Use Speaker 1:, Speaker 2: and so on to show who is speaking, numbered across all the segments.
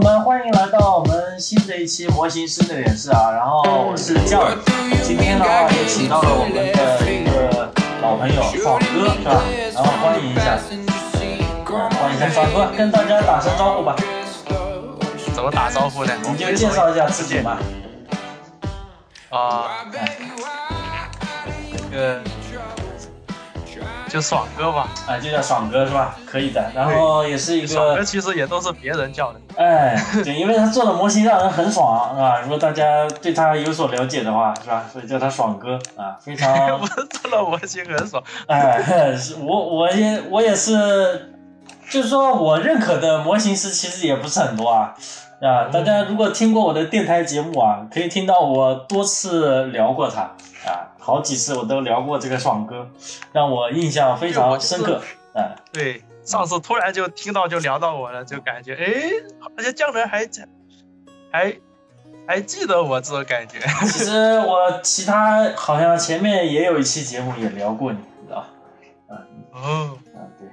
Speaker 1: 们欢迎来到我们新的一期模型师的脸试啊，然后我是教育，今天的话也请到了我们的一个老朋友爽哥是吧？然后欢迎一下，嗯欢迎一下爽哥，跟大家打声招呼吧，
Speaker 2: 怎么打招呼呢？
Speaker 1: 你就介绍一下自己嘛。
Speaker 2: 啊，呃，就爽哥吧，
Speaker 1: 啊，就叫爽哥是吧？可以的。然后也是一
Speaker 2: 爽哥
Speaker 1: 个，
Speaker 2: 其实也都是别人叫的。
Speaker 1: 哎，对，因为他做的模型让人很爽啊。如果大家对他有所了解的话，是吧？所以叫他爽哥啊，非 常
Speaker 2: 我做了模型很爽，
Speaker 1: 哎， 是我我也我也是，就是说我认可的模型师其实也不是很多啊。啊，大
Speaker 2: 嗯
Speaker 1: 家如果听过我的电台节目啊，可以听到我多次聊过他啊，好几次我都聊过这个爽哥，让我印象非
Speaker 2: 对
Speaker 1: 常
Speaker 2: 我就是
Speaker 1: 深刻。啊，
Speaker 2: 对，上次突然就听到就聊到我了，就感觉哎，好像匠人还还还记得我这种感觉。
Speaker 1: 其实我其他好像前面也有一期节目也聊过你，你知道吧？
Speaker 2: 哦，
Speaker 1: 啊，对，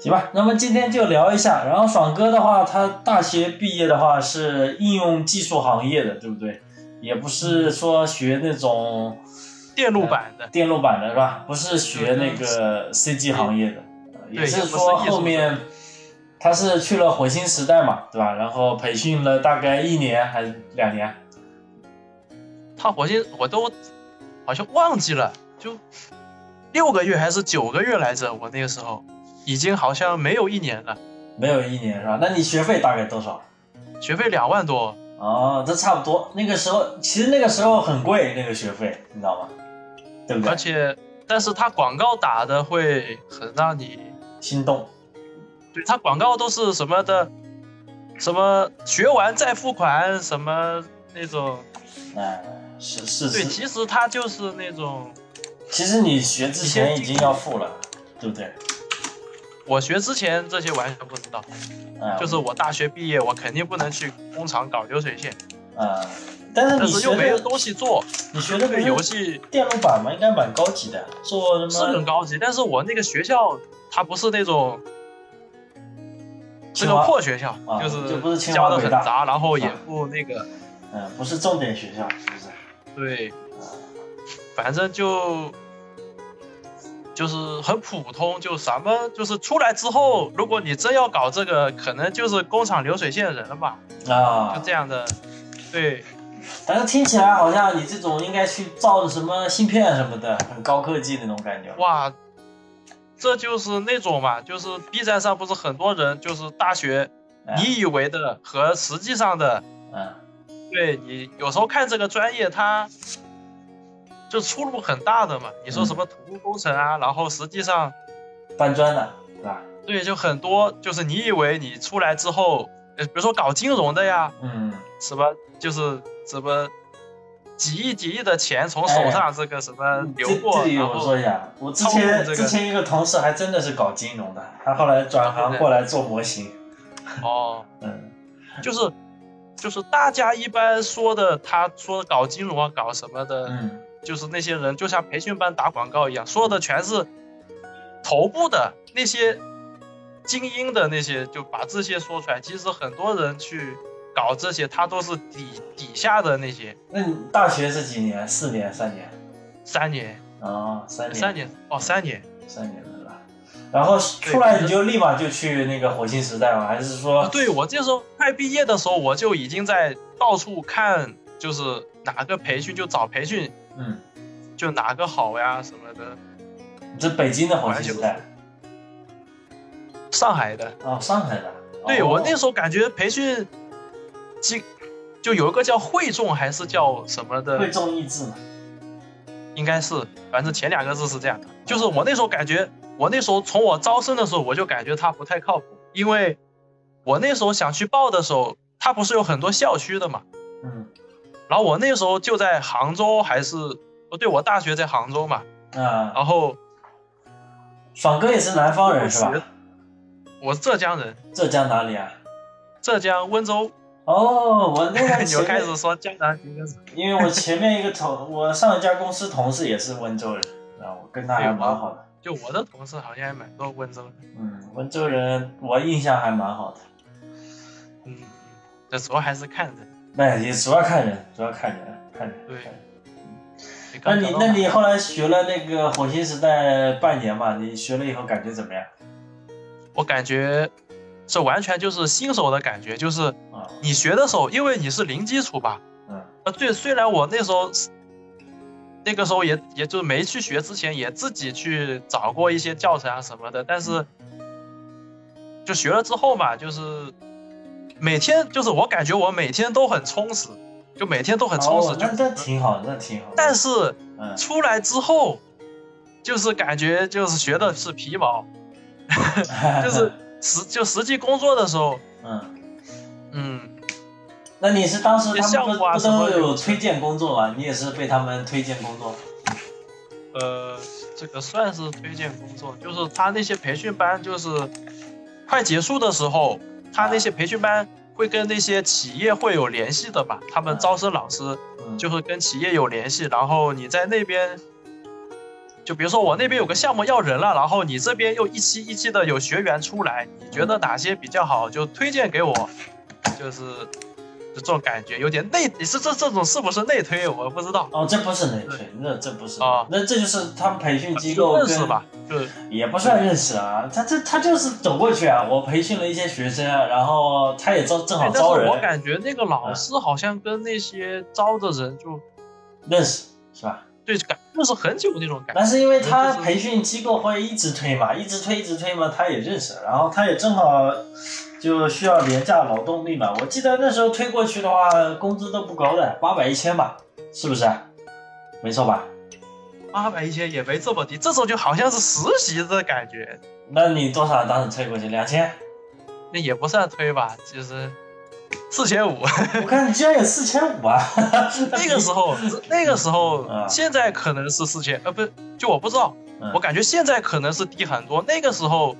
Speaker 1: 行吧，那么今天就聊一下。然后爽哥的话，他大学毕业的话是应用技术行业的，对不对？也不是说学那种
Speaker 2: 电路板的，
Speaker 1: 电路板的是吧？不是学那个 CG 行业的，呃
Speaker 2: 对
Speaker 1: 也是说后
Speaker 2: 也
Speaker 1: 面
Speaker 2: 不是
Speaker 1: 他是去了火星时代嘛，对吧？然后培训了大概一年还是两年，
Speaker 2: 他火星我都好像忘记了，就六个月还是九个月来着，我那个时候已经好像没有一年了，
Speaker 1: 没有一年是吧？那你学费大概多少？
Speaker 2: 学费两万多。
Speaker 1: 哦，这差不多。那个时候其实那个时候很贵，那个学费你知道吗？对不对
Speaker 2: 而？且，但是它广告打的会很让你，
Speaker 1: 心动。
Speaker 2: 对它广告都是什么的，什么学完再付款，什么那种，
Speaker 1: 哎，是是
Speaker 2: 对，
Speaker 1: 是，
Speaker 2: 其实它就是那种，
Speaker 1: 其实你学之前已经要付了，对不对？
Speaker 2: 我学之前这些完全不知道，
Speaker 1: 嗯，
Speaker 2: 就是我大学毕业，我肯定不能去工厂搞流水线，
Speaker 1: 嗯，但是
Speaker 2: 但
Speaker 1: 你
Speaker 2: 是
Speaker 1: 学
Speaker 2: 又没有
Speaker 1: 的
Speaker 2: 东西做，
Speaker 1: 你学的
Speaker 2: 这
Speaker 1: 不
Speaker 2: 个
Speaker 1: 是
Speaker 2: 游戏
Speaker 1: 电路板吗？应该蛮高级的，做
Speaker 2: 是
Speaker 1: 什
Speaker 2: 很
Speaker 1: 么
Speaker 2: 高级，但是我那个学校它不是那种。是
Speaker 1: 清
Speaker 2: 个
Speaker 1: 华？
Speaker 2: 破学校，
Speaker 1: 啊
Speaker 2: 是
Speaker 1: 就不是清华
Speaker 2: 教的
Speaker 1: 北
Speaker 2: 很
Speaker 1: 大
Speaker 2: 杂，然后也
Speaker 1: 啊
Speaker 2: 不那个，
Speaker 1: 嗯，不是重点学校，是不是？
Speaker 2: 对
Speaker 1: 嗯，
Speaker 2: 反正就就是很普通，就什么就是出来之后，如果你真要搞这个，可能就是工厂流水线人了吧，就
Speaker 1: 啊
Speaker 2: 这，样的。对，
Speaker 1: 但是听起来好像你这种应该去造什么芯片什么的，很高科技那种感觉。
Speaker 2: 哇，这就是那种嘛，就是 B 站上不是很多人就是大学
Speaker 1: 嗯
Speaker 2: 你以为的和实际上的，
Speaker 1: 嗯，
Speaker 2: 对你有时候看这个专业它。就出入很大的嘛，你说什么土木工程啊，然后实际上
Speaker 1: 搬砖的，对吧？
Speaker 2: 对，就很多，就是你以为你出来之后，呃，比如说搞金融的呀，
Speaker 1: 嗯，
Speaker 2: 什么就是什么几亿几亿的钱从
Speaker 1: 哎
Speaker 2: 手上这个什么呃流
Speaker 1: 这
Speaker 2: 过，
Speaker 1: 这里
Speaker 2: 然
Speaker 1: 我
Speaker 2: 后
Speaker 1: 说一下，我之
Speaker 2: 操
Speaker 1: 前、
Speaker 2: 控这个
Speaker 1: 之前一个同事还真的是搞金融的，他后来转行
Speaker 2: 对
Speaker 1: 过来做模型。
Speaker 2: 哦，
Speaker 1: 嗯，
Speaker 2: 就是就是大家一般说的，他说搞金融啊，搞什么的，
Speaker 1: 嗯，
Speaker 2: 就是那些人就像培训班打广告一样，说的全是头部的那些精英的那些，就把这些说出来。其实很多人去搞这些，他都是底底下的那些
Speaker 1: 那你大学是几年？四年、三年？
Speaker 2: 三年、
Speaker 1: 啊、三年，
Speaker 2: 三，年哦，三年。
Speaker 1: 三年是吧？然后出来你就立马就去那个火星时代吗？还是
Speaker 2: 啊，
Speaker 1: 说，
Speaker 2: 对我这时候快毕业的时候，我就已经在到处看，就是哪个培训就找培训，
Speaker 1: 嗯，
Speaker 2: 就哪个好呀什么的。
Speaker 1: 这北京的火星时代
Speaker 2: 上海的，
Speaker 1: 啊、上海的，
Speaker 2: 对
Speaker 1: 哦
Speaker 2: 我那时候感觉培训，就就有一个叫汇众还是叫什么的
Speaker 1: 会，中益智嘛，
Speaker 2: 应该是，反正前两个字是这样的。就是
Speaker 1: 哦
Speaker 2: 我那时候感觉，我那时候从我招生的时候，我就感觉它不太靠谱，因为我那时候想去报的时候，它不是有很多校区的嘛，
Speaker 1: 嗯
Speaker 2: 然后我那时候就在杭州，还是哦，对我大学在杭州嘛，
Speaker 1: 啊、
Speaker 2: 然后
Speaker 1: 爽哥也是南方人是吧
Speaker 2: 我？我是浙江人，
Speaker 1: 浙江哪里啊？
Speaker 2: 浙江温 州，
Speaker 1: 哦，我那 个
Speaker 2: 你又
Speaker 1: 前
Speaker 2: 开
Speaker 1: 面
Speaker 2: 始说江南平原，
Speaker 1: 因为我前面一个同，我上一家公司同事也是温州人，啊，我跟他还蛮好的。
Speaker 2: 就我的同事好像也蛮多温州的，
Speaker 1: 嗯，温州人我印象还蛮好的。
Speaker 2: 嗯，这主要还是看人。
Speaker 1: 那哎也主要看人，主要看人，看人。
Speaker 2: 对
Speaker 1: 看人那
Speaker 2: 刚
Speaker 1: 你
Speaker 2: 讲到
Speaker 1: 那
Speaker 2: 哪
Speaker 1: 你后来学了那个火星时代半年嘛？你学了以后感觉怎么样？
Speaker 2: 我感觉这完全就是新手的感觉，就是
Speaker 1: 啊，
Speaker 2: 你学的时候，因为你是零基础吧，
Speaker 1: 嗯
Speaker 2: 啊，对，虽然我那时候是，那个时候也也就没去学之前，也自己去找过一些教程啊什么的，但是就学了之后嘛，就是每天就是我感觉我每天都很充实，就每天都很充实，
Speaker 1: 哦
Speaker 2: 就
Speaker 1: 那那挺好，那挺好。
Speaker 2: 但是
Speaker 1: 嗯，
Speaker 2: 出来之后，就是感觉就是学的是皮毛， 就是实就实际工作的时候，
Speaker 1: 嗯，
Speaker 2: 嗯，
Speaker 1: 那你是当时
Speaker 2: 这
Speaker 1: 他
Speaker 2: 项
Speaker 1: 们
Speaker 2: 目
Speaker 1: 不
Speaker 2: 啊
Speaker 1: 不
Speaker 2: 什么
Speaker 1: 都
Speaker 2: 的
Speaker 1: 有推荐工作吗？你也是被他们推荐工作？
Speaker 2: 呃，这个算是推荐工作，就是他那些培训班，就是快结束的时候，他那些培训班会跟那些企业会有联系的嘛，他们招生老师
Speaker 1: 嗯，
Speaker 2: 就会跟企业有联系，然后你在那边。就比如说我那边有个项目要人了，然后你这边又一期一期的有学员出来，你觉得哪些比较好，就推荐给我，就是就这种感觉，有点内，是这这种是不是内推，我不知道。
Speaker 1: 哦，这不是内推，那这不是
Speaker 2: 啊
Speaker 1: 那这就是他们培训机
Speaker 2: 就
Speaker 1: 构
Speaker 2: 认
Speaker 1: 跟
Speaker 2: 识吧，就是
Speaker 1: 也不算认识啊，他这他就是走过去啊，我培训了一些学生啊，然后他也招正好
Speaker 2: 对，哎但是
Speaker 1: 招人
Speaker 2: 我感觉那个老师好像跟那些招的人就
Speaker 1: 认识是吧？
Speaker 2: 对感认识很久那种感觉。
Speaker 1: 但是因为他
Speaker 2: 就是
Speaker 1: 培训机构会一直推嘛，一直推一直推嘛，他也认识，然后他也正好就需要廉价劳动力嘛。我记得那时候推过去的话，工资都不高的，八百一千吧，是不是？没错吧？
Speaker 2: 八百一千也没这么低，这种就好像是实习的感觉，
Speaker 1: 那你多少当时推过去？两 千？
Speaker 2: 那也不算推吧，就是四千五。
Speaker 1: 我看你居然有四千五啊！
Speaker 2: 那个时候， 那个时
Speaker 1: 啊
Speaker 2: 候，现在可能是四千，呃，不，就我不知道
Speaker 1: 嗯，
Speaker 2: 我感觉现在可能是低很多。那个时候，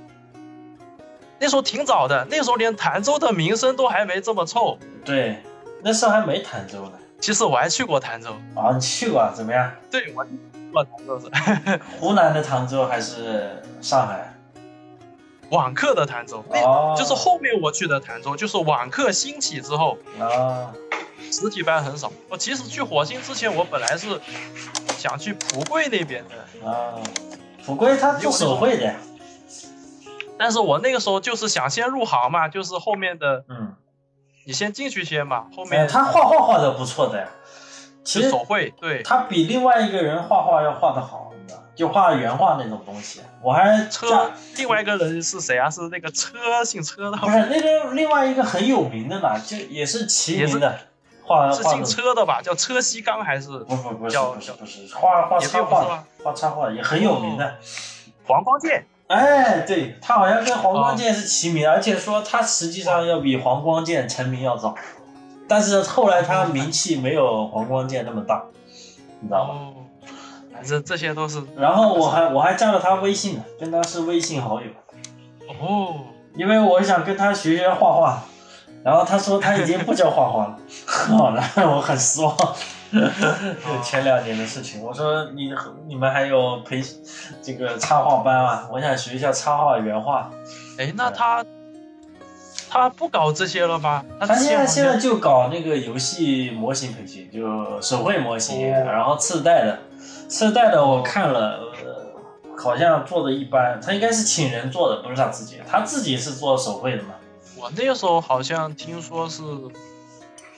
Speaker 2: 那时候挺早的，那时候连潭州的名声都还没这么臭。
Speaker 1: 对，那时候还没潭州呢。
Speaker 2: 其实我还去过潭州，
Speaker 1: 啊，你去过啊？怎么样？
Speaker 2: 对，我去过潭州是。
Speaker 1: 湖南的潭州还是上海？
Speaker 2: 网课的潭州，那、
Speaker 1: 哦，
Speaker 2: 就是后面我去的潭州，就是网课兴起之后，
Speaker 1: 啊，
Speaker 2: 实体班很少。我其实去火星之前，我本来是想去蒲贵那边的，
Speaker 1: 啊，不过他做手绘的，嗯
Speaker 2: 但是我那个时候就是想先入行嘛，就是后面的
Speaker 1: 嗯，
Speaker 2: 你先进去先嘛，后
Speaker 1: 哎，
Speaker 2: 面
Speaker 1: 他画画画的不错的呀，其
Speaker 2: 是
Speaker 1: 实
Speaker 2: 手绘，对，
Speaker 1: 他比另外一个人画画要画的好，你知道，就画原画那种东西。我还
Speaker 2: 车。另外一个人是谁啊？是那个车，姓车的
Speaker 1: 不，是那个另外一个很有名的嘛，就也是齐名的，画
Speaker 2: 是
Speaker 1: 画
Speaker 2: 姓
Speaker 1: 的。
Speaker 2: 车的吧？叫车西刚还是
Speaker 1: 不不不是
Speaker 2: 叫
Speaker 1: 不是不是画画
Speaker 2: 也
Speaker 1: 插
Speaker 2: 并不是
Speaker 1: 画的
Speaker 2: 吧，
Speaker 1: 画插画的也很有名的。
Speaker 2: 黄光剑？
Speaker 1: 哎，对他好像跟黄
Speaker 2: 哦
Speaker 1: 光剑是齐名，而且说他实际上要比黄光剑成名要早，但是后来他名气没有黄光剑那么大，你知道吧？
Speaker 2: 哦，反正这些都是
Speaker 1: 然后我还我还加了他微信呢，跟他是微信好友，
Speaker 2: 哦。
Speaker 1: 因为我想跟他学学画画，然后他说他已经不教画画了，好了，我很失望。前两年的事情，我说你你们还有培这个插画班啊？我想学一下插画原画。
Speaker 2: 哎，那他他不搞这些了吗？他
Speaker 1: 他
Speaker 2: 之
Speaker 1: 现
Speaker 2: 前
Speaker 1: 在
Speaker 2: 好
Speaker 1: 现在
Speaker 2: 像
Speaker 1: 就搞那个游戏模型培训，就手绘模型，
Speaker 2: 哦
Speaker 1: 然后次代的，次代的我看了，呃，好像做的一般。他应该是请人做的，不是他自己，他自己是做手绘的嘛。
Speaker 2: 我那个时候好像听说是，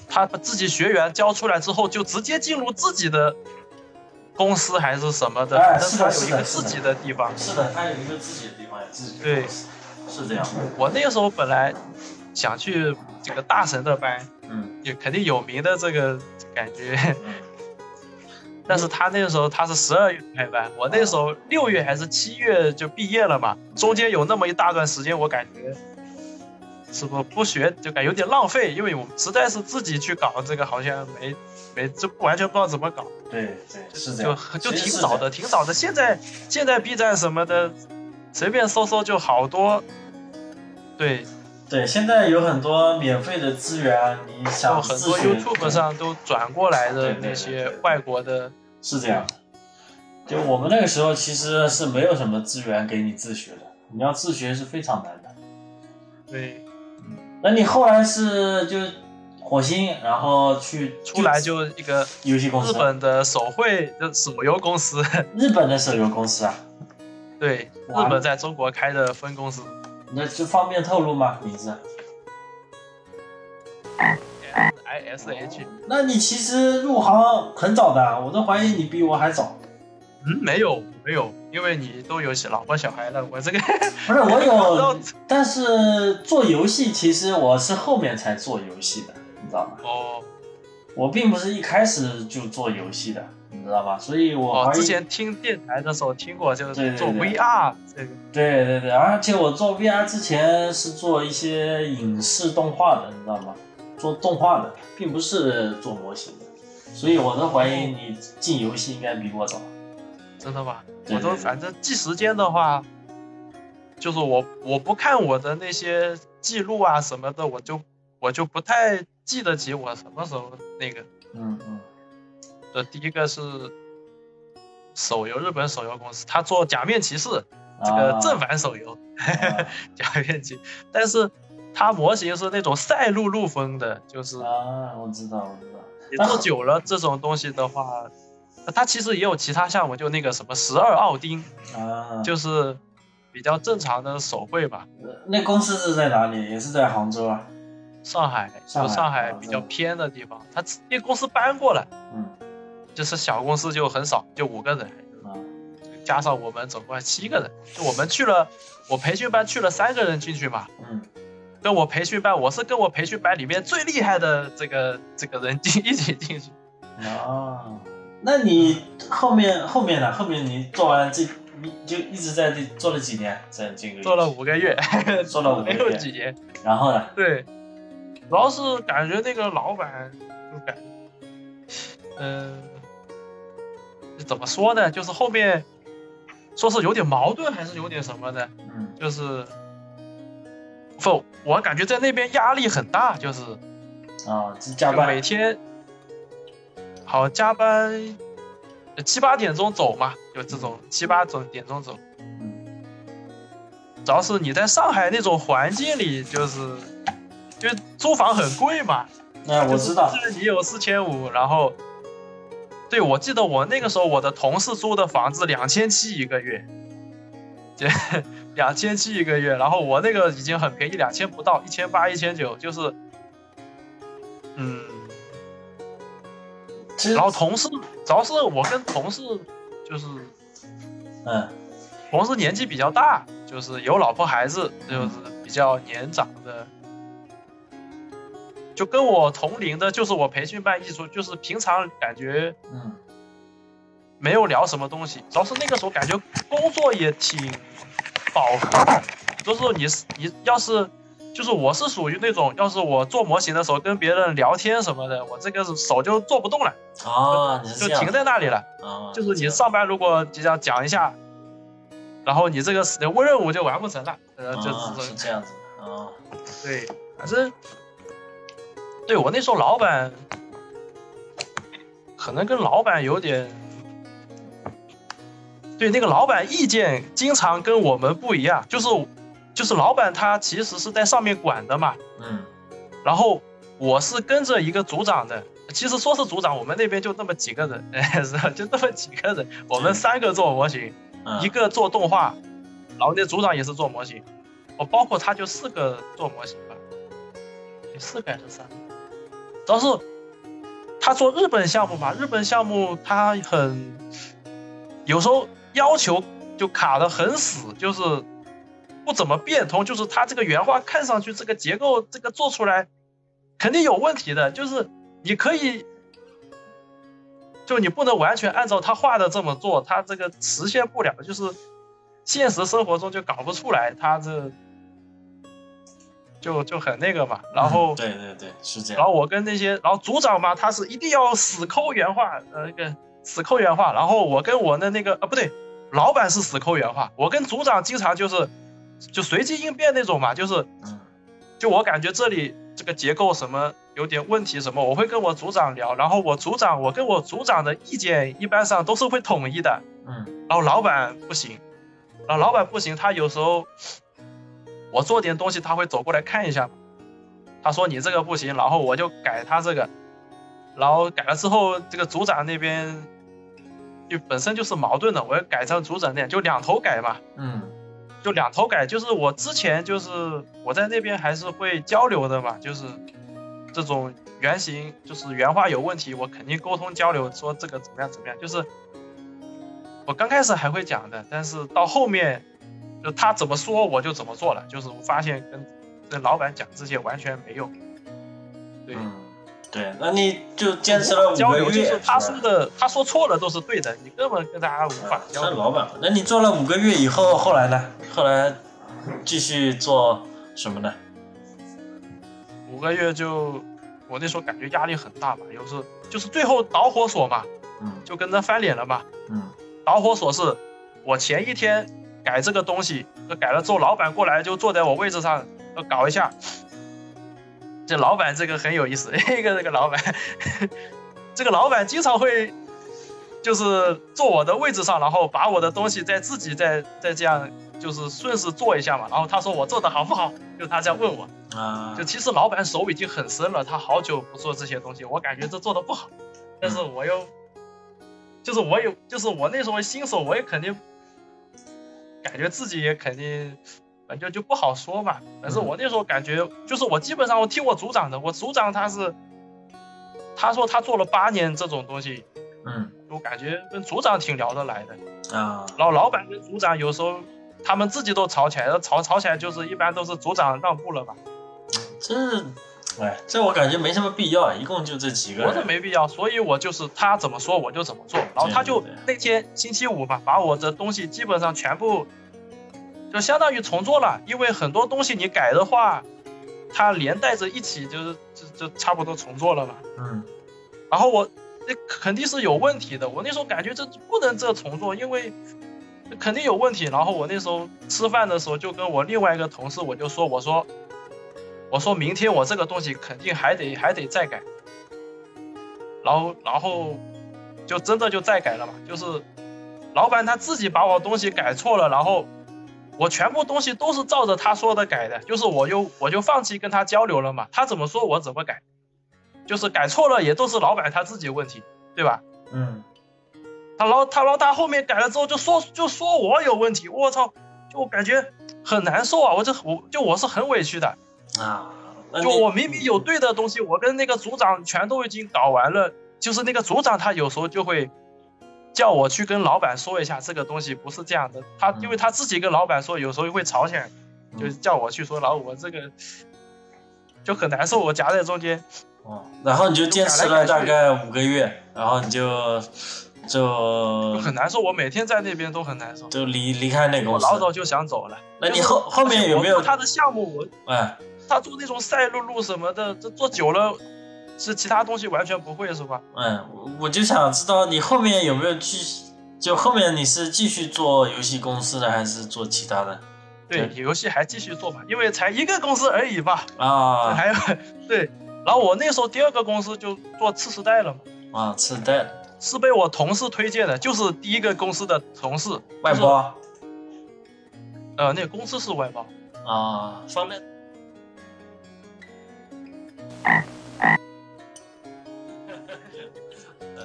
Speaker 2: 他把自己学员教出来之后，就直接进入自己的公司还是什么的，
Speaker 1: 哎
Speaker 2: 反正
Speaker 1: 是的
Speaker 2: 他
Speaker 1: 是
Speaker 2: 有一
Speaker 1: 的
Speaker 2: 个
Speaker 1: 是
Speaker 2: 自
Speaker 1: 的
Speaker 2: 己的地方。
Speaker 1: 是的，他有一个自己的地方，有自己的
Speaker 2: 对
Speaker 1: 公司，是这样的。
Speaker 2: 我那个时候本来想去这个大神的班，
Speaker 1: 嗯
Speaker 2: 也肯定有名的这个感觉，
Speaker 1: 嗯，
Speaker 2: 但是他那个时候他是十二月开班，我那时候六月还是七月就毕业了嘛，中间有那么一大段时间，我感觉是不不学就感觉有点浪费，因为我实在是自己去搞这个好像没没就完全不知道怎么搞，
Speaker 1: 对对，是这
Speaker 2: 就
Speaker 1: 样，
Speaker 2: 就
Speaker 1: 其实
Speaker 2: 挺
Speaker 1: 是
Speaker 2: 早
Speaker 1: 这样
Speaker 2: 的，挺早的。现在现在 B 站什么的，随便搜搜就好多，对，
Speaker 1: 对，现在有很多免费的资源，你
Speaker 2: 有
Speaker 1: 想
Speaker 2: 很
Speaker 1: 自
Speaker 2: 多
Speaker 1: 学
Speaker 2: YouTube 上都转过来
Speaker 1: 对
Speaker 2: 的
Speaker 1: 对对
Speaker 2: 那些
Speaker 1: 对对
Speaker 2: 外国的，
Speaker 1: 是这样的，就我们那个时候其实是没有什么资源给你自学的，你要自学是非常难的。
Speaker 2: 对。
Speaker 1: 那你后来是就火星，然后去
Speaker 2: 出来就一个
Speaker 1: 游戏公司，
Speaker 2: 日本的手绘的手游公司，
Speaker 1: 日本的手游公司啊，
Speaker 2: 对，
Speaker 1: 哇
Speaker 2: 日本在中国开的分公司，
Speaker 1: 那就方便透露吗？名字？哎
Speaker 2: I S H，
Speaker 1: 那你其实入行很早的啊，我都怀疑你比我还早。
Speaker 2: 嗯，没有没有，因为你都有老婆小孩了，我这个
Speaker 1: 不是 我
Speaker 2: 到
Speaker 1: 有，但是做游戏其实我是后面才做游戏的，你知道吗？
Speaker 2: 哦
Speaker 1: 我并不是一开始就做游戏的，你知道吧？所以我
Speaker 2: 哦，
Speaker 1: 怀疑、
Speaker 2: 之前听电台的时候听过，就
Speaker 1: 对对
Speaker 2: 是做
Speaker 1: 对
Speaker 2: VR 这个，
Speaker 1: 对对对，而且我做 VR 之前是做一些影视动画的，你知道吗？做动画的，并不是做模型的，所以我都怀疑你进游戏应该比我早。
Speaker 2: 真的吗？
Speaker 1: 对
Speaker 2: 我都
Speaker 1: 对对
Speaker 2: 反正记时间的话，就是我我不看我的那些记录啊什么的，我就我就不太记得起我什么时候那个。
Speaker 1: 嗯嗯，
Speaker 2: 的呃第一个是手游，日本手游公司，他做《假面骑士》这个
Speaker 1: 啊
Speaker 2: 正版手游，
Speaker 1: 啊
Speaker 2: 假面骑，但是它模型是那种赛璐璐风的，就是
Speaker 1: 啊， 我知道，我知道。
Speaker 2: 你做久了这种东西的话，它其实也有其他项目，就那个什么十二奥丁，
Speaker 1: 啊，
Speaker 2: 就是比较正常的手绘吧。
Speaker 1: 那公司是在哪里？也是在杭州啊。
Speaker 2: 上海，
Speaker 1: 上
Speaker 2: 就
Speaker 1: 海
Speaker 2: 上海
Speaker 1: 啊
Speaker 2: 比
Speaker 1: 嗯
Speaker 2: 较偏的地方，它因为公司搬过来，
Speaker 1: 嗯
Speaker 2: 就是小公司就很少，就五个人，
Speaker 1: 啊
Speaker 2: 加上我们总共七个人，就我们去了，我培训班去了三个人进去嘛，
Speaker 1: 嗯
Speaker 2: 跟我培训班，我是跟我培训班里面最厉害的这个这个人进一起进去。
Speaker 1: 啊，那你后面后面呢？后面你做完这，你就一直在这做了几年，在这个
Speaker 2: 做了，五个月，
Speaker 1: 做了五个
Speaker 2: 没有
Speaker 1: 月
Speaker 2: 几年。
Speaker 1: 然后呢？
Speaker 2: 对，主要是感觉那个老板就感，嗯、怎么说呢？就是后面说是有点矛盾，还是有点什么呢？
Speaker 1: 嗯
Speaker 2: 就是不，我感觉在那边压力很大，就是
Speaker 1: 啊，这加
Speaker 2: 就
Speaker 1: 班
Speaker 2: 每天好加班呃七八点钟走嘛，就这种七八种点钟走。
Speaker 1: 嗯
Speaker 2: 主要是你在上海那种环境里，就是因为租房很贵嘛，
Speaker 1: 那我嗯啊知道，
Speaker 2: 就是你有四千五，然后。对，我记得我那个时候，我的同事租的房子两千七一个月，对，两千七一个月，然后我那个已经很便宜，两千不到，一千八、一千九，就是，嗯，
Speaker 1: 其实
Speaker 2: 然后同事，主要是我跟同事就是
Speaker 1: 嗯
Speaker 2: 同事年纪比较大，就是有老婆孩子，就是
Speaker 1: 嗯
Speaker 2: 比较年长的，就跟我同龄的，就是我培训班一出，就是平常感觉
Speaker 1: 嗯
Speaker 2: 没有聊什么东西，主要是那个时候感觉工作也挺饱和的，就是你是你要是。就是我是属于那种，要是我做模型的时候跟别人聊天什么的，我这个手就做不动了，
Speaker 1: 啊，你是
Speaker 2: 就
Speaker 1: 这样
Speaker 2: 停在那里了。
Speaker 1: 啊，
Speaker 2: 就是你
Speaker 1: 这样
Speaker 2: 上班如果只想讲一下，然后你这个任务任务就完不成了，呃，就
Speaker 1: 啊
Speaker 2: 只
Speaker 1: 是
Speaker 2: 是
Speaker 1: 这样子啊，
Speaker 2: 对，反正对我那时候老板可能跟老板有点，对那个老板意见经常跟我们不一样，就是就是老板他其实是在上面管的嘛，
Speaker 1: 嗯
Speaker 2: 然后我是跟着一个组长的。其实说是组长，我们那边就那么几个人， 是吧？就那么几个人，我们三个做模型，
Speaker 1: 嗯
Speaker 2: 一个做动画，然后那组长也是做模型，哦，包括他就四个做模型吧，有四个还是三个？主要是他做日本项目嘛，日本项目他很有时候要求就卡的很死，就是不怎么变通，就是他这个原画看上去这个结构这个做出来肯定有问题的，就是你可以就你不能完全按照他画的这么做，他这个实现不了，就是现实生活中就搞不出来，他这就就很那个嘛。然后
Speaker 1: 嗯，对对对是这
Speaker 2: 然
Speaker 1: 样，
Speaker 2: 后我跟那些，然后组长嘛，他是一定要死抠原画，呃，那个死抠原画。然后我跟我的那个，啊，不对，老板是死抠原画，我跟组长经常就是就随机应变那种嘛，就是
Speaker 1: 嗯
Speaker 2: 就我感觉这里这个结构什么有点问题什么，我会跟我组长聊，然后我组长我跟我组长的意见一般上都是会统一的，
Speaker 1: 嗯
Speaker 2: 然后老板不行，然后老板不行，他有时候我做点东西他会走过来看一下，他他说你这个不行，然后我就改他这个，然后改了之后，这个组长那边就本身就是矛盾的，我要改成组长那样，就两头改嘛，
Speaker 1: 嗯
Speaker 2: 就两头改，就是我之前就是我在那边还是会交流的嘛，就是这种原型就是原话有问题，我肯定沟通交流，说这个怎么样怎么样，就是我刚开始还会讲的，但是到后面就他怎么说我就怎么做了，就是我发现跟跟老板讲这些完全没用，对。
Speaker 1: 嗯，对，那你就坚持了五
Speaker 2: 交
Speaker 1: 个
Speaker 2: 流就
Speaker 1: 月，
Speaker 2: 是他
Speaker 1: 是
Speaker 2: 说
Speaker 1: 吧
Speaker 2: 的，他说错了都是对的，你根本跟他无法交
Speaker 1: 算
Speaker 2: 流。
Speaker 1: 老板了。那你做了五个月以后，后来呢？后来继续做什么呢？
Speaker 2: 五个月就，我那时候感觉压力很大嘛，又是就是最后导火索嘛，
Speaker 1: 嗯
Speaker 2: 就跟他翻脸了嘛。
Speaker 1: 嗯
Speaker 2: 导火索是我前一天改这个东西，就改了之后，老板过来就坐在我位置上，就搞一下。这老板这个很有意思， 这个这个老板，这个老板经常会就是坐我的位置上，然后把我的东西再自己再再这样就是顺势做一下嘛。然后他说我做的好不好，就他这样问我。
Speaker 1: 啊
Speaker 2: 就其实老板手已经很深了，他好久不做这些东西，我感觉这做的不好，但是我又，就是我有，就是我那时候新手，我也肯定感觉自己也肯定，反正就不好说嘛。但是我那时候感觉，就是我基本上我听我组长的，我组长他是，他说他做了八年这种东西，
Speaker 1: 嗯
Speaker 2: 我感觉跟组长挺聊得来的。
Speaker 1: 啊
Speaker 2: 然后老板跟组长有时候他们自己都吵起来了，吵吵起来就是一般都是组长让步了嘛。
Speaker 1: 这，哎，这我感觉没什么必要啊，一共就这几个
Speaker 2: 我是
Speaker 1: 人。
Speaker 2: 没必要，所以我就是他怎么说我就怎么做。然后他就
Speaker 1: 对对对
Speaker 2: 那天星期五嘛，把我的东西基本上全部就相当于重做了，因为很多东西你改的话，它连带着一起就是就就差不多重做了嘛。
Speaker 1: 嗯
Speaker 2: 然后我那肯定是有问题的，我那时候感觉这不能这重做，因为肯定有问题。然后我那时候吃饭的时候就跟我另外一个同事我就说，我说我说明天我这个东西肯定还得还得再改，然后然后就真的就再改了嘛，就是老板他自己把我东西改错了，然后。我全部东西都是照着他说的改的，就是我又我就放弃跟他交流了嘛，他怎么说我怎么改，就是改错了也都是老板他自己问题，对吧？
Speaker 1: 嗯
Speaker 2: 他老他老大后面改了之后就说就说我有问题，我操，就我感觉很难受啊！我这我就我是很委屈的，
Speaker 1: 啊，那
Speaker 2: 就
Speaker 1: 你
Speaker 2: 我明明有对的东西，我跟那个组长全都已经搞完了，就是那个组长他有时候就会叫我去跟老板说一下这个东西不是这样的，他
Speaker 1: 嗯
Speaker 2: 因为他自己跟老板说有时候会吵起来，
Speaker 1: 嗯
Speaker 2: 就叫我去说，然后我这个就很难受，我夹在中间。
Speaker 1: 哦，然后你就坚持了大概五个月，然后你就就
Speaker 2: 就很难受，我每天在那边都很难受。
Speaker 1: 就离离开那个
Speaker 2: 我
Speaker 1: 公司。
Speaker 2: 老早就想走了。
Speaker 1: 那你
Speaker 2: 就是
Speaker 1: 后后面有没有
Speaker 2: 我做他的项目？我
Speaker 1: 哎
Speaker 2: 他做那种赛璐璐什么的，这做久了，是其他东西完全不会是吧？
Speaker 1: 嗯，我我就想知道你后面有没有继续，就后面你是继续做游戏公司的，还是做其他的
Speaker 2: 对，游戏还继续做嘛，因为才一个公司而已嘛，
Speaker 1: 啊
Speaker 2: 还有对。然后我那时候第二个公司就做次时代了嘛，
Speaker 1: 啊？次时代的
Speaker 2: 是被我同事推荐的，就是第一个公司的同事
Speaker 1: 外，
Speaker 2: 就是
Speaker 1: 包
Speaker 2: 呃，那个公司是外包，
Speaker 1: 啊，方便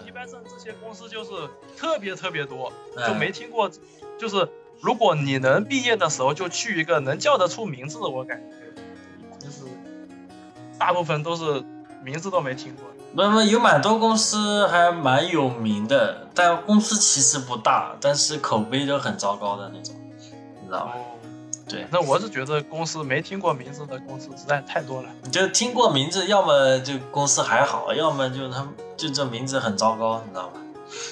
Speaker 2: 一般上这些公司就是特别特别多，就
Speaker 1: 嗯
Speaker 2: 没听过，就是如果你能毕业的时候就去一个能叫得出名字的，我感觉就是大部分都是名字都没听过。
Speaker 1: 不不，有蛮多公司还蛮有名的，但公司其实不大，但是口碑都很糟糕的那种，你知道吧？
Speaker 2: 哦，
Speaker 1: 对
Speaker 2: 反，正我是觉得公司没听过名字的公司实在太多了。
Speaker 1: 你就听过名字，要么就公司还好，要么就他们就这名字很糟糕，你知道吧？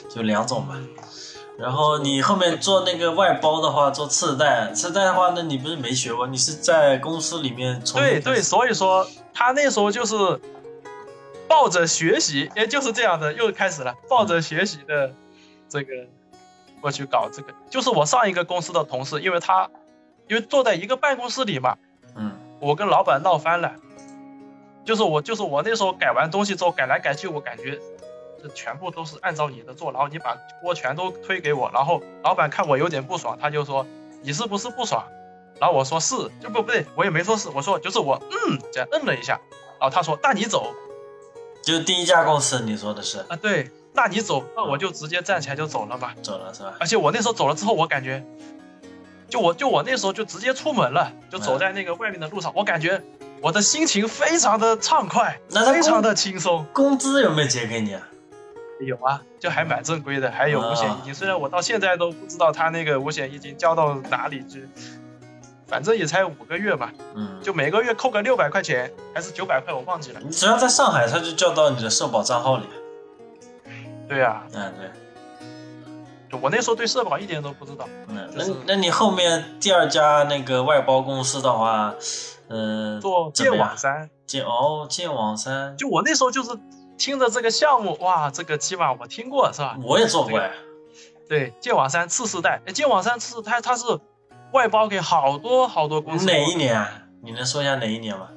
Speaker 1: 就两种吧。然后你后面做那个外包的话，做次贷，次贷的话，那你不是没学过，你是在公司里面从
Speaker 2: 对对，所以说他那时候就是抱着学习，也就是这样的，又开始了，抱着学习的这个过去搞这个。就是我上一个公司的同事，因为他因为坐在一个办公室里嘛，
Speaker 1: 嗯
Speaker 2: 我跟老板闹翻了，就是我就是我那时候改完东西之后改来改去，我感觉这全部都是按照你的做，然后你把锅全都推给我，然后老板看我有点不爽，他就说你是不是不爽？然后我说是，就不不对，我也没说是，我说就是我嗯这样摁了一下，啊，他说那你走
Speaker 1: 就是第一家公司，你说的是
Speaker 2: 啊，对，那你走，那我就直接站起来就走了吧。
Speaker 1: 走了是吧？
Speaker 2: 而且我那时候走了之后，我感觉，就我就我那时候就直接出门了，就走在那个外面的路上，我感觉我的心情非常的畅快，
Speaker 1: 那他
Speaker 2: 非常
Speaker 1: 工
Speaker 2: 的轻松。
Speaker 1: 工资有没有结给你啊？
Speaker 2: 有啊，就还蛮正规的，还有五险一
Speaker 1: 啊
Speaker 2: 金。虽然我到现在都不知道他那个五险一金交到哪里去，反正也才五个月吧，
Speaker 1: 嗯，
Speaker 2: 就每个月扣个六百块钱还是九百块，我忘记了。
Speaker 1: 你只要在上海，他就叫到你的社保账号里。
Speaker 2: 对啊，
Speaker 1: 嗯，对，
Speaker 2: 就我那时候对社保一点都不知道。
Speaker 1: 嗯，
Speaker 2: 就
Speaker 1: 那
Speaker 2: 是
Speaker 1: 那你后面第二家那个外包公司的话，嗯、
Speaker 2: 做
Speaker 1: 怎么
Speaker 2: 剑
Speaker 1: 样
Speaker 2: 网三，
Speaker 1: 剑哦剑网三，
Speaker 2: 就我那时候就是听着这个项目，哇，这个起码我听过是吧？
Speaker 1: 我也做过呀。
Speaker 2: 对，剑网三次世代，哎，剑网三次世代它是外包给好多好多公司。
Speaker 1: 哪一？年啊？你能说一下哪一年吗？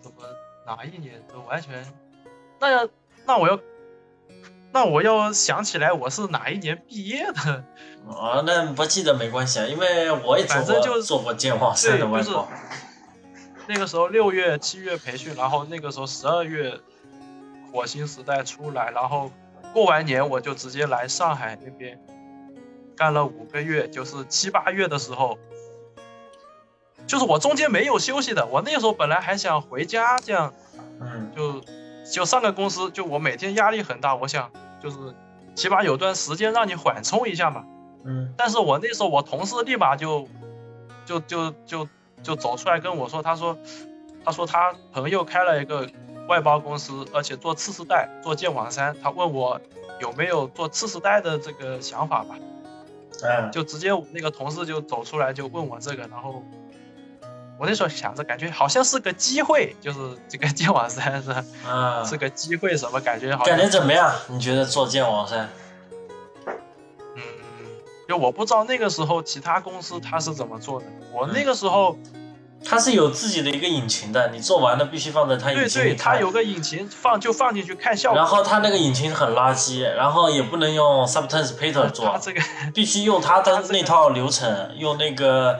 Speaker 2: 怎么哪一年都完全，那要那我要那我要想起来我是哪一年毕业的，
Speaker 1: 哦，那不记得没关系啊，因为我也做
Speaker 2: 反正
Speaker 1: 过
Speaker 2: 就是
Speaker 1: 做过剑网三的外
Speaker 2: 对就是
Speaker 1: 包。
Speaker 2: 那个时候六月七月培训，然后那个时候十二月火星时代出来，然后过完年我就直接来上海那边干了五个月，就是七八月的时候。就是我中间没有休息的，我那时候本来还想回家这样
Speaker 1: 嗯
Speaker 2: 就就上个公司，就我每天压力很大，我想就是起码有段时间让你缓冲一下嘛。
Speaker 1: 嗯
Speaker 2: 但是我那时候我同事立马就就就就就走出来跟我说，他说他说他朋友开了一个外包公司，而且做次世代，做剑网三，他问我有没有做次世代的这个想法吧。
Speaker 1: 嗯，
Speaker 2: 就直接我那个同事就走出来就问我这个，然后我那时候想着感觉好像是个机会，就是这个剑网三是吧？
Speaker 1: 啊，
Speaker 2: 是个机会，什么感觉好像
Speaker 1: 感觉怎么样？你觉得做剑网三？
Speaker 2: 嗯，就我不知道那个时候其他公司他是怎么做的，我那个时候、
Speaker 1: 它是有自己的一个引擎的，你做完了必须放在它引
Speaker 2: 对
Speaker 1: 擎里
Speaker 2: 对，
Speaker 1: 看
Speaker 2: 他有个引擎放就放进去看效果，
Speaker 1: 然后它那个引擎很垃圾，然后也不能用 Subtenspainter
Speaker 2: 他
Speaker 1: 做，
Speaker 2: 这个
Speaker 1: 必须用它
Speaker 2: 它
Speaker 1: 的
Speaker 2: 这个
Speaker 1: 那套流程，用那个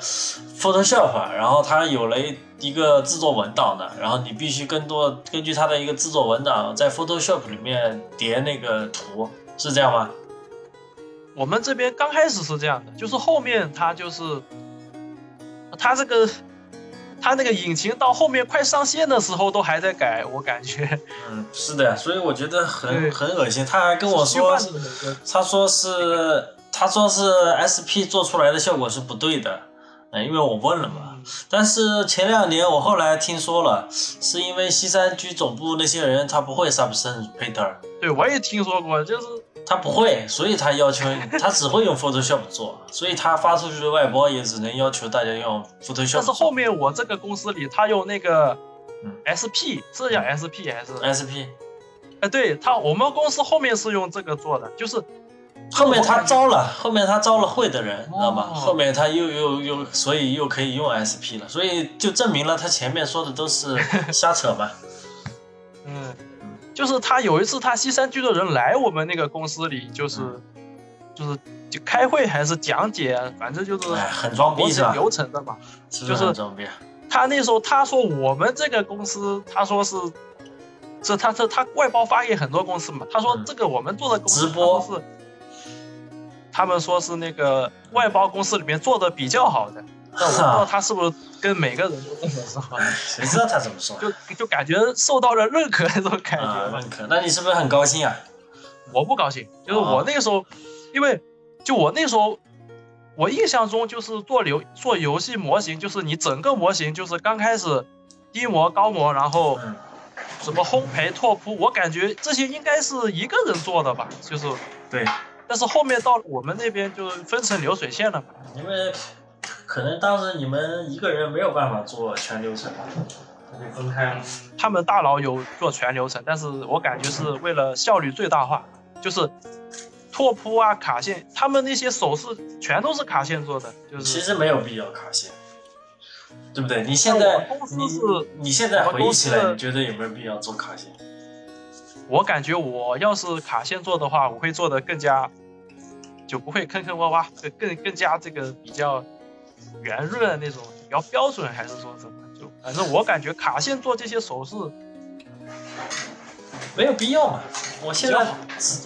Speaker 1: Photoshop，然啊后它有了一一个制作文档的，然后你必须更多根据它的一个制作文档在 Photoshop 里面叠那个图，是这样吗？
Speaker 2: 我们这边刚开始是这样的，就是后面他就是他这个。他那个引擎到后面快上线的时候都还在改，我感觉
Speaker 1: 嗯，是的，所以我觉得很
Speaker 2: 对
Speaker 1: 很恶心。他 还跟我
Speaker 2: 虚
Speaker 1: 说
Speaker 2: 幻，的那个
Speaker 1: 他说是他说是 SP 做出来的效果是不对的，嗯，因为我问了嘛。
Speaker 2: 嗯
Speaker 1: 但是前两年我后来听说了，是因为西山居总部那些人他不会 Substance Painter，
Speaker 2: 对我也听说过，就是
Speaker 1: 他不会，所以他要求他只会用 Photoshop 做，所以他发出去的外包也只能要求大家用 Photoshop
Speaker 2: 但是后
Speaker 1: 做。
Speaker 2: 面我这个公司里，他用那个
Speaker 1: 嗯
Speaker 2: SP 是叫 SP 还是？
Speaker 1: SP
Speaker 2: 哎，对他，我们公司后面是用这个做的，就是
Speaker 1: 后面他招了，后面他招了会的人，知道吗？
Speaker 2: 哦
Speaker 1: 后面他又又又，所以又可以用 SP 了，所以就证明了他前面说的都是瞎扯 嘛。
Speaker 2: 嗯，就是他有一次他西山居的人来我们那个公司里，就是、
Speaker 1: 嗯
Speaker 2: 就是就开会还是讲解，反正就是
Speaker 1: 哎，很装
Speaker 2: 我
Speaker 1: 逼是
Speaker 2: 是
Speaker 1: 吧？
Speaker 2: 流程的嘛。
Speaker 1: 是不
Speaker 2: 就是是
Speaker 1: 很装逼？啊
Speaker 2: 他那时候他说我们这个公司，他说是。这他这他外包发给很多公司嘛，他说
Speaker 1: 嗯
Speaker 2: 这个我们做的公司
Speaker 1: 直播
Speaker 2: 他说是，他们说是那个外包公司里面做的比较好的，但我不知道他是不是跟每个人都这么说。
Speaker 1: 谁知道他怎么说？
Speaker 2: 就就感觉受到了认可那种感
Speaker 1: 啊，
Speaker 2: 觉吧。
Speaker 1: 认可。那你是不是很高兴啊？
Speaker 2: 我不高兴，就是我那个时候，因为就我那时候，我印象中就是做流做游戏模型，就是你整个模型就是刚开始低模、高模，然后
Speaker 1: 嗯，
Speaker 2: 什么烘焙、拓扑，我感觉这些应该是一个人做的吧，就是。
Speaker 1: 对，
Speaker 2: 但是后面到了我们那边就分成流水线了嘛，
Speaker 1: 因为可能当时你们一个人没有办法做全流程吧，那就分开了。
Speaker 2: 他们大佬有做全流程，但是我感觉是为了效率最大化，就是拓扑啊、卡线，他们那些手势全都是卡线做的，就是
Speaker 1: 其实没有必要卡线，对不对？你现
Speaker 2: 我
Speaker 1: 在
Speaker 2: 们公司
Speaker 1: 你
Speaker 2: 是
Speaker 1: 你现在
Speaker 2: 我们
Speaker 1: 回忆
Speaker 2: 公
Speaker 1: 起
Speaker 2: 司
Speaker 1: 来，
Speaker 2: 的
Speaker 1: 你觉得有没有必要做卡线？
Speaker 2: 我感觉我要是卡线做的话，我会做的更加就不会坑坑洼洼，更更更加这个比较圆润那种，比较标准，还是说什么？就反正我感觉卡线做这些手势
Speaker 1: 没有必要嘛。我现在只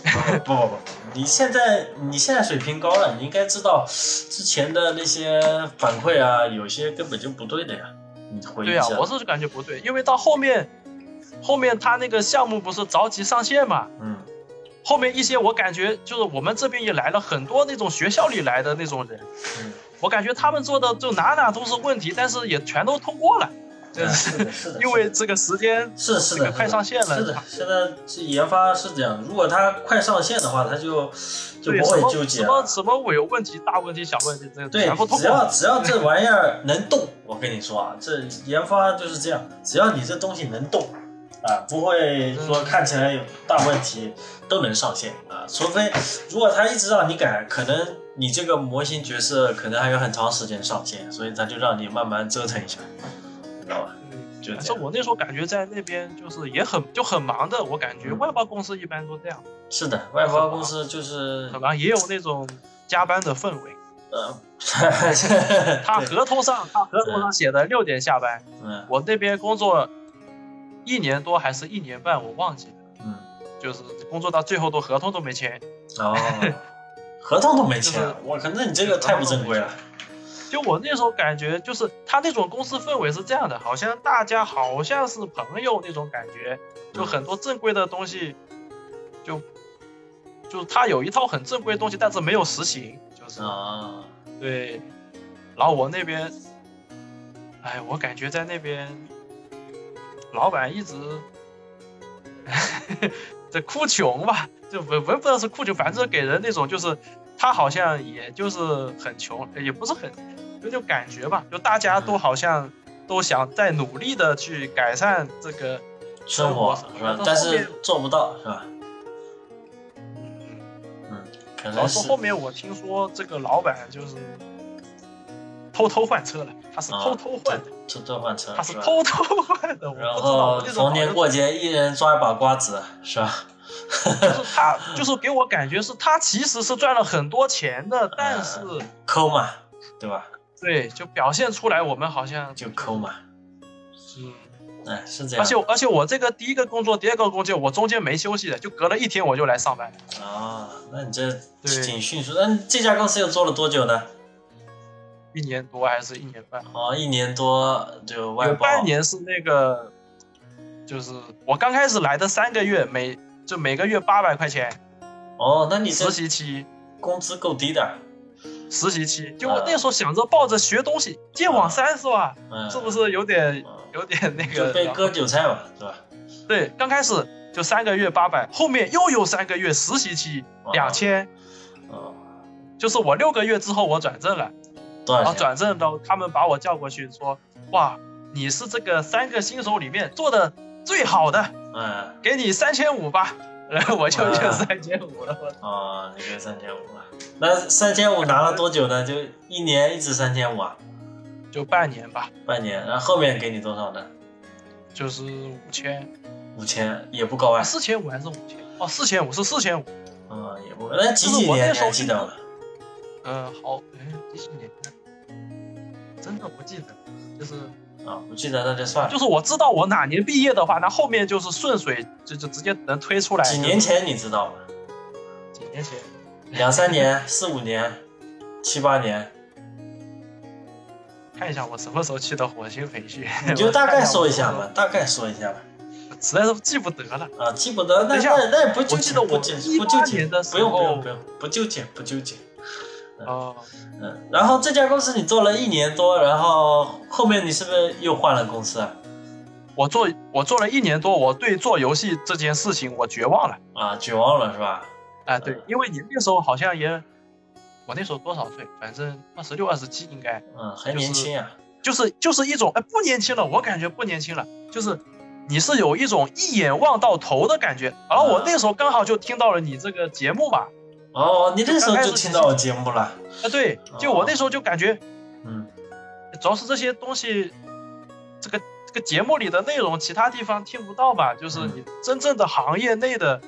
Speaker 1: 不不不，你现在你现在水平高了，你应该知道之前的那些反馈啊，有些根本就不对的呀。你回忆
Speaker 2: 对
Speaker 1: 一
Speaker 2: 呀、
Speaker 1: 下，
Speaker 2: 我是感觉不对，因为到后面，后面他那个项目不是着急上线嘛，
Speaker 1: 嗯
Speaker 2: 后面一些我感觉就是我们这边也来了很多那种学校里来的那种人，
Speaker 1: 嗯，
Speaker 2: 我感觉他们做的就哪哪都是问题，但是也全都通过了，真
Speaker 1: 嗯
Speaker 2: 是
Speaker 1: 是的，是的，
Speaker 2: 因为这个时间
Speaker 1: 是的是
Speaker 2: 这
Speaker 1: 的，
Speaker 2: 个快
Speaker 1: 是的
Speaker 2: 上线了
Speaker 1: 是的，现在这研发是这样，如果它快上线的话，它就就
Speaker 2: 对
Speaker 1: 不
Speaker 2: 什
Speaker 1: 会
Speaker 2: 么
Speaker 1: 纠结
Speaker 2: 什
Speaker 1: 了
Speaker 2: 么。什么我有问题、大问题、小问题，这个
Speaker 1: 对
Speaker 2: 全部，通
Speaker 1: 只
Speaker 2: 过
Speaker 1: 要
Speaker 2: 了。
Speaker 1: 只要这玩意儿能动，我跟你说啊，这研发就是这样，只要你这东西能动，啊，不会
Speaker 2: 嗯
Speaker 1: 说看起来有大问题都能上线啊，除非如果他一直让你改，可能你这个模型角色可能还有很长时间上线，所以他就让你慢慢折腾一下，你知道吧？
Speaker 2: 嗯
Speaker 1: 就
Speaker 2: 反
Speaker 1: 这
Speaker 2: 正
Speaker 1: 样。
Speaker 2: 我那时候感觉在那边就是也很就很忙的，我感觉
Speaker 1: 嗯
Speaker 2: 外包公司一般都这样，
Speaker 1: 是的，外包公司就是
Speaker 2: 很忙，也有那种加班的氛围。
Speaker 1: 呃，
Speaker 2: 他
Speaker 1: 他
Speaker 2: 合同上，他合同上写的六点下班，
Speaker 1: 嗯
Speaker 2: 我那边工作一年多还是一年半，我忘记了，
Speaker 1: 嗯，
Speaker 2: 就是工作到最后都合同都没签，
Speaker 1: 哦，合同都没签
Speaker 2: 就是，
Speaker 1: 我靠，那你这个太不正规啊了。
Speaker 2: 就我那时候感觉，就是他那种公司氛围是这样的，好像大家好像是朋友那种感觉，就很多正规的东西，就就是他有一套很正规的东西，但是没有实行，就是
Speaker 1: 啊，
Speaker 2: 对。然后我那边，哎，我感觉在那边，老板一直 这哭穷吧，就我我也不知道是哭穷，反正给人那种就是他好像也就是很穷，也不是很，就就感觉吧，就大家都好像都想在努力的去改善这个，
Speaker 1: 生活是吧？但是做不到是吧？
Speaker 2: 嗯，
Speaker 1: 可
Speaker 2: 然后
Speaker 1: 能
Speaker 2: 说
Speaker 1: 是
Speaker 2: 后面我听说这个老板就是偷偷换车了，他是偷偷换的。
Speaker 1: 偷偷换车
Speaker 2: 他是
Speaker 1: 啊是吧？
Speaker 2: 偷偷换的，我不知
Speaker 1: 然
Speaker 2: 道
Speaker 1: 后
Speaker 2: 我那种
Speaker 1: 逢年 过节一人抓一把瓜子是吧？
Speaker 2: 就是他，就是给我感觉是他其实是赚了很多钱的，但是
Speaker 1: 嗯抠嘛，对吧？
Speaker 2: 对，就表现出来我们好像
Speaker 1: 就抠嘛，
Speaker 2: 嗯，
Speaker 1: 哎，是这
Speaker 2: 而
Speaker 1: 样
Speaker 2: 且而且我这个第一个工作、第二个工作，我中间没休息的，就隔了一天我就来上班。
Speaker 1: 啊。那你这
Speaker 2: 对
Speaker 1: 挺迅速。那这家公司又做了多久呢？
Speaker 2: 一年多还是一年半，
Speaker 1: 哦，一年多就外啊
Speaker 2: 有
Speaker 1: 包。
Speaker 2: 半年是那个，就是我刚开始来的三个月，每就每个月八百块钱，
Speaker 1: 哦，那你这
Speaker 2: 实习期，
Speaker 1: 工资够低的，
Speaker 2: 实习期，就
Speaker 1: 啊
Speaker 2: 我那时候想着抱着学东西，剑网三是吧？
Speaker 1: 嗯，
Speaker 2: 是不是有点
Speaker 1: 嗯
Speaker 2: 有点那个
Speaker 1: 就被割韭菜嘛，是吧？
Speaker 2: 对，刚开始就三个月八百，后面又有三个月实习期
Speaker 1: 哦
Speaker 2: 两千，
Speaker 1: 哦，
Speaker 2: 就是我六个月之后我转正了，
Speaker 1: 多
Speaker 2: 然
Speaker 1: 少
Speaker 2: 后
Speaker 1: 钱？
Speaker 2: 哦转正到他们把我叫过去说，哇，你是这个三个新手里面做的最好的，
Speaker 1: 嗯，
Speaker 2: 给你三千五吧，然后我就
Speaker 1: 哇
Speaker 2: 就三千五了，我
Speaker 1: 哦，你给三千五了。那三千五拿了多久呢？就一年一直三千五啊，
Speaker 2: 就半年吧，
Speaker 1: 半年。然后后面给你多少呢？
Speaker 2: 就是五千，
Speaker 1: 五千，也不高啊。
Speaker 2: 四千五还是五千？哦，四千五是四千五，
Speaker 1: 嗯，也不。那几
Speaker 2: 就是
Speaker 1: 几
Speaker 2: 我
Speaker 1: 年
Speaker 2: 那
Speaker 1: 你
Speaker 2: 时候
Speaker 1: 还记得吗？
Speaker 2: 嗯，好，哎，几几年？真的不记得，就是
Speaker 1: 啊，不记得那就算了
Speaker 2: 就。是我知道我哪年毕业的话，那后面就是顺水就就直接能推出来。
Speaker 1: 几年？前你知道吗？
Speaker 2: 几年前？
Speaker 1: 两三年、四五年、七八 年，
Speaker 2: 看一下我什么时候去的火星培训，
Speaker 1: 你就大概说
Speaker 2: 说
Speaker 1: 一下 嘛，，大概说一下吧。
Speaker 2: 实在是记不得了。
Speaker 1: 啊，记不得，那
Speaker 2: 等一下
Speaker 1: 那那也不纠
Speaker 2: 我
Speaker 1: 结
Speaker 2: 记，得我
Speaker 1: 不纠
Speaker 2: 18
Speaker 1: 不纠结
Speaker 2: 年的时
Speaker 1: 不用不
Speaker 2: 候
Speaker 1: 用不用，不纠结不纠结。
Speaker 2: 哦、
Speaker 1: 嗯，然后这家公司你做了一年多，然后后面你是不是又换了公司啊？
Speaker 2: 我做我做了一年多，我对做游戏这件事情我绝望了。
Speaker 1: 啊，绝望了是吧？
Speaker 2: 啊，对
Speaker 1: 嗯，
Speaker 2: 因为你那时候好像也，我那时候多少岁？反正二十六、二十七应该，
Speaker 1: 嗯，还
Speaker 2: 就是
Speaker 1: 年轻啊。
Speaker 2: 就是就是一种哎不年轻了，我感觉不年轻了，就是你是有一种一眼望到头的感觉。然后
Speaker 1: 啊
Speaker 2: 我那时候刚好就听到了你这个节目嘛，
Speaker 1: 哦，你那时候就听到我节目了。
Speaker 2: 啊，对，就我那时候就感觉，
Speaker 1: 嗯，
Speaker 2: 主要是这些东西，这个这
Speaker 1: 嗯
Speaker 2: 个节目里的内容，其他地方听不到吧？就是你真正的行业内的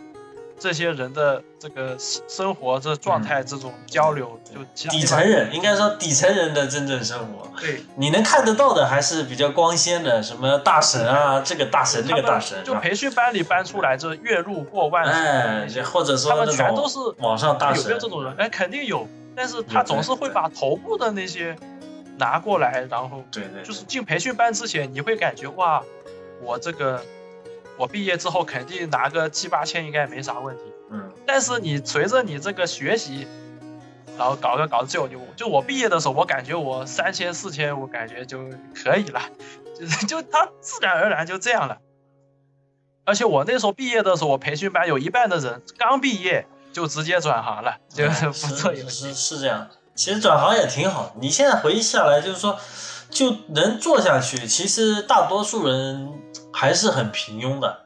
Speaker 2: 这些人的这个生活、这状态、这种交流，就其
Speaker 1: 嗯
Speaker 2: 他
Speaker 1: 底
Speaker 2: 地方
Speaker 1: 层啊人应该说底层人的真正生活，
Speaker 2: 对
Speaker 1: 你能看得到的还是比较光鲜的，什么大神啊，这个大神那
Speaker 2: 他
Speaker 1: 个大
Speaker 2: 们
Speaker 1: 神、啊，
Speaker 2: 就培训班里搬出来这月入过万的
Speaker 1: 哎
Speaker 2: 那，些，
Speaker 1: 这或者说
Speaker 2: 他们
Speaker 1: 那
Speaker 2: 全都
Speaker 1: 种
Speaker 2: 是
Speaker 1: 网上大
Speaker 2: 有没
Speaker 1: 神
Speaker 2: 有，这种人？哎，肯定有，但是他
Speaker 1: 有
Speaker 2: 总
Speaker 1: 的
Speaker 2: 是会把头部的那些拿过来，然后
Speaker 1: 对对，
Speaker 2: 就是进培训班之前，你会感觉哇，我这个我毕业之后肯定拿个七八千应该没啥问题。
Speaker 1: 嗯，
Speaker 2: 但是你随着你这个学习，然后搞着搞着就就就我毕业的时候，我感觉我三千四千，我感觉就可以了， 就是就他自然而然就这样了。而且我那时候毕业的时候，我培训班有一半的人刚毕业就直接转行了，就
Speaker 1: 哎
Speaker 2: 不做游
Speaker 1: 嗯是
Speaker 2: 戏
Speaker 1: 是。是这样。其实转行也挺好，你现在回忆下来，就是说就能做下去。其实大多数人还是很平庸的，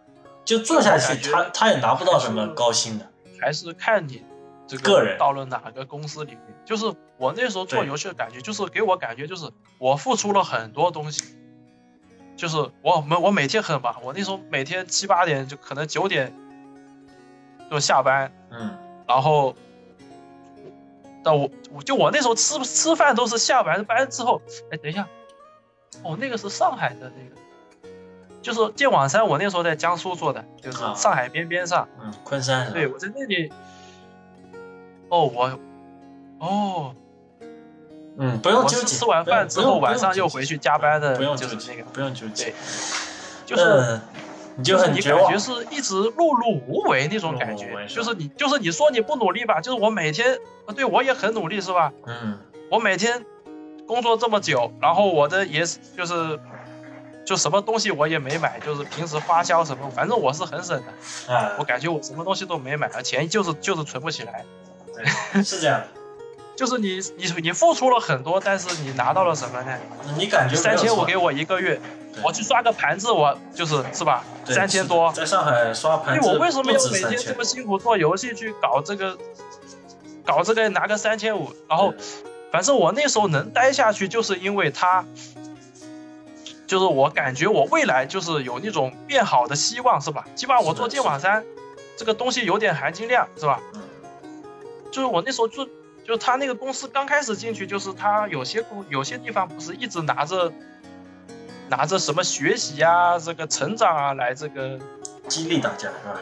Speaker 1: 就做下去，
Speaker 2: 感觉
Speaker 1: 他他也拿不到什么高薪的。
Speaker 2: 还是看你这
Speaker 1: 个人
Speaker 2: 到了哪个公司里面。就是我那时候做
Speaker 1: 对
Speaker 2: 游戏的感觉，就是给我感觉就是我付出了很多东西，就是我每我每天很忙，我那时候每天七八点就可能九点就下班，
Speaker 1: 嗯，
Speaker 2: 然后。但我我就我那时候吃吃饭都是下完班之后，哎，等一下，哦，那个是上海的那个，就是剑网山，我那时候在江苏做的，就是
Speaker 1: 啊
Speaker 2: 上海边边上，
Speaker 1: 嗯，昆山是吧
Speaker 2: 对，我在那里。哦，我，哦，
Speaker 1: 嗯，不用
Speaker 2: 我
Speaker 1: 纠
Speaker 2: 是
Speaker 1: 结。
Speaker 2: 吃完饭之
Speaker 1: 不
Speaker 2: 后
Speaker 1: 用
Speaker 2: 晚上又回去加班的，
Speaker 1: 不用
Speaker 2: 就
Speaker 1: 纠
Speaker 2: 是
Speaker 1: 结
Speaker 2: 那个，，
Speaker 1: 不用纠结
Speaker 2: 对，就是
Speaker 1: 嗯你
Speaker 2: 就
Speaker 1: 就是很
Speaker 2: 你
Speaker 1: 绝
Speaker 2: 感
Speaker 1: 望
Speaker 2: 觉。是一直碌碌无为那种感
Speaker 1: 碌碌无
Speaker 2: 觉，
Speaker 1: 为是
Speaker 2: 就
Speaker 1: 吧
Speaker 2: 是你就是你说你不努力吧，就是我每天，呃对我也很努力是吧？
Speaker 1: 嗯，
Speaker 2: 我每天工作这么久，然后我的也是就是。就什么东西我也没买，就是平时花销什么，反正我是很省的。
Speaker 1: 啊
Speaker 2: 我，感觉我什么东西都没买，钱就是就是存不起来。
Speaker 1: 是这样的。
Speaker 2: 就是你你你付出了很多，但是你拿到了什么呢？
Speaker 1: 你感觉没
Speaker 2: 三
Speaker 1: 有
Speaker 2: 千
Speaker 1: 错
Speaker 2: 我给我一个月，
Speaker 1: 对
Speaker 2: 我去刷个盘子，我就是是吧？
Speaker 1: 对
Speaker 2: 三千
Speaker 1: 是
Speaker 2: 多，
Speaker 1: 在上海刷
Speaker 2: 对
Speaker 1: 盘子
Speaker 2: 我为什么要
Speaker 1: 不止嗯
Speaker 2: 每天
Speaker 1: 3000
Speaker 2: 这么辛苦做游戏去搞这个，搞这个拿个三千五？然后反正我那时候能待下去，就是因为他，就是我感觉我未来就是有那种变好的希望，是吧？起码我做
Speaker 1: 是的
Speaker 2: 剑网三，这个东西有点含金量，是吧？
Speaker 1: 嗯
Speaker 2: 就是我那时候就就是他那个公司刚开始进去，就是他有些公有些地方不是一直拿着拿着什么学习啊、这个成长啊来这个
Speaker 1: 激励大家是吧？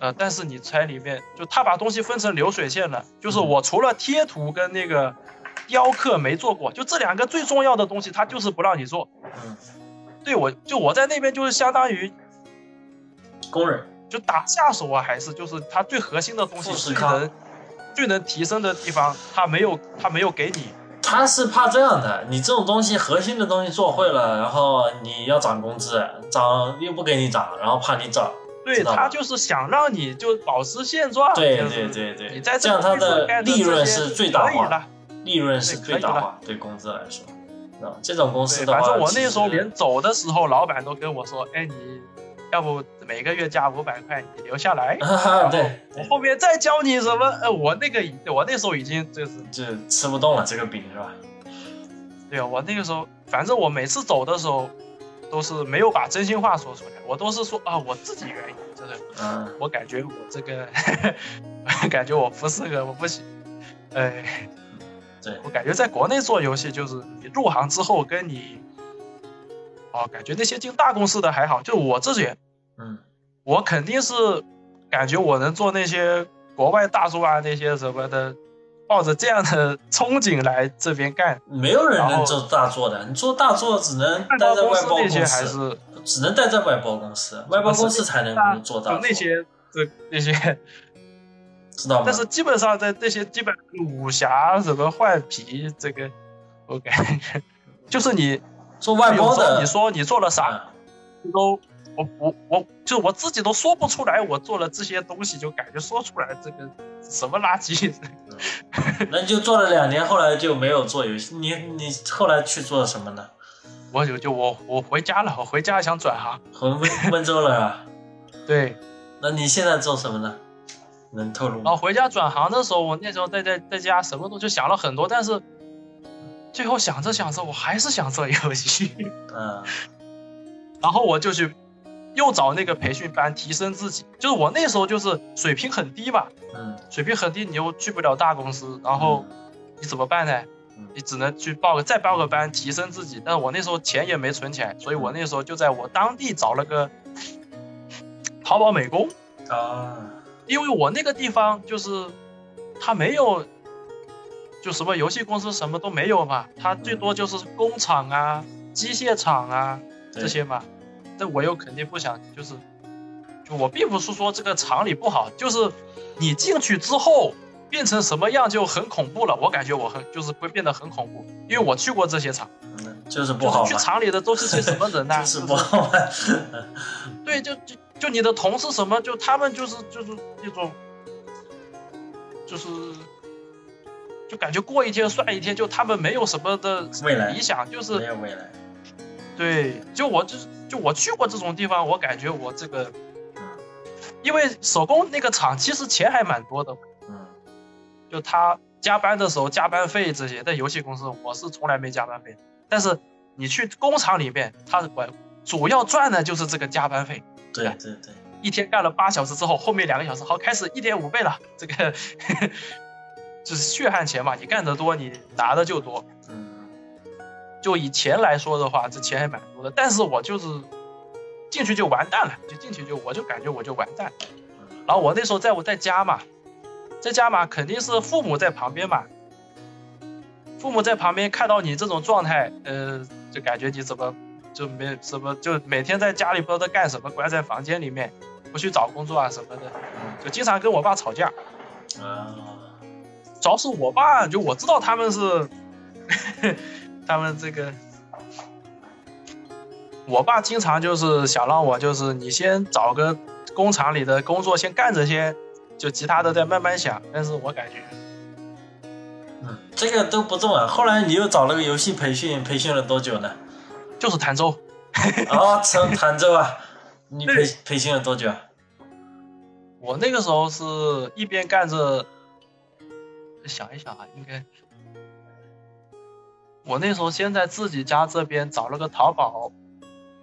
Speaker 2: 呃，但是你猜里面就他把东西分成流水线了，就是我除了贴图跟那个雕刻没做过，就这两个最重要的东西，他就是不让你做。
Speaker 1: 嗯，
Speaker 2: 对我就我在那边就是相当于
Speaker 1: 工人，
Speaker 2: 就打下手啊，还是就是它最核心的东西
Speaker 1: 富士
Speaker 2: 最
Speaker 1: 康
Speaker 2: 能最能提升的地方，他没有他没有给你。
Speaker 1: 他是怕这样的，你这种东西核心的东西做会了，然后你要涨工资，涨又不给你涨，然后怕你涨，
Speaker 2: 对
Speaker 1: 知道吧
Speaker 2: 他就是想让你就保持现状，
Speaker 1: 对
Speaker 2: 就
Speaker 1: 对
Speaker 2: 是
Speaker 1: 对
Speaker 2: 你
Speaker 1: 对，
Speaker 2: 在
Speaker 1: 这样
Speaker 2: 个
Speaker 1: 他
Speaker 2: 基础
Speaker 1: 的
Speaker 2: 干
Speaker 1: 利润
Speaker 2: 这些
Speaker 1: 是
Speaker 2: 就
Speaker 1: 最大
Speaker 2: 可以
Speaker 1: 化，
Speaker 2: 了。
Speaker 1: 利润是
Speaker 2: 对
Speaker 1: 最
Speaker 2: 可
Speaker 1: 大
Speaker 2: 以了
Speaker 1: 化，对公司来说，知道吧这种公司
Speaker 2: 对，
Speaker 1: 的
Speaker 2: 反
Speaker 1: 话，
Speaker 2: 正我
Speaker 1: 其
Speaker 2: 那时候
Speaker 1: 实，
Speaker 2: 连走的时候，老板都跟我说：“哎，你要不每个月加五百块，你留下来
Speaker 1: 哈哈， 对
Speaker 2: 然，我 后面再教你什么。”呃，我那个已我那时候已经就是
Speaker 1: 就吃不动了这个饼是吧？
Speaker 2: 对啊，我那个时候，反正我每次走的时候，都是没有把真心话说出来，我都是说啊，我自己原因，就是
Speaker 1: 嗯，
Speaker 2: 我感觉我这个， 感觉我不适合，我不行，哎，
Speaker 1: 嗯对
Speaker 2: 我感觉在国内做游戏，就是你入行之后跟你，哦，感觉那些进大公司的还好，就我自己，
Speaker 1: 嗯，
Speaker 2: 我肯定是感觉我能做那些国外大作啊那些什么的，抱着这样的憧憬来这边干。
Speaker 1: 嗯没有人
Speaker 2: 然后
Speaker 1: 能做大做的，你做大做只能
Speaker 2: 外
Speaker 1: 待
Speaker 2: 包
Speaker 1: 在
Speaker 2: 公
Speaker 1: 外
Speaker 2: 司
Speaker 1: 包
Speaker 2: 那
Speaker 1: 公
Speaker 2: 些还
Speaker 1: 司，
Speaker 2: 是
Speaker 1: 只能待在外包公司，外包公司才
Speaker 2: 大
Speaker 1: 能做大
Speaker 2: 就
Speaker 1: 做。
Speaker 2: 那些这那些，
Speaker 1: 知道吗？
Speaker 2: 但是基本上在那些基本上武侠什么换皮这个，我感觉就是你
Speaker 1: 做外
Speaker 2: 有
Speaker 1: 包
Speaker 2: 时候
Speaker 1: 的，
Speaker 2: 你说你做了啥
Speaker 1: 嗯
Speaker 2: 都。我我我就我自己都说不出来，我做了这些东西，就感觉说出来这个什么垃圾。
Speaker 1: 那你就做了两年，后来就没有做游戏。你你后来去做什么呢？
Speaker 2: 我就就我我回家了，我回家想转行。
Speaker 1: 回温温州了啊？
Speaker 2: 对，
Speaker 1: 那你现在做什么呢？能透露
Speaker 2: 然后
Speaker 1: 吗？
Speaker 2: 回家转行的时候，我那时候在在在家什么都就想了很多，但是最后想着想着，我还是想做游戏。
Speaker 1: 嗯
Speaker 2: 然后我就去又找那个培训班提升自己。就是我那时候就是水平很低嘛，
Speaker 1: 嗯
Speaker 2: 水平很低，你又去不了大公司，然后你怎么办呢
Speaker 1: 嗯？
Speaker 2: 你只能去报个再报个班提升自己。但我那时候钱也没存钱，所以我那时候就在我当地找了个淘宝美工，
Speaker 1: 啊，
Speaker 2: 因为我那个地方就是它没有，就什么游戏公司什么都没有嘛，它最多就是工厂啊、机械厂啊
Speaker 1: 对
Speaker 2: 这些嘛。但我又肯定不想，就是就我并不是说这个厂里不好，就是你进去之后变成什么样就很恐怖了。我感觉我很就是会变得很恐怖，因为我去过这些厂，
Speaker 1: 嗯就是不
Speaker 2: 就
Speaker 1: 好
Speaker 2: 是去
Speaker 1: 玩，
Speaker 2: 厂里的都是些什么人呐、啊
Speaker 1: 就是
Speaker 2: 就
Speaker 1: 不好玩，
Speaker 2: 对，就就就你的同事什么，就他们就是就是一种，就是就感觉过一天算一天，就他们没有什么的
Speaker 1: 未来
Speaker 2: 理想，就
Speaker 1: 没
Speaker 2: 是
Speaker 1: 有未来。
Speaker 2: 对，就我就是就我去过这种地方，我感觉我这个
Speaker 1: 嗯，
Speaker 2: 因为手工那个厂其实钱还蛮多的，
Speaker 1: 嗯
Speaker 2: 就他加班的时候加班费这些，在游戏公司我是从来没加班费的，但是你去工厂里面，他是管主要赚的就是这个加班费。
Speaker 1: 对
Speaker 2: 哎
Speaker 1: 对对，
Speaker 2: 一天干了八小时之后，后面两个小时好开始一点五倍了，这个就是血汗钱嘛，你干得多，你拿的就多。
Speaker 1: 嗯
Speaker 2: 就以钱来说的话，这钱还蛮多的，但是我就是进去就完蛋了，就进去就我就感觉我就完蛋。
Speaker 1: 嗯
Speaker 2: 然后我那时候在我在家嘛，在家嘛，肯定是父母在旁边嘛。父母在旁边看到你这种状态，呃，就感觉你怎么就没什么，就每天在家里不知道在干什么，关在房间里面，不去找工作啊什么的，就经常跟我爸吵架。
Speaker 1: 嗯啊，
Speaker 2: 主要是我爸，就我知道他们是， 他们这个，我爸经常就是想让我就是你先找个工厂里的工作先干着先，就其他的再慢慢想。但是我感觉
Speaker 1: 嗯，这个都不重要。后来你又找了个游戏培训，培训了多久呢？
Speaker 2: 就是潭州，
Speaker 1: 哦，成潭州啊，你培
Speaker 2: 对
Speaker 1: 培训了多久啊？
Speaker 2: 我那个时候是一边干着，想一想啊，应该。我那时候先在自己家这边找了个淘宝，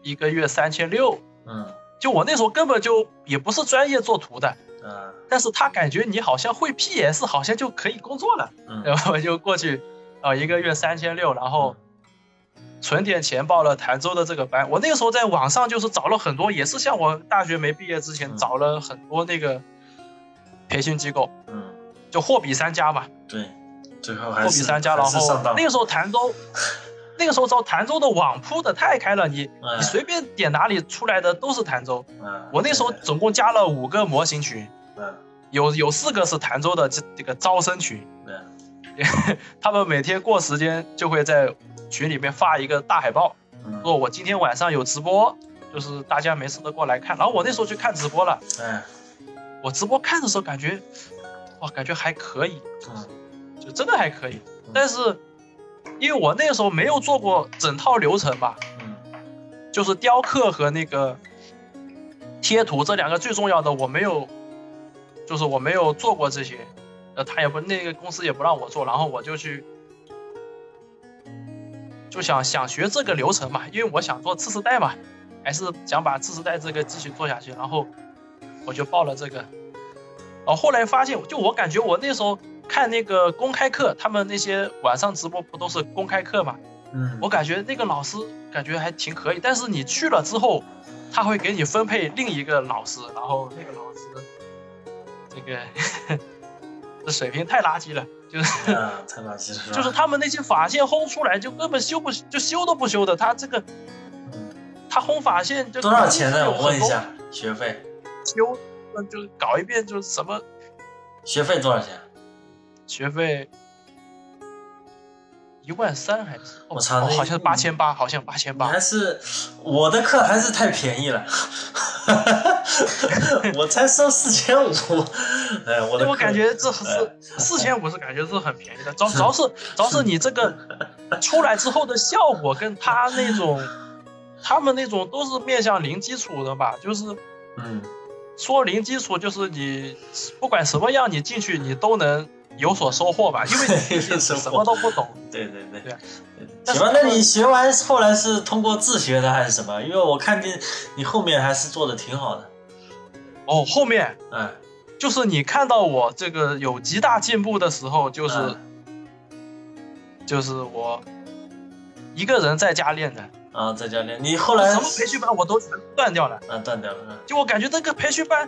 Speaker 2: 一个月三千六，
Speaker 1: 嗯
Speaker 2: 就我那时候根本就也不是专业做图的，
Speaker 1: 啊
Speaker 2: 但是他感觉你好像会 PS，好像就可以工作了，
Speaker 1: 嗯
Speaker 2: 然后我就过去，啊、一个月三千六，然后存点钱报了潭州的这个班。我那个时候在网上就是找了很多，也是像我大学没毕业之前
Speaker 1: 嗯
Speaker 2: 找了很多那个培训机构，
Speaker 1: 嗯，
Speaker 2: 就货比三家嘛，
Speaker 1: 对，最后
Speaker 2: 货
Speaker 1: 还
Speaker 2: 比
Speaker 1: 是
Speaker 2: 三家，然
Speaker 1: 还是
Speaker 2: 后
Speaker 1: 上当
Speaker 2: 那。个时候潭州，那个时候找潭州的网铺的太开了，你
Speaker 1: 嗯
Speaker 2: 你随便点哪里出来的都是潭州。
Speaker 1: 嗯
Speaker 2: 我那时候
Speaker 1: 对对
Speaker 2: 总共加了五个模型群，
Speaker 1: 嗯
Speaker 2: 有有四个是潭州的这这个招生群，
Speaker 1: 嗯
Speaker 2: 他们每天过时间就会在群里面发一个大海报，
Speaker 1: 嗯
Speaker 2: 说我今天晚上有直播，就是大家没事的过来看。然后我那时候去看直播了，
Speaker 1: 哎
Speaker 2: 我直播看的时候感觉，哇，感觉还可以，
Speaker 1: 嗯
Speaker 2: 就真的还可以。但是因为我那时候没有做过整套流程嘛，
Speaker 1: 嗯
Speaker 2: 就是雕刻和那个贴图这两个最重要的，我没有，就是我没有做过这些，呃，他也不那个公司也不让我做，然后我就去，就想想学这个流程嘛，因为我想做次世代嘛，还是想把次世代这个继续做下去，然后我就报了这个，然后后来发现，就我感觉我那时候看那个公开课，他们那些晚上直播不都是公开课嘛，
Speaker 1: 嗯，
Speaker 2: 我感觉那个老师感觉还挺可以，但是你去了之后，他会给你分配另一个老师，然后那个老师，这个这水平太垃圾了，就是
Speaker 1: 啊，太垃圾了，吧
Speaker 2: 就是他们那些法线轰出来就根本修不就修都不修的，他这个
Speaker 1: 嗯
Speaker 2: 他轰法线就
Speaker 1: 多少钱呢？
Speaker 2: 有
Speaker 1: 我问
Speaker 2: 很
Speaker 1: 一
Speaker 2: 多
Speaker 1: 下，学费，
Speaker 2: 修，那就搞一遍就是什么
Speaker 1: 学费多少钱？啊
Speaker 2: 学费。一万三还是？
Speaker 1: 我操
Speaker 2: 哦
Speaker 1: 那
Speaker 2: 好像是八千八，好像八千
Speaker 1: 你
Speaker 2: 八
Speaker 1: 还。是我的课还是太便 宜了，我才收四千五，哎，我的
Speaker 2: 我
Speaker 1: 课
Speaker 2: 感觉这是
Speaker 1: 哎
Speaker 2: 四千五是感觉是很便宜的，主要主要是主要是你这 个出来之后的效果跟他那种，他们那种都是面向零基础的吧，就是
Speaker 1: 嗯
Speaker 2: 说零基础就是你不管什么样你进去你都能有所收获吧，因为 你
Speaker 1: 有所
Speaker 2: 什
Speaker 1: 收获
Speaker 2: 么都不懂，
Speaker 1: 对对对
Speaker 2: 对啊
Speaker 1: 对，
Speaker 2: 但
Speaker 1: 行
Speaker 2: 是
Speaker 1: 吧，那你学完后来是通过自学的还是什么？因为我看见你后面还是做的挺好的，
Speaker 2: 哦，后面
Speaker 1: 嗯，
Speaker 2: 就是你看到我这个有极大进步的时候，就是、
Speaker 1: 嗯
Speaker 2: 就是我一个人在家练的，
Speaker 1: 嗯啊，在教练，你后来
Speaker 2: 什么培训班我都全断掉了。
Speaker 1: 啊断掉了，嗯
Speaker 2: 就我感觉这个培训班，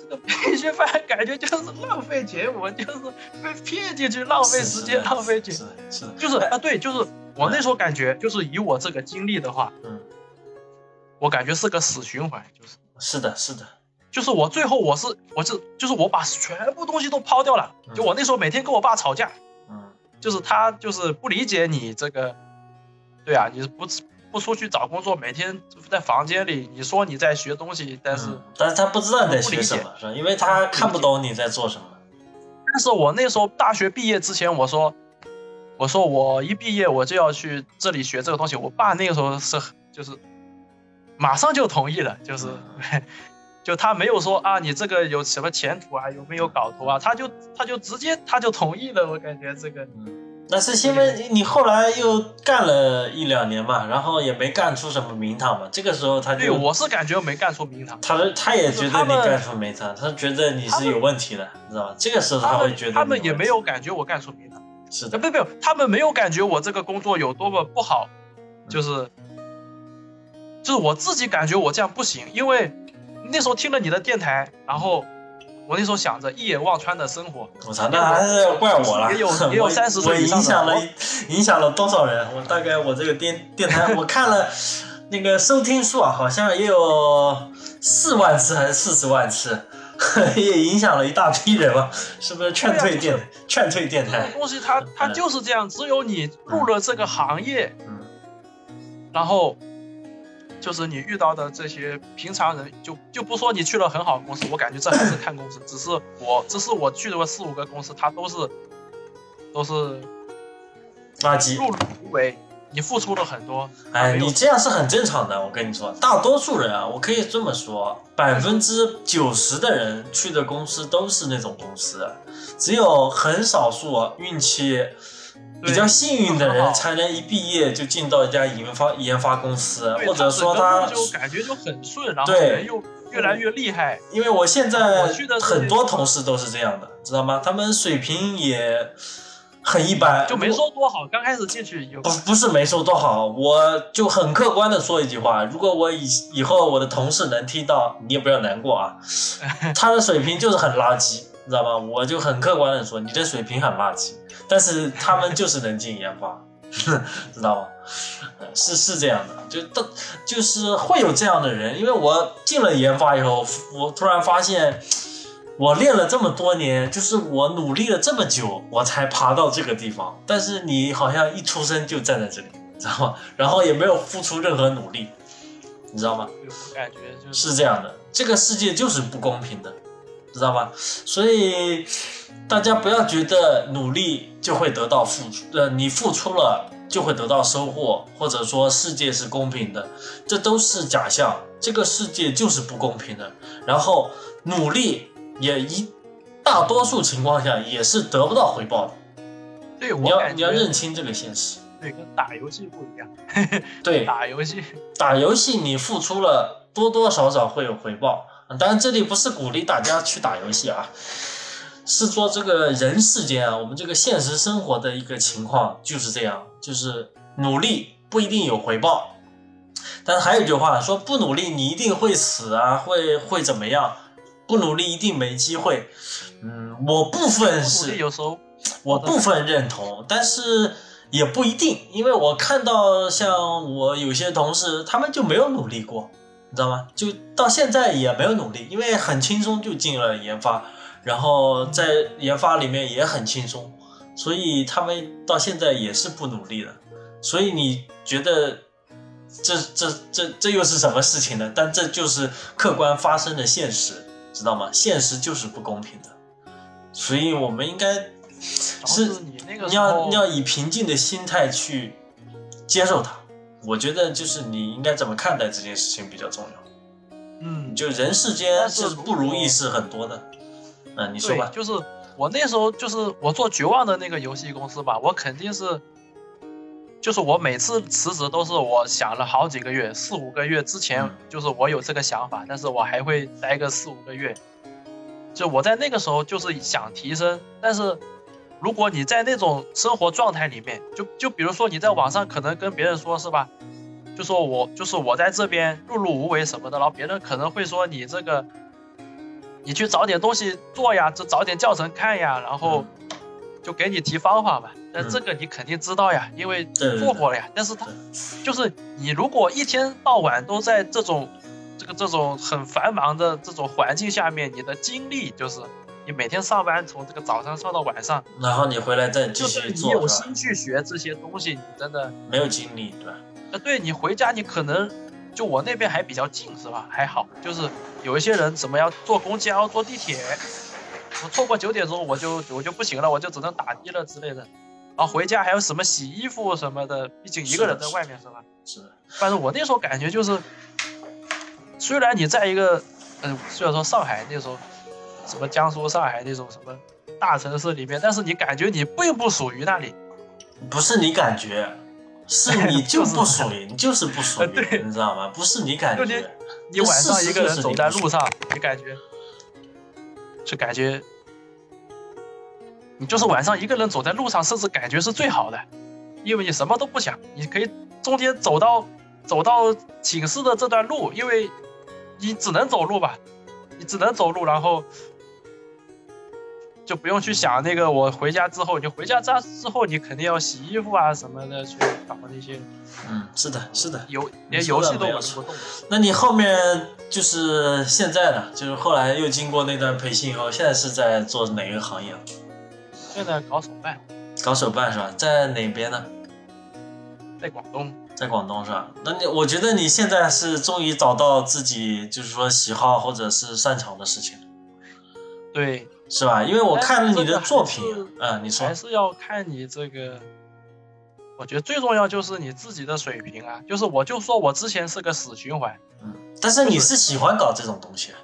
Speaker 2: 这个 培训班感觉就是浪费钱，我就是被骗进去，浪费
Speaker 1: 是
Speaker 2: 时
Speaker 1: 是
Speaker 2: 间，
Speaker 1: 的
Speaker 2: 浪费钱。
Speaker 1: 是的是的，
Speaker 2: 就是啊，对，就是我那时候感觉，就是以我这个经历的话，
Speaker 1: 嗯，
Speaker 2: 我感觉是个死循环，就是
Speaker 1: 是的是的，
Speaker 2: 就是我最后我是我是就是我把全部东西都抛掉了，就我那时候每天跟我爸吵架，
Speaker 1: 嗯
Speaker 2: 就是他就是不理解你这个，对啊，你不不出去找工作，每天在房间里，你说你在学东西，但是、
Speaker 1: 嗯但是他不知道你在
Speaker 2: 不理
Speaker 1: 学什
Speaker 2: 解嗯
Speaker 1: 么，是吧？因为他看不懂你在做什么，
Speaker 2: 但是我那时候大学毕业之前，我说我说我一毕业我就要去这里学这个东西，我爸那个时候是就是马上就同意了，就是。 就他没有说啊，你这个有什么前途啊，有没有搞头啊？他就他就直接他就同意了，我感觉这个
Speaker 1: 那是因为你后来又干了一两年嘛，然后也没干出什么名堂嘛，这个时候他
Speaker 2: 对
Speaker 1: 就
Speaker 2: 我是感觉没干出名堂。
Speaker 1: 他说他也觉
Speaker 2: 就是
Speaker 1: 得
Speaker 2: 他
Speaker 1: 你
Speaker 2: 们
Speaker 1: 干出没他，他觉得你
Speaker 2: 他
Speaker 1: 是
Speaker 2: 们
Speaker 1: 有问题的，你知道吧？这个时候
Speaker 2: 他
Speaker 1: 会
Speaker 2: 们
Speaker 1: 觉得
Speaker 2: 他们
Speaker 1: 你
Speaker 2: 也
Speaker 1: 问
Speaker 2: 没
Speaker 1: 题
Speaker 2: 有感觉我干出名堂。
Speaker 1: 是
Speaker 2: 呃，
Speaker 1: 的，
Speaker 2: 不不，他们没有感觉我这个工作有多么不好，
Speaker 1: 嗯
Speaker 2: 就是，就是我自己感觉我这样不行，因为那时候听了你的电台，然后我那时候想着一眼望穿的生活，
Speaker 1: 我操，那还是怪我了，
Speaker 2: 也有也有
Speaker 1: 我
Speaker 2: 30
Speaker 1: 我
Speaker 2: 岁以
Speaker 1: 影
Speaker 2: 上的
Speaker 1: 响了
Speaker 2: 我
Speaker 1: 影响了多少人？我大概我这个电电台我看了那个收听数啊，好像也有四万次还是四十万次， 也影响了一大批人吧？是不是劝退
Speaker 2: 对
Speaker 1: 电
Speaker 2: 啊
Speaker 1: 劝退电
Speaker 2: 这种
Speaker 1: 台？
Speaker 2: 东西它它就是这样，只有你入了这个行业，
Speaker 1: 嗯
Speaker 2: 然后。就是你遇到的这些平常人，就就不说你去了很好的公司，我感觉这还是看公司，只是我只是我去了四五个公司，它都是都是
Speaker 1: 垃圾。
Speaker 2: 入无为，你付出了很多。
Speaker 1: 哎，
Speaker 2: 没有
Speaker 1: 你这样是很正常的，我跟你说，大多数人啊，我可以这么说，百分之九十的人去的公司都是那种公司，只有很少数啊运气比较幸运的
Speaker 2: 很
Speaker 1: 人
Speaker 2: 好
Speaker 1: 才能一毕业就进到一家研发研发公司，呃
Speaker 2: 对
Speaker 1: 或者说
Speaker 2: 他
Speaker 1: 他
Speaker 2: 整个路就感觉就很顺，然后
Speaker 1: 对
Speaker 2: 人又越来越厉害。
Speaker 1: 因为我现在
Speaker 2: 我去的是
Speaker 1: 很多同事都是这样的，知道吗？他们水平也很一般，
Speaker 2: 就没说多好，刚开始进去有
Speaker 1: 不哦不是没说多好，我就很客观的说一句话，如果我以以后我的同事能听到，你也不要难过啊，他的水平就是很垃圾，你知道吗？我就很客观的说，你的水平很垃圾，但是他们就是能进研发， 知道吗？呃是是这样的，就都就是会有这样的人，因为我进了研发以后，我突然发现。我练了这么多年，就是我努力了这么久，我才爬到这个地方。但是你好像一出生就站在这里，你知道吗？然后也没有付出任何努力，你知道吗？
Speaker 2: 我感觉就是
Speaker 1: 是这样的，这个世界就是不公平的，知道吗？所以大家不要觉得努力就会得到付出，呃，你付出了就会得到收获，或者说世界是公平的，这都是假象。这个世界就是不公平的。然后努力也一大多数情况下也是得不到回报的。
Speaker 2: 对
Speaker 1: 你
Speaker 2: 我
Speaker 1: 要
Speaker 2: 感
Speaker 1: 你要
Speaker 2: 觉
Speaker 1: 认清这个现实。
Speaker 2: 对跟打游戏不一样，
Speaker 1: 对，
Speaker 2: 打 游戏
Speaker 1: 打游戏你付出了多多少少会有回报，嗯当然这里不是鼓励大家去打游戏啊，是说这个人世间啊，我们这个现实生活的一个情况就是这样，就是努力不一定有回报。但是还有一句话说，不努力你一定会死啊，会会怎么样？不努力一定没机会。嗯，我部分
Speaker 2: 不
Speaker 1: 是
Speaker 2: 努力有时候
Speaker 1: 我部分认同，但是也不一定，因为我看到像我有些同事，他们就没有努力过，你知道吗？就到现在也没有努力，因为很轻松就进了研发，然后在研发里面也很轻松，所以他们到现在也是不努力的。所以你觉得这这这这又是什么事情呢？但这就是客观发生的现实，知道吗？现实就是不公平的，所以我们应该
Speaker 2: 主要
Speaker 1: 是
Speaker 2: 是你那个
Speaker 1: 你
Speaker 2: 时候
Speaker 1: 要你要以平静的心态去接受它。我觉得就是你应该怎么看待这件事情比较重要。
Speaker 2: 嗯，
Speaker 1: 就人世间
Speaker 2: 但是
Speaker 1: 是不如
Speaker 2: 如
Speaker 1: 意
Speaker 2: 果
Speaker 1: 是很多的。嗯，你说
Speaker 2: 对，
Speaker 1: 吧。
Speaker 2: 就是我那时候就是我做绝望的那个游戏公司吧，我肯定是就是我每次辞职都是我想了好几个月，四五个月之前
Speaker 1: 嗯，
Speaker 2: 就是我有这个想法，但是我还会待个四五个月。就我在那个时候就是想提升，但是如果你在那种生活状态里面，就就比如说你在网上可能跟别人说是吧，就说我就是我在这边碌碌无为什么的，然后别人可能会说你这个，你去找点东西做呀，就找点教程看呀，然后就给你提方法嘛。但
Speaker 1: 嗯
Speaker 2: 这个你肯定知道呀，因为
Speaker 1: 对对
Speaker 2: 做
Speaker 1: 对
Speaker 2: 过了呀。但是他
Speaker 1: 对
Speaker 2: 就是你如果一天到晚都在这种这个这种很繁忙的这种环境下面，你的精力就是你每天上班从这个早上上到晚上，
Speaker 1: 然后你回来再继
Speaker 2: 就
Speaker 1: 续
Speaker 2: 是你
Speaker 1: 做，是
Speaker 2: 有
Speaker 1: 吧
Speaker 2: 心去学这些东西，你真的。
Speaker 1: 没有精力，对吧？
Speaker 2: 呃，对你回家你可能就我那边还比较近是吧？还好，就是有一些人怎么要坐公交、坐地铁，我错过九点钟我就我就不行了，我就只能打的了之类的。然后回家还有什么洗衣服什么的，毕竟一
Speaker 1: 是
Speaker 2: 个
Speaker 1: 的
Speaker 2: 人在
Speaker 1: 是
Speaker 2: 外面是吧？
Speaker 1: 是的，
Speaker 2: 反正我那时候感觉就是，虽然你在一个，嗯、虽然说上海那时候，什么江苏、上海那种什么大城市里面，但是你感觉你并不属于那里，
Speaker 1: 不是你感觉，是 你就
Speaker 2: 就是
Speaker 1: 不属于，你就是不属
Speaker 2: 呃对
Speaker 1: 于，你知道吗？不是你感
Speaker 2: 就你
Speaker 1: 觉，
Speaker 2: 你晚上
Speaker 1: 是
Speaker 2: 一个人
Speaker 1: 是是
Speaker 2: 走在路上，你感觉，就感觉，你就是晚上一个人走在路上，甚至感觉是最好的，因为你什么都不想，你可以中间走到走到寝室的这段路，因为你只能走路吧，你只能走路，然后就不用去想那个我回家之后，你回家家之后，你肯定要洗衣服啊什么的去搞那些
Speaker 1: 嗯，是的，是的。
Speaker 2: 游，
Speaker 1: 你
Speaker 2: 连
Speaker 1: 说
Speaker 2: 游
Speaker 1: 的
Speaker 2: 戏都
Speaker 1: 没有
Speaker 2: 玩
Speaker 1: 错
Speaker 2: 不动。
Speaker 1: 那你后面就是现在呢？就是后来又经过那段培训以后，现在是在做哪个行业？
Speaker 2: 现在搞手办，
Speaker 1: 搞手办是吧？在哪边呢？
Speaker 2: 在广东。
Speaker 1: 在广东是吧？那你我觉得你现在是终于找到自己就是说喜好或者是擅长的事情了，
Speaker 2: 对，
Speaker 1: 是吧？因为我
Speaker 2: 但
Speaker 1: 看了
Speaker 2: 这
Speaker 1: 你
Speaker 2: 个
Speaker 1: 的
Speaker 2: 还
Speaker 1: 作
Speaker 2: 是
Speaker 1: 品，嗯，你说
Speaker 2: 哎还，是要看你这个。我觉得最重要就是你自己的水平啊，就是我就说我之前是个死循环，
Speaker 1: 嗯，但是你
Speaker 2: 就是
Speaker 1: 是喜欢搞这种东西，啊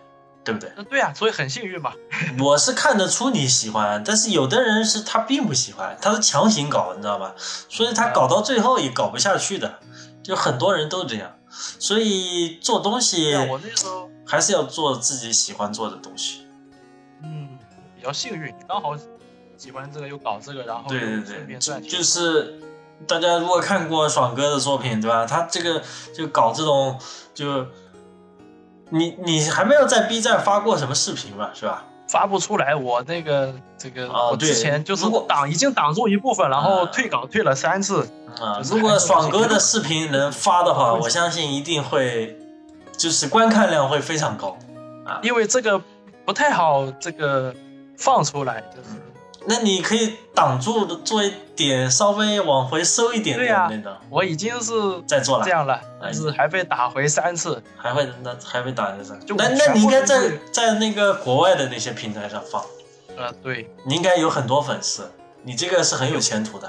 Speaker 1: 对 不对？
Speaker 2: 那对啊，所以很幸运嘛。
Speaker 1: 我是看得出你喜欢，但是有的人是他并不喜欢，他是强行搞，你知道吗？所以他搞到最后也搞不下去的，就很多人都这样。所以做东西
Speaker 2: 对啊，我那时候
Speaker 1: 还是要做自己喜欢做的东西。
Speaker 2: 嗯比较幸运，刚好喜欢这个又搞这个，然后
Speaker 1: 对对
Speaker 2: 又顺
Speaker 1: 对，
Speaker 2: 便
Speaker 1: 就
Speaker 2: 赚钱。
Speaker 1: 就是大家如果看过爽哥的作品，对吧？他这个就搞这种就。你你还没有在 B 站发过什么视频吧，是吧？
Speaker 2: 发不出来，我那个这个、
Speaker 1: 哦
Speaker 2: 我
Speaker 1: 对
Speaker 2: 之前就是
Speaker 1: 如果
Speaker 2: 挡已经挡住一部分，然后
Speaker 1: 嗯
Speaker 2: 退稿退了三次，
Speaker 1: 啊，
Speaker 2: 就是
Speaker 1: 如果
Speaker 2: 还是
Speaker 1: 爽哥的视频能发的话，我相信一定会，就是观看量会非常高。
Speaker 2: 因为这个不太好这个放出来，就是
Speaker 1: 那你可以挡住的做一点，稍微往回收一点
Speaker 2: 对
Speaker 1: 点
Speaker 2: 呀
Speaker 1: 那种，
Speaker 2: 我已经是
Speaker 1: 再做了哎
Speaker 2: 这，样了，但是还被打回三次。
Speaker 1: 还会那还会打一针
Speaker 2: 就。
Speaker 1: 那
Speaker 2: 我
Speaker 1: 那你应该
Speaker 2: 全
Speaker 1: 在
Speaker 2: 部都
Speaker 1: 在那个国外的那些平台上放，
Speaker 2: 呃，对，
Speaker 1: 你应该有很多粉丝，你这个是很有前途的。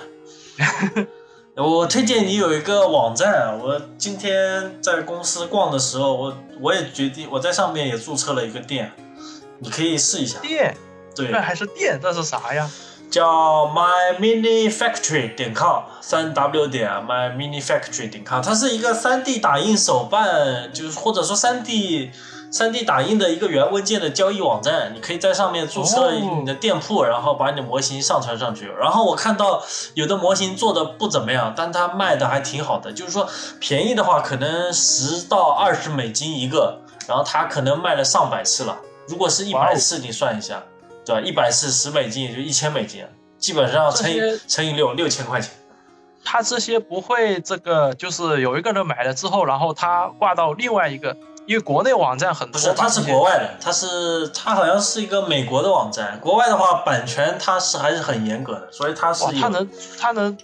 Speaker 1: 我推荐你有一个网站，啊我今天在公司逛的时候，我我也决定我在上面也注册了一个店，你可以试一下。
Speaker 2: 电，
Speaker 1: 对
Speaker 2: 那，还是电，这是啥呀？
Speaker 1: 叫 my mini factory 点 com，三 w 点 my mini factory 点 com，它是一个3 D 打印手办，就是或者说3 D 3 D 打印的一个原文件的交易网站，你可以在上面注册
Speaker 2: 哦
Speaker 1: 你的店铺，然后把你的模型上传上去。然后我看到有的模型做的不怎么样，但它卖的还挺好的，就是说便宜的话可能十到二十美金一个，然后它可能卖了上百次了。如果是一
Speaker 2: 哇
Speaker 1: 百
Speaker 2: 哦
Speaker 1: 次，你算一下，对吧？一百次十美金也就一千美金，啊基本上乘以
Speaker 2: 这些
Speaker 1: 乘以六六千块钱。
Speaker 2: 他这些不会这个，就是有一个人买了之后，然后他挂到另外一个，因为国内网站很
Speaker 1: 不
Speaker 2: 多
Speaker 1: 是，
Speaker 2: 嘛，
Speaker 1: 它是
Speaker 2: 这些
Speaker 1: 国外的，它是它好像是一个美国的网站。国外的话，版权它是还是很严格的，所以它是
Speaker 2: 哇，
Speaker 1: 有
Speaker 2: 他能他能